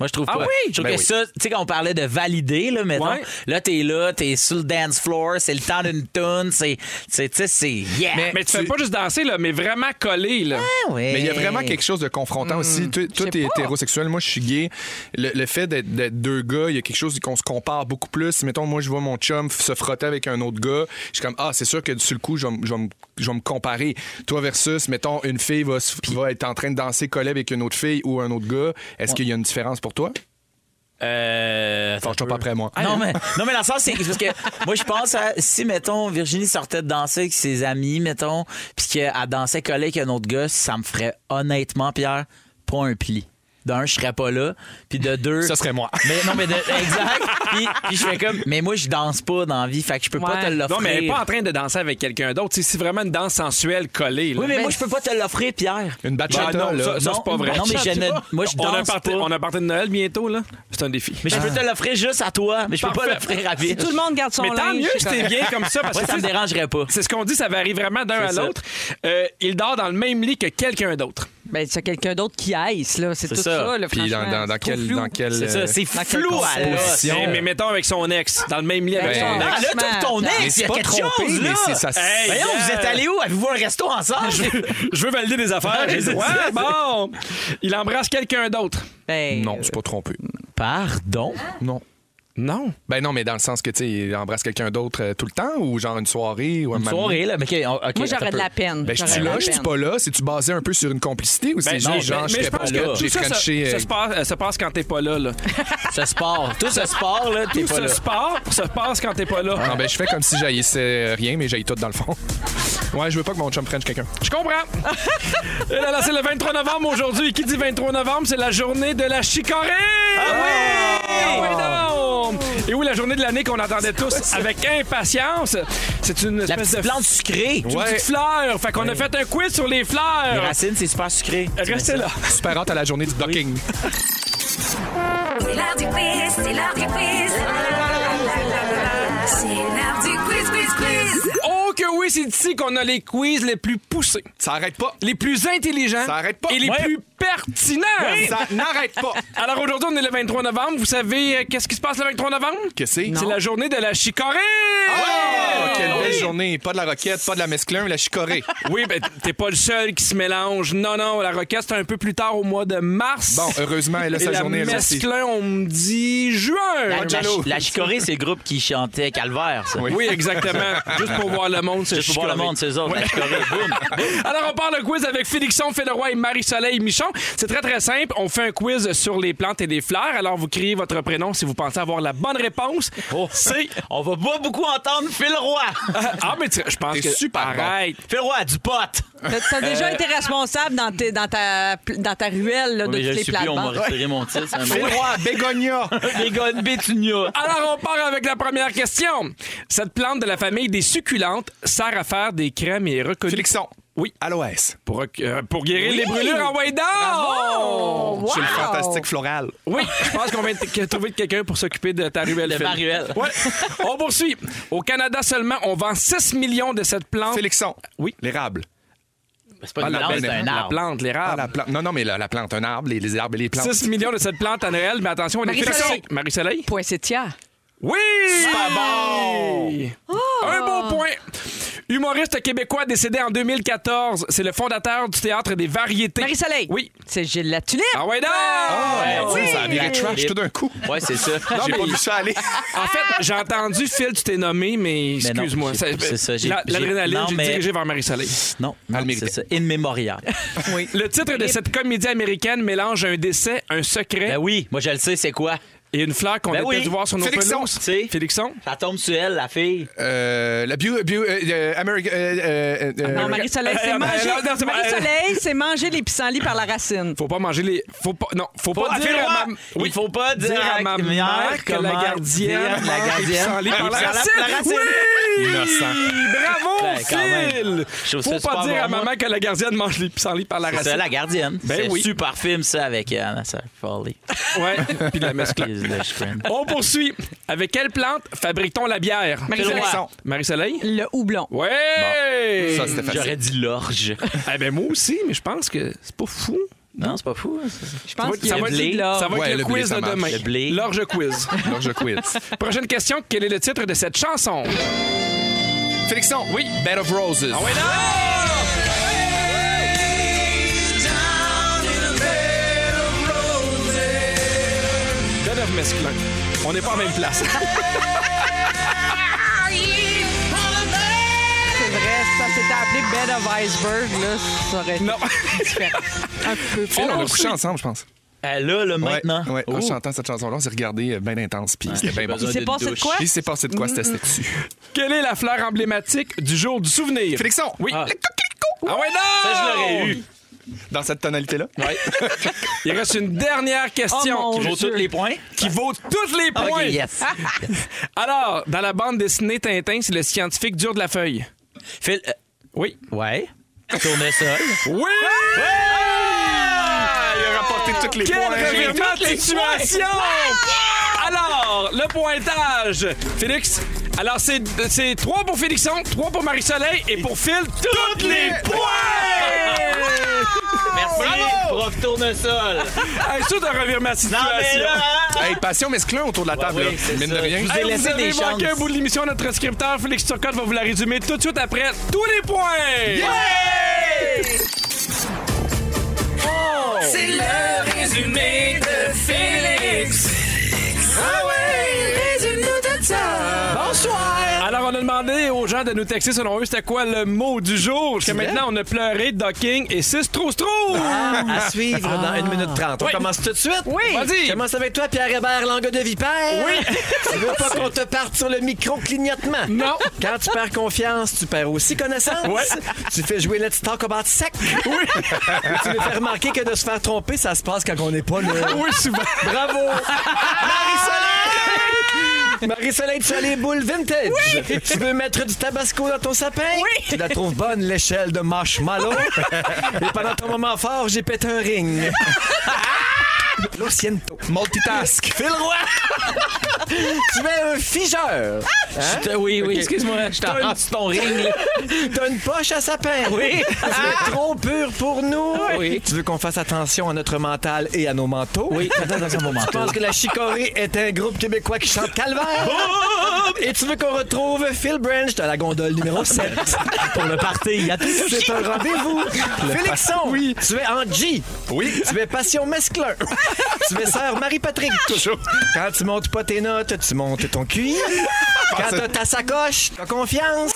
Speaker 5: Moi, je trouve
Speaker 6: Ah
Speaker 5: pas.
Speaker 6: oui?
Speaker 5: Je trouve
Speaker 6: Ben
Speaker 5: que
Speaker 6: oui.
Speaker 5: ça, tu sais, quand on parlait de valider, là, mettons,
Speaker 6: Ouais.
Speaker 5: là, t'es là, t'es sur le dance floor, c'est le temps d'une toune, c'est. c'est- Tu sais, c'est. Yeah!
Speaker 6: Mais tu fais
Speaker 4: tu-
Speaker 6: pas juste danser, là, mais vraiment coller. Là.
Speaker 5: Ouais.
Speaker 4: Mais il y a vraiment quelque chose de confrontant
Speaker 5: Hmm.
Speaker 4: aussi. Toi, toi,
Speaker 7: sais
Speaker 4: t'es
Speaker 7: pas.
Speaker 4: hétérosexuel, moi, je suis gay. Le, le fait d'être d'être deux gars, il y a quelque chose qu'on se compare beaucoup plus. Mettons, moi, je vois mon chum f- se frotter avec un autre gars. Je suis comme, ah, c'est sûr que sur le coup, je vais m- je vais m- je vais me comparer. Toi versus, mettons, une fille va, se- va être en train de danser collée avec une autre fille ou un autre gars. Est-ce qu'il y a une différence pour toi?
Speaker 5: Euh, attends
Speaker 4: Fâche-toi
Speaker 5: un
Speaker 4: pas
Speaker 5: peu.
Speaker 4: après moi.
Speaker 5: non, mais, non, mais dans le sens, c'est parce que moi, je pense à si, mettons, Virginie sortait de danser avec ses amis, mettons, puis qu'elle dansait collée avec un autre gars, ça me ferait honnêtement, Pierre, pas un pli. D'un, je serais pas là. Puis de deux.
Speaker 4: Ça serait moi.
Speaker 5: Mais non, mais de, exact. Puis, puis je fais comme. Mais moi, je danse pas dans la vie, fait que je peux pas
Speaker 7: Ouais.
Speaker 5: te l'offrir.
Speaker 6: Non, mais elle est pas en train de danser avec quelqu'un d'autre. Tu sais, C'est vraiment une danse sensuelle collée. là.
Speaker 5: Oui, mais moi, je peux pas te l'offrir, Pierre.
Speaker 4: Une
Speaker 5: Bah,
Speaker 4: bachata,
Speaker 6: Ah non,
Speaker 4: là.
Speaker 6: ça, ça, c'est pas vrai.
Speaker 5: Non, mais je ne- moi, je
Speaker 6: on a
Speaker 5: danse
Speaker 6: parti,
Speaker 5: pas.
Speaker 6: On a parti de Noël bientôt, là. C'est un défi.
Speaker 5: Mais je peux te l'offrir juste à toi, mais je peux pas
Speaker 6: Parfait.
Speaker 5: l'offrir à Virg.
Speaker 7: Tout le monde garde son
Speaker 6: Mais tant
Speaker 7: linge,
Speaker 6: mieux,
Speaker 7: c'est
Speaker 6: c'était bien comme ça. Parce
Speaker 5: Moi,
Speaker 6: que
Speaker 5: ça me
Speaker 6: tu sais,
Speaker 5: dérangerait pas.
Speaker 6: C'est ce qu'on dit, ça varie vraiment d'un à
Speaker 5: ça.
Speaker 6: l'autre. Euh, il dort dans le même lit que quelqu'un d'autre.
Speaker 7: Ben, c'est quelqu'un d'autre qui haïsse, là. C'est
Speaker 5: C'est
Speaker 7: tout
Speaker 5: ça.
Speaker 7: ça, là,
Speaker 4: Puis dans,
Speaker 7: franchement.
Speaker 4: dans, dans
Speaker 7: C'est trop
Speaker 4: quel.
Speaker 7: flou.
Speaker 4: Dans quel
Speaker 5: C'est
Speaker 4: euh,
Speaker 5: ça, c'est
Speaker 7: dans quelle
Speaker 5: flou à l'os.
Speaker 4: composition?
Speaker 6: Mais, mais mettons avec son ex, dans le même lit avec
Speaker 4: Ben,
Speaker 6: son
Speaker 5: Non,
Speaker 6: ex.
Speaker 5: Ah, là, t'as ton
Speaker 7: Mais
Speaker 5: ex, il y a
Speaker 4: pas
Speaker 5: quelque
Speaker 4: trompé,
Speaker 5: chose,
Speaker 4: mais
Speaker 5: là.
Speaker 4: c'est ça-
Speaker 6: Hey,
Speaker 5: Voyons,
Speaker 6: gars.
Speaker 5: vous êtes allés où? Avez-vous un resto ensemble?
Speaker 6: Je veux valider des affaires. J'ai dit,
Speaker 5: C'est
Speaker 6: ouais,
Speaker 5: ça.
Speaker 6: bon. Il embrasse quelqu'un d'autre.
Speaker 7: Ben,
Speaker 4: Non, je suis pas trompé.
Speaker 5: Pardon?
Speaker 4: Non.
Speaker 6: Non.
Speaker 4: Ben non, mais dans le sens que, tu sais, il embrasse quelqu'un d'autre euh, tout le temps ou genre une soirée ou un moment
Speaker 5: Une
Speaker 4: donné?
Speaker 5: soirée, là. Mais ok, on- ok,
Speaker 7: Moi,
Speaker 5: attends un
Speaker 7: j'aurais de
Speaker 5: peu.
Speaker 7: la peine.
Speaker 4: Ben, je
Speaker 7: J'aurais
Speaker 4: suis
Speaker 7: de la
Speaker 4: là, je suis
Speaker 7: peine.
Speaker 4: pas là. C'est-tu basé un peu sur une complicité ou c'est
Speaker 6: Ben,
Speaker 4: juste
Speaker 5: non,
Speaker 4: genre,
Speaker 6: mais-
Speaker 4: je
Speaker 6: mais
Speaker 4: serais pas
Speaker 6: pense
Speaker 4: là,
Speaker 6: que
Speaker 4: j'ai
Speaker 6: tout ça, ça,
Speaker 4: crunché,
Speaker 6: ça
Speaker 4: euh,
Speaker 6: se passe, euh, se passe quand t'es pas là. là.
Speaker 5: Ce sport. Tout ce sport, là, t'es
Speaker 6: Tout
Speaker 5: pas
Speaker 6: ce
Speaker 5: là.
Speaker 6: sport se passe quand t'es pas là.
Speaker 4: Non, ben, je fais comme si j'haïssais euh, rien, mais j'haïs tout dans le fond. Ouais, je veux pas que mon chum French quelqu'un.
Speaker 6: Je comprends. Et là, là, c'est le 23 novembre aujourd'hui. Et qui dit 23 novembre, c'est la journée de la chicorée. Ah oui! donc! Et oui, la journée de l'année qu'on attendait tous avec impatience. C'est une
Speaker 5: La
Speaker 6: espèce
Speaker 5: petite
Speaker 6: de
Speaker 5: plante sucrée.
Speaker 6: une petite fleur. Fait qu'on a fait un quiz sur les
Speaker 5: Les
Speaker 6: fleurs.
Speaker 5: racines, c'est super sucré.
Speaker 6: Restez là.
Speaker 4: Super hâte à la journée du docking.
Speaker 1: C'est l'heure du quiz, c'est l'heure du quiz. C'est l'heure du quiz, quiz, quiz.
Speaker 6: Oh que oui, c'est ici qu'on a les quiz les plus poussés,
Speaker 4: Ça arrête pas.
Speaker 6: les plus intelligents
Speaker 4: Ça arrête pas.
Speaker 6: et les
Speaker 4: Ouais.
Speaker 6: plus pertinents.
Speaker 4: Ça n'arrête pas.
Speaker 6: Alors aujourd'hui, on est le 23 novembre. Vous savez euh, qu'est-ce qui se passe le 23 novembre?
Speaker 4: Que c'est?
Speaker 6: C'est la journée de la chicorée! Ah
Speaker 4: Oh, quelle belle journée. Pas de la roquette, pas de la mesclun, mais la chicorée.
Speaker 6: Oui, ben t'es pas le seul qui se mélange. Non, non, la roquette, c'est un peu plus tard au mois de mars.
Speaker 4: Bon, heureusement, elle a
Speaker 6: Et
Speaker 4: sa
Speaker 6: la
Speaker 4: journée, elle aussi.
Speaker 6: mesclin, on me dit juin.
Speaker 5: La, la,
Speaker 4: jaloux.
Speaker 5: la chicorée, c'est le groupe qui chantait Calvaire, ça.
Speaker 6: Oui, exactement. Juste pour voir le monde, c'est
Speaker 5: Juste pour voir le
Speaker 6: chicorée.
Speaker 5: monde, c'est autres. La chicorée, boum.
Speaker 6: Alors, on part le quiz avec Félixon, Féleroy et Marie-Soleil Michon. C'est très, très simple. On fait un quiz sur les plantes et les fleurs. Alors, vous criez votre prénom si vous pensez avoir la bonne réponse.
Speaker 5: Oh.
Speaker 6: C'est...
Speaker 5: On va pas beaucoup entendre Phil Roy.
Speaker 6: Ah, mais tu- je pense
Speaker 4: T'es
Speaker 6: que...
Speaker 4: super bon.
Speaker 6: Arrête.
Speaker 5: Phil Roy, du pote.
Speaker 7: T'as- T'as déjà été responsable dans, tes- dans, ta, dans ta ruelle là, de
Speaker 5: Mais je
Speaker 7: toutes les
Speaker 5: suis plus, on m'a
Speaker 7: plates-bandes.
Speaker 5: retiré mon titre. c'est un
Speaker 4: Fais le
Speaker 5: mot.
Speaker 4: roi, bégonia.
Speaker 5: Les gars de Bétunia.
Speaker 6: Alors, on part avec la première question. Cette plante de la famille des succulentes sert à faire des crèmes et est reconnue
Speaker 4: Félixon.
Speaker 6: Oui.
Speaker 4: Aloès.
Speaker 6: pour, euh, pour guérir
Speaker 7: Oui.
Speaker 6: les brûlures en Waydon.
Speaker 7: Bravo!
Speaker 4: C'est le
Speaker 7: Oh! Wow!
Speaker 4: fantastique floral.
Speaker 6: Oui, je pense qu'on va t- trouver quelqu'un pour s'occuper de ta ruelle.
Speaker 5: De
Speaker 6: Phil.
Speaker 5: ma ruelle.
Speaker 6: Ouais. On poursuit. Au Canada seulement, on vend 6 millions de cette plante.
Speaker 4: Félixon.
Speaker 6: Oui.
Speaker 4: L'érable.
Speaker 5: C'est pas une
Speaker 4: Ah, la
Speaker 5: plante,
Speaker 4: belle-
Speaker 5: c'est un
Speaker 6: la
Speaker 5: arbre.
Speaker 6: plante,
Speaker 4: Ah,
Speaker 6: l'érable.
Speaker 4: la plante. Non, non, mais la, la plante, un arbre, les, les arbres et les plantes.
Speaker 6: 6 millions de cette plante à Noël, mais attention, on est
Speaker 7: Marie-Soleil.
Speaker 6: fixé. Marie-Soleil?
Speaker 7: Poinsettia.
Speaker 6: Oui!
Speaker 7: Oh!
Speaker 6: Un bon point. Humoriste québécois décédé en 2014, c'est le fondateur du théâtre des variétés.
Speaker 7: Marie-Soleil.
Speaker 6: Oui.
Speaker 7: C'est Gilles la tulipe.
Speaker 6: Ah ouais, non!
Speaker 4: Ah, mon Dieu,
Speaker 5: oui.
Speaker 4: ça a viré trash
Speaker 5: Oui.
Speaker 4: tout d'un coup.
Speaker 5: Ouais, c'est ça.
Speaker 4: Non,
Speaker 5: J'ai
Speaker 4: mais
Speaker 5: pas
Speaker 4: il-
Speaker 5: vu-
Speaker 4: ça aller.
Speaker 6: En fait, j'ai entendu Phil, tu t'es nommé, mais
Speaker 5: Mais non,
Speaker 6: excuse-moi.
Speaker 5: j'ai-
Speaker 6: Ça-
Speaker 5: c'est ça, j'ai-
Speaker 6: la-
Speaker 5: j'ai-
Speaker 6: L'adrénaline,
Speaker 5: non,
Speaker 6: j'ai
Speaker 5: mais-
Speaker 6: dirigé vers Marie-Soleil.
Speaker 5: Non,
Speaker 4: Elle
Speaker 5: non
Speaker 4: méritait.
Speaker 5: c'est ça. In memoriam.
Speaker 6: Le titre de cette comédie américaine mélange un décès, un secret
Speaker 5: ben oui, moi je le sais, c'est quoi?
Speaker 6: et une fleur qu'on
Speaker 5: Ben
Speaker 6: a
Speaker 5: oui.
Speaker 6: peut-être voir sur nos
Speaker 4: Félixon.
Speaker 6: pelouses.
Speaker 5: Tu sais.
Speaker 6: Félixon?
Speaker 5: Ça tombe sur elle, la fille.
Speaker 4: Euh, la bio... bio- euh, euh, Ameri- euh, euh, euh,
Speaker 7: Non, Marie-Soleil,
Speaker 6: Euh,
Speaker 7: c'est
Speaker 6: euh,
Speaker 7: manger.
Speaker 6: non, non, c'est pas-
Speaker 7: Marie-Soleil, c'est manger les pissenlits par la racine.
Speaker 6: Faut pas manger les. Faut pas. Non, faut,
Speaker 5: Faut-
Speaker 6: pas
Speaker 5: à
Speaker 6: dire
Speaker 5: Philroy,
Speaker 6: à ma.
Speaker 5: il faut pas dire à
Speaker 6: ma
Speaker 5: ma
Speaker 6: mère
Speaker 5: mère
Speaker 6: que la
Speaker 5: comment
Speaker 6: gardienne.
Speaker 5: dire la
Speaker 6: mange
Speaker 5: gardienne.
Speaker 6: des pissenlits par
Speaker 5: Ah,
Speaker 6: la
Speaker 5: par la-
Speaker 6: racine.
Speaker 5: la racine.
Speaker 6: Oui!
Speaker 4: Innocent.
Speaker 6: Bravo,
Speaker 5: Ouais, quand
Speaker 6: Phil!
Speaker 5: même. Je trouve
Speaker 6: Faut
Speaker 5: ça
Speaker 6: pas
Speaker 5: super
Speaker 6: dire
Speaker 5: bon,
Speaker 6: à
Speaker 5: moi.
Speaker 6: maman que la gardienne mange les pissenlits par la
Speaker 5: C'est
Speaker 6: racine.
Speaker 5: ça, la gardienne.
Speaker 6: Ben
Speaker 5: c'est
Speaker 6: oui.
Speaker 5: super film, ça, avec euh, Anna Sarah Foley.
Speaker 6: Ouais, puis la mesclée.
Speaker 5: Excuse le chien.
Speaker 6: On poursuit. Avec quelle plante fabrique-t-on la bière?
Speaker 7: Marie-Soleil.
Speaker 4: Félixon.
Speaker 6: Marie-Soleil?
Speaker 7: Le houblon.
Speaker 6: Ouais!
Speaker 4: Ça, c'était facile.
Speaker 5: J'aurais dit l'orge.
Speaker 6: Eh ben moi aussi, mais je pense que c'est pas fou.
Speaker 5: Non, c'est pas fou. hein, c'est-
Speaker 7: Je
Speaker 6: Ça
Speaker 7: pense
Speaker 6: va-
Speaker 7: qu'il y
Speaker 6: ça
Speaker 7: a
Speaker 6: va
Speaker 5: le
Speaker 6: être,
Speaker 5: blé.
Speaker 6: ça va être
Speaker 4: Ouais,
Speaker 6: le,
Speaker 4: le blé,
Speaker 6: quiz
Speaker 4: ça
Speaker 6: de
Speaker 4: marche.
Speaker 6: demain.
Speaker 5: Le blé.
Speaker 6: L'orge quiz.
Speaker 4: Alors, je quitte.
Speaker 6: Prochaine question, quel est le titre de cette chanson?
Speaker 4: Félixon.
Speaker 6: Oui.
Speaker 4: Bed of Roses.
Speaker 6: Ah ouais, non! Bed of Mesclun. On n'est pas en même place.
Speaker 7: c'est vrai. Ça s'était appelé Bed of Iceberg, là, ça aurait été
Speaker 6: Non.
Speaker 7: différent. Un peu plus.
Speaker 4: Phil, on a
Speaker 6: On
Speaker 4: couché
Speaker 6: sait.
Speaker 4: ensemble, je pense.
Speaker 5: Euh, là, là, maintenant.
Speaker 4: Ouais, ouais. En
Speaker 5: Oh.
Speaker 4: chantant cette chanson-là, on s'est regardé euh, bien intense, puis Ah, c'était bien bon.
Speaker 5: besoin
Speaker 7: Il s'est
Speaker 5: d'une
Speaker 7: passé de
Speaker 5: douche.
Speaker 7: quoi?
Speaker 4: Il s'est passé de quoi, c'était sexu.
Speaker 6: Quelle est la fleur emblématique du jour du souvenir?
Speaker 4: Félixon.
Speaker 6: Oui.
Speaker 4: Le coquelicot.
Speaker 6: Ah ouais, non!
Speaker 5: Ça, je l'aurais eu.
Speaker 4: Dans cette tonalité-là.
Speaker 6: Il reste une dernière question
Speaker 7: Oh, mon
Speaker 6: qui,
Speaker 5: Vaut
Speaker 6: vaut
Speaker 5: tous les points.
Speaker 6: qui vaut tous les points.
Speaker 5: Ok, yes.
Speaker 6: Alors, dans la bande dessinée Tintin, c'est le scientifique dur de la feuille.
Speaker 5: Phil, euh,
Speaker 6: Oui.
Speaker 5: ouais. Tournesol.
Speaker 6: Oui!
Speaker 4: Ah, Il a rapporté toutes les
Speaker 6: Quel revirement de situation! Ah! Alors, le pointage. Félix, alors c'est c'est 3 pour Félixon, 3 pour Marie-Soleil et pour Phil, toutes les points!
Speaker 5: Merci, prof Tournesol.
Speaker 6: Hey, ça, de revirement de
Speaker 5: Non, mais
Speaker 6: situation.
Speaker 5: là, hein?
Speaker 4: Hey, passion mesclin autour de la table,
Speaker 5: oui,
Speaker 4: là.
Speaker 5: c'est
Speaker 4: mine
Speaker 5: ça.
Speaker 4: de rien.
Speaker 5: Je
Speaker 6: Hey,
Speaker 5: J'ai
Speaker 6: vous
Speaker 5: laissé
Speaker 6: avez
Speaker 5: des
Speaker 6: manqué
Speaker 5: chances.
Speaker 6: un bout de l'émission. Notre scripteur Félix Turcotte va vous la résumer tout de suite après tous les points. C'est le résumé de Félix. Ah ouais, résume-nous tout ça. Bonsoir. Alors, on a demandé aux gens de nous texter selon eux c'était quoi le mot du jour. Jusqu'à maintenant, on a pleuré, docking et 6 trous trous.
Speaker 8: À suivre dans 1 minute 30. On
Speaker 6: Oui.
Speaker 8: commence tout de suite.
Speaker 6: Oui. Vas-y.
Speaker 8: Je commence avec toi, Pierre Hébert, langue de vipère.
Speaker 6: Oui.
Speaker 8: Tu veux pas qu'on te parte sur le micro-clignotement.
Speaker 6: Non.
Speaker 8: Quand tu perds confiance, tu perds aussi connaissance.
Speaker 6: Ouais.
Speaker 8: Tu fais jouer Let's Talk About Sex. Oui. tu me fais remarquer que de se faire tromper, ça se passe quand on n'est pas là.
Speaker 6: Oui, souvent.
Speaker 8: Bravo! Marie-Soleil! Marie-Soleil, tu as les boules vintage. Tu veux mettre du tabasco dans ton sapin? Oui. Tu la trouves bonne, l'échelle de marshmallow. Et pendant ton moment fort, j'ai pété un ring. L'Ociento.
Speaker 4: Multitask.
Speaker 8: Fais le roi! tu es un figeur.
Speaker 5: Oui, oui,
Speaker 8: Ok.
Speaker 5: excuse-moi. Je t'en
Speaker 8: T'as une-
Speaker 5: rends ton ring. là.
Speaker 8: T'as une poche à sapin. Oui. Tu es trop pur pour nous.
Speaker 5: Oui.
Speaker 8: Tu veux qu'on fasse attention à notre mental et à nos manteaux.
Speaker 5: Oui, attends dans un moment.
Speaker 8: Tu penses que la Chicorée est un groupe québécois qui chante calvaire? Et tu veux qu'on retrouve Phil Branch dans la gondole numéro 7 pour le party. Il y a tout C'est un rendez-vous. Félixon, tu es en G.
Speaker 4: Oui.
Speaker 8: Tu es Passion Mesclin. tu es Sœur Marie-Patrick.
Speaker 4: Toujours.
Speaker 8: Quand tu montes pas tes notes, tu montes ton QI. Quand t'as ta sacoche, t'as confiance.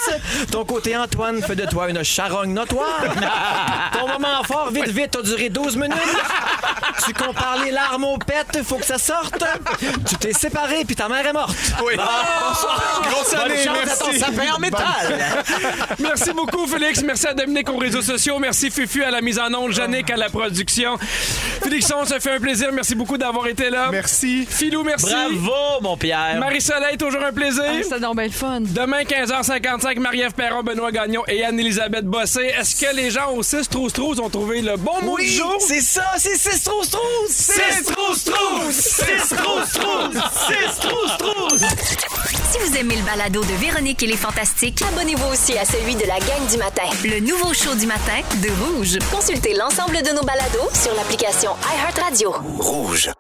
Speaker 8: Ton côté Antoine fait de toi une charogne notoire. Ton moment fort, vite, vite, a duré 12 minutes. Tu compares les larmes aux pètes, faut que ça sorte. Tu t'es séparé, puis ta mère est morte.
Speaker 4: Ah, Oui. Grosse année, merci.
Speaker 8: en métal.
Speaker 6: Merci beaucoup, Félix. Merci à Dominique aux réseaux sociaux. Merci, Fufu, à la mise en onde. Jannick, à la production. Félixon, ça fait un plaisir. Merci beaucoup d'avoir été là.
Speaker 4: Merci.
Speaker 6: Filou, merci.
Speaker 5: Bravo, mon Pierre.
Speaker 6: Marie-Soleil, toujours un plaisir.
Speaker 7: C'était Ah, donc bien le fun.
Speaker 6: Demain, 15h55, Marie-Ève Perron, Benoît Gagnon et Anne-Élisabeth Bossé. Est-ce que les gens au 6 trousse trousse ont trouvé le bon mot du
Speaker 8: Oui,
Speaker 6: jour?
Speaker 8: c'est ça, c'est c'est trousse trousse. C'est trousse trousse. C'est trousse trousse. C'est trousse trousse.
Speaker 1: Si vous aimez le balado de Véronique et les Fantastiques,
Speaker 2: Abonnez-vous aussi à celui de la gang du matin.
Speaker 1: le nouveau show du matin de Rouge.
Speaker 2: Consultez l'ensemble de nos balados sur l'application iHeartRadio.
Speaker 3: Rouge.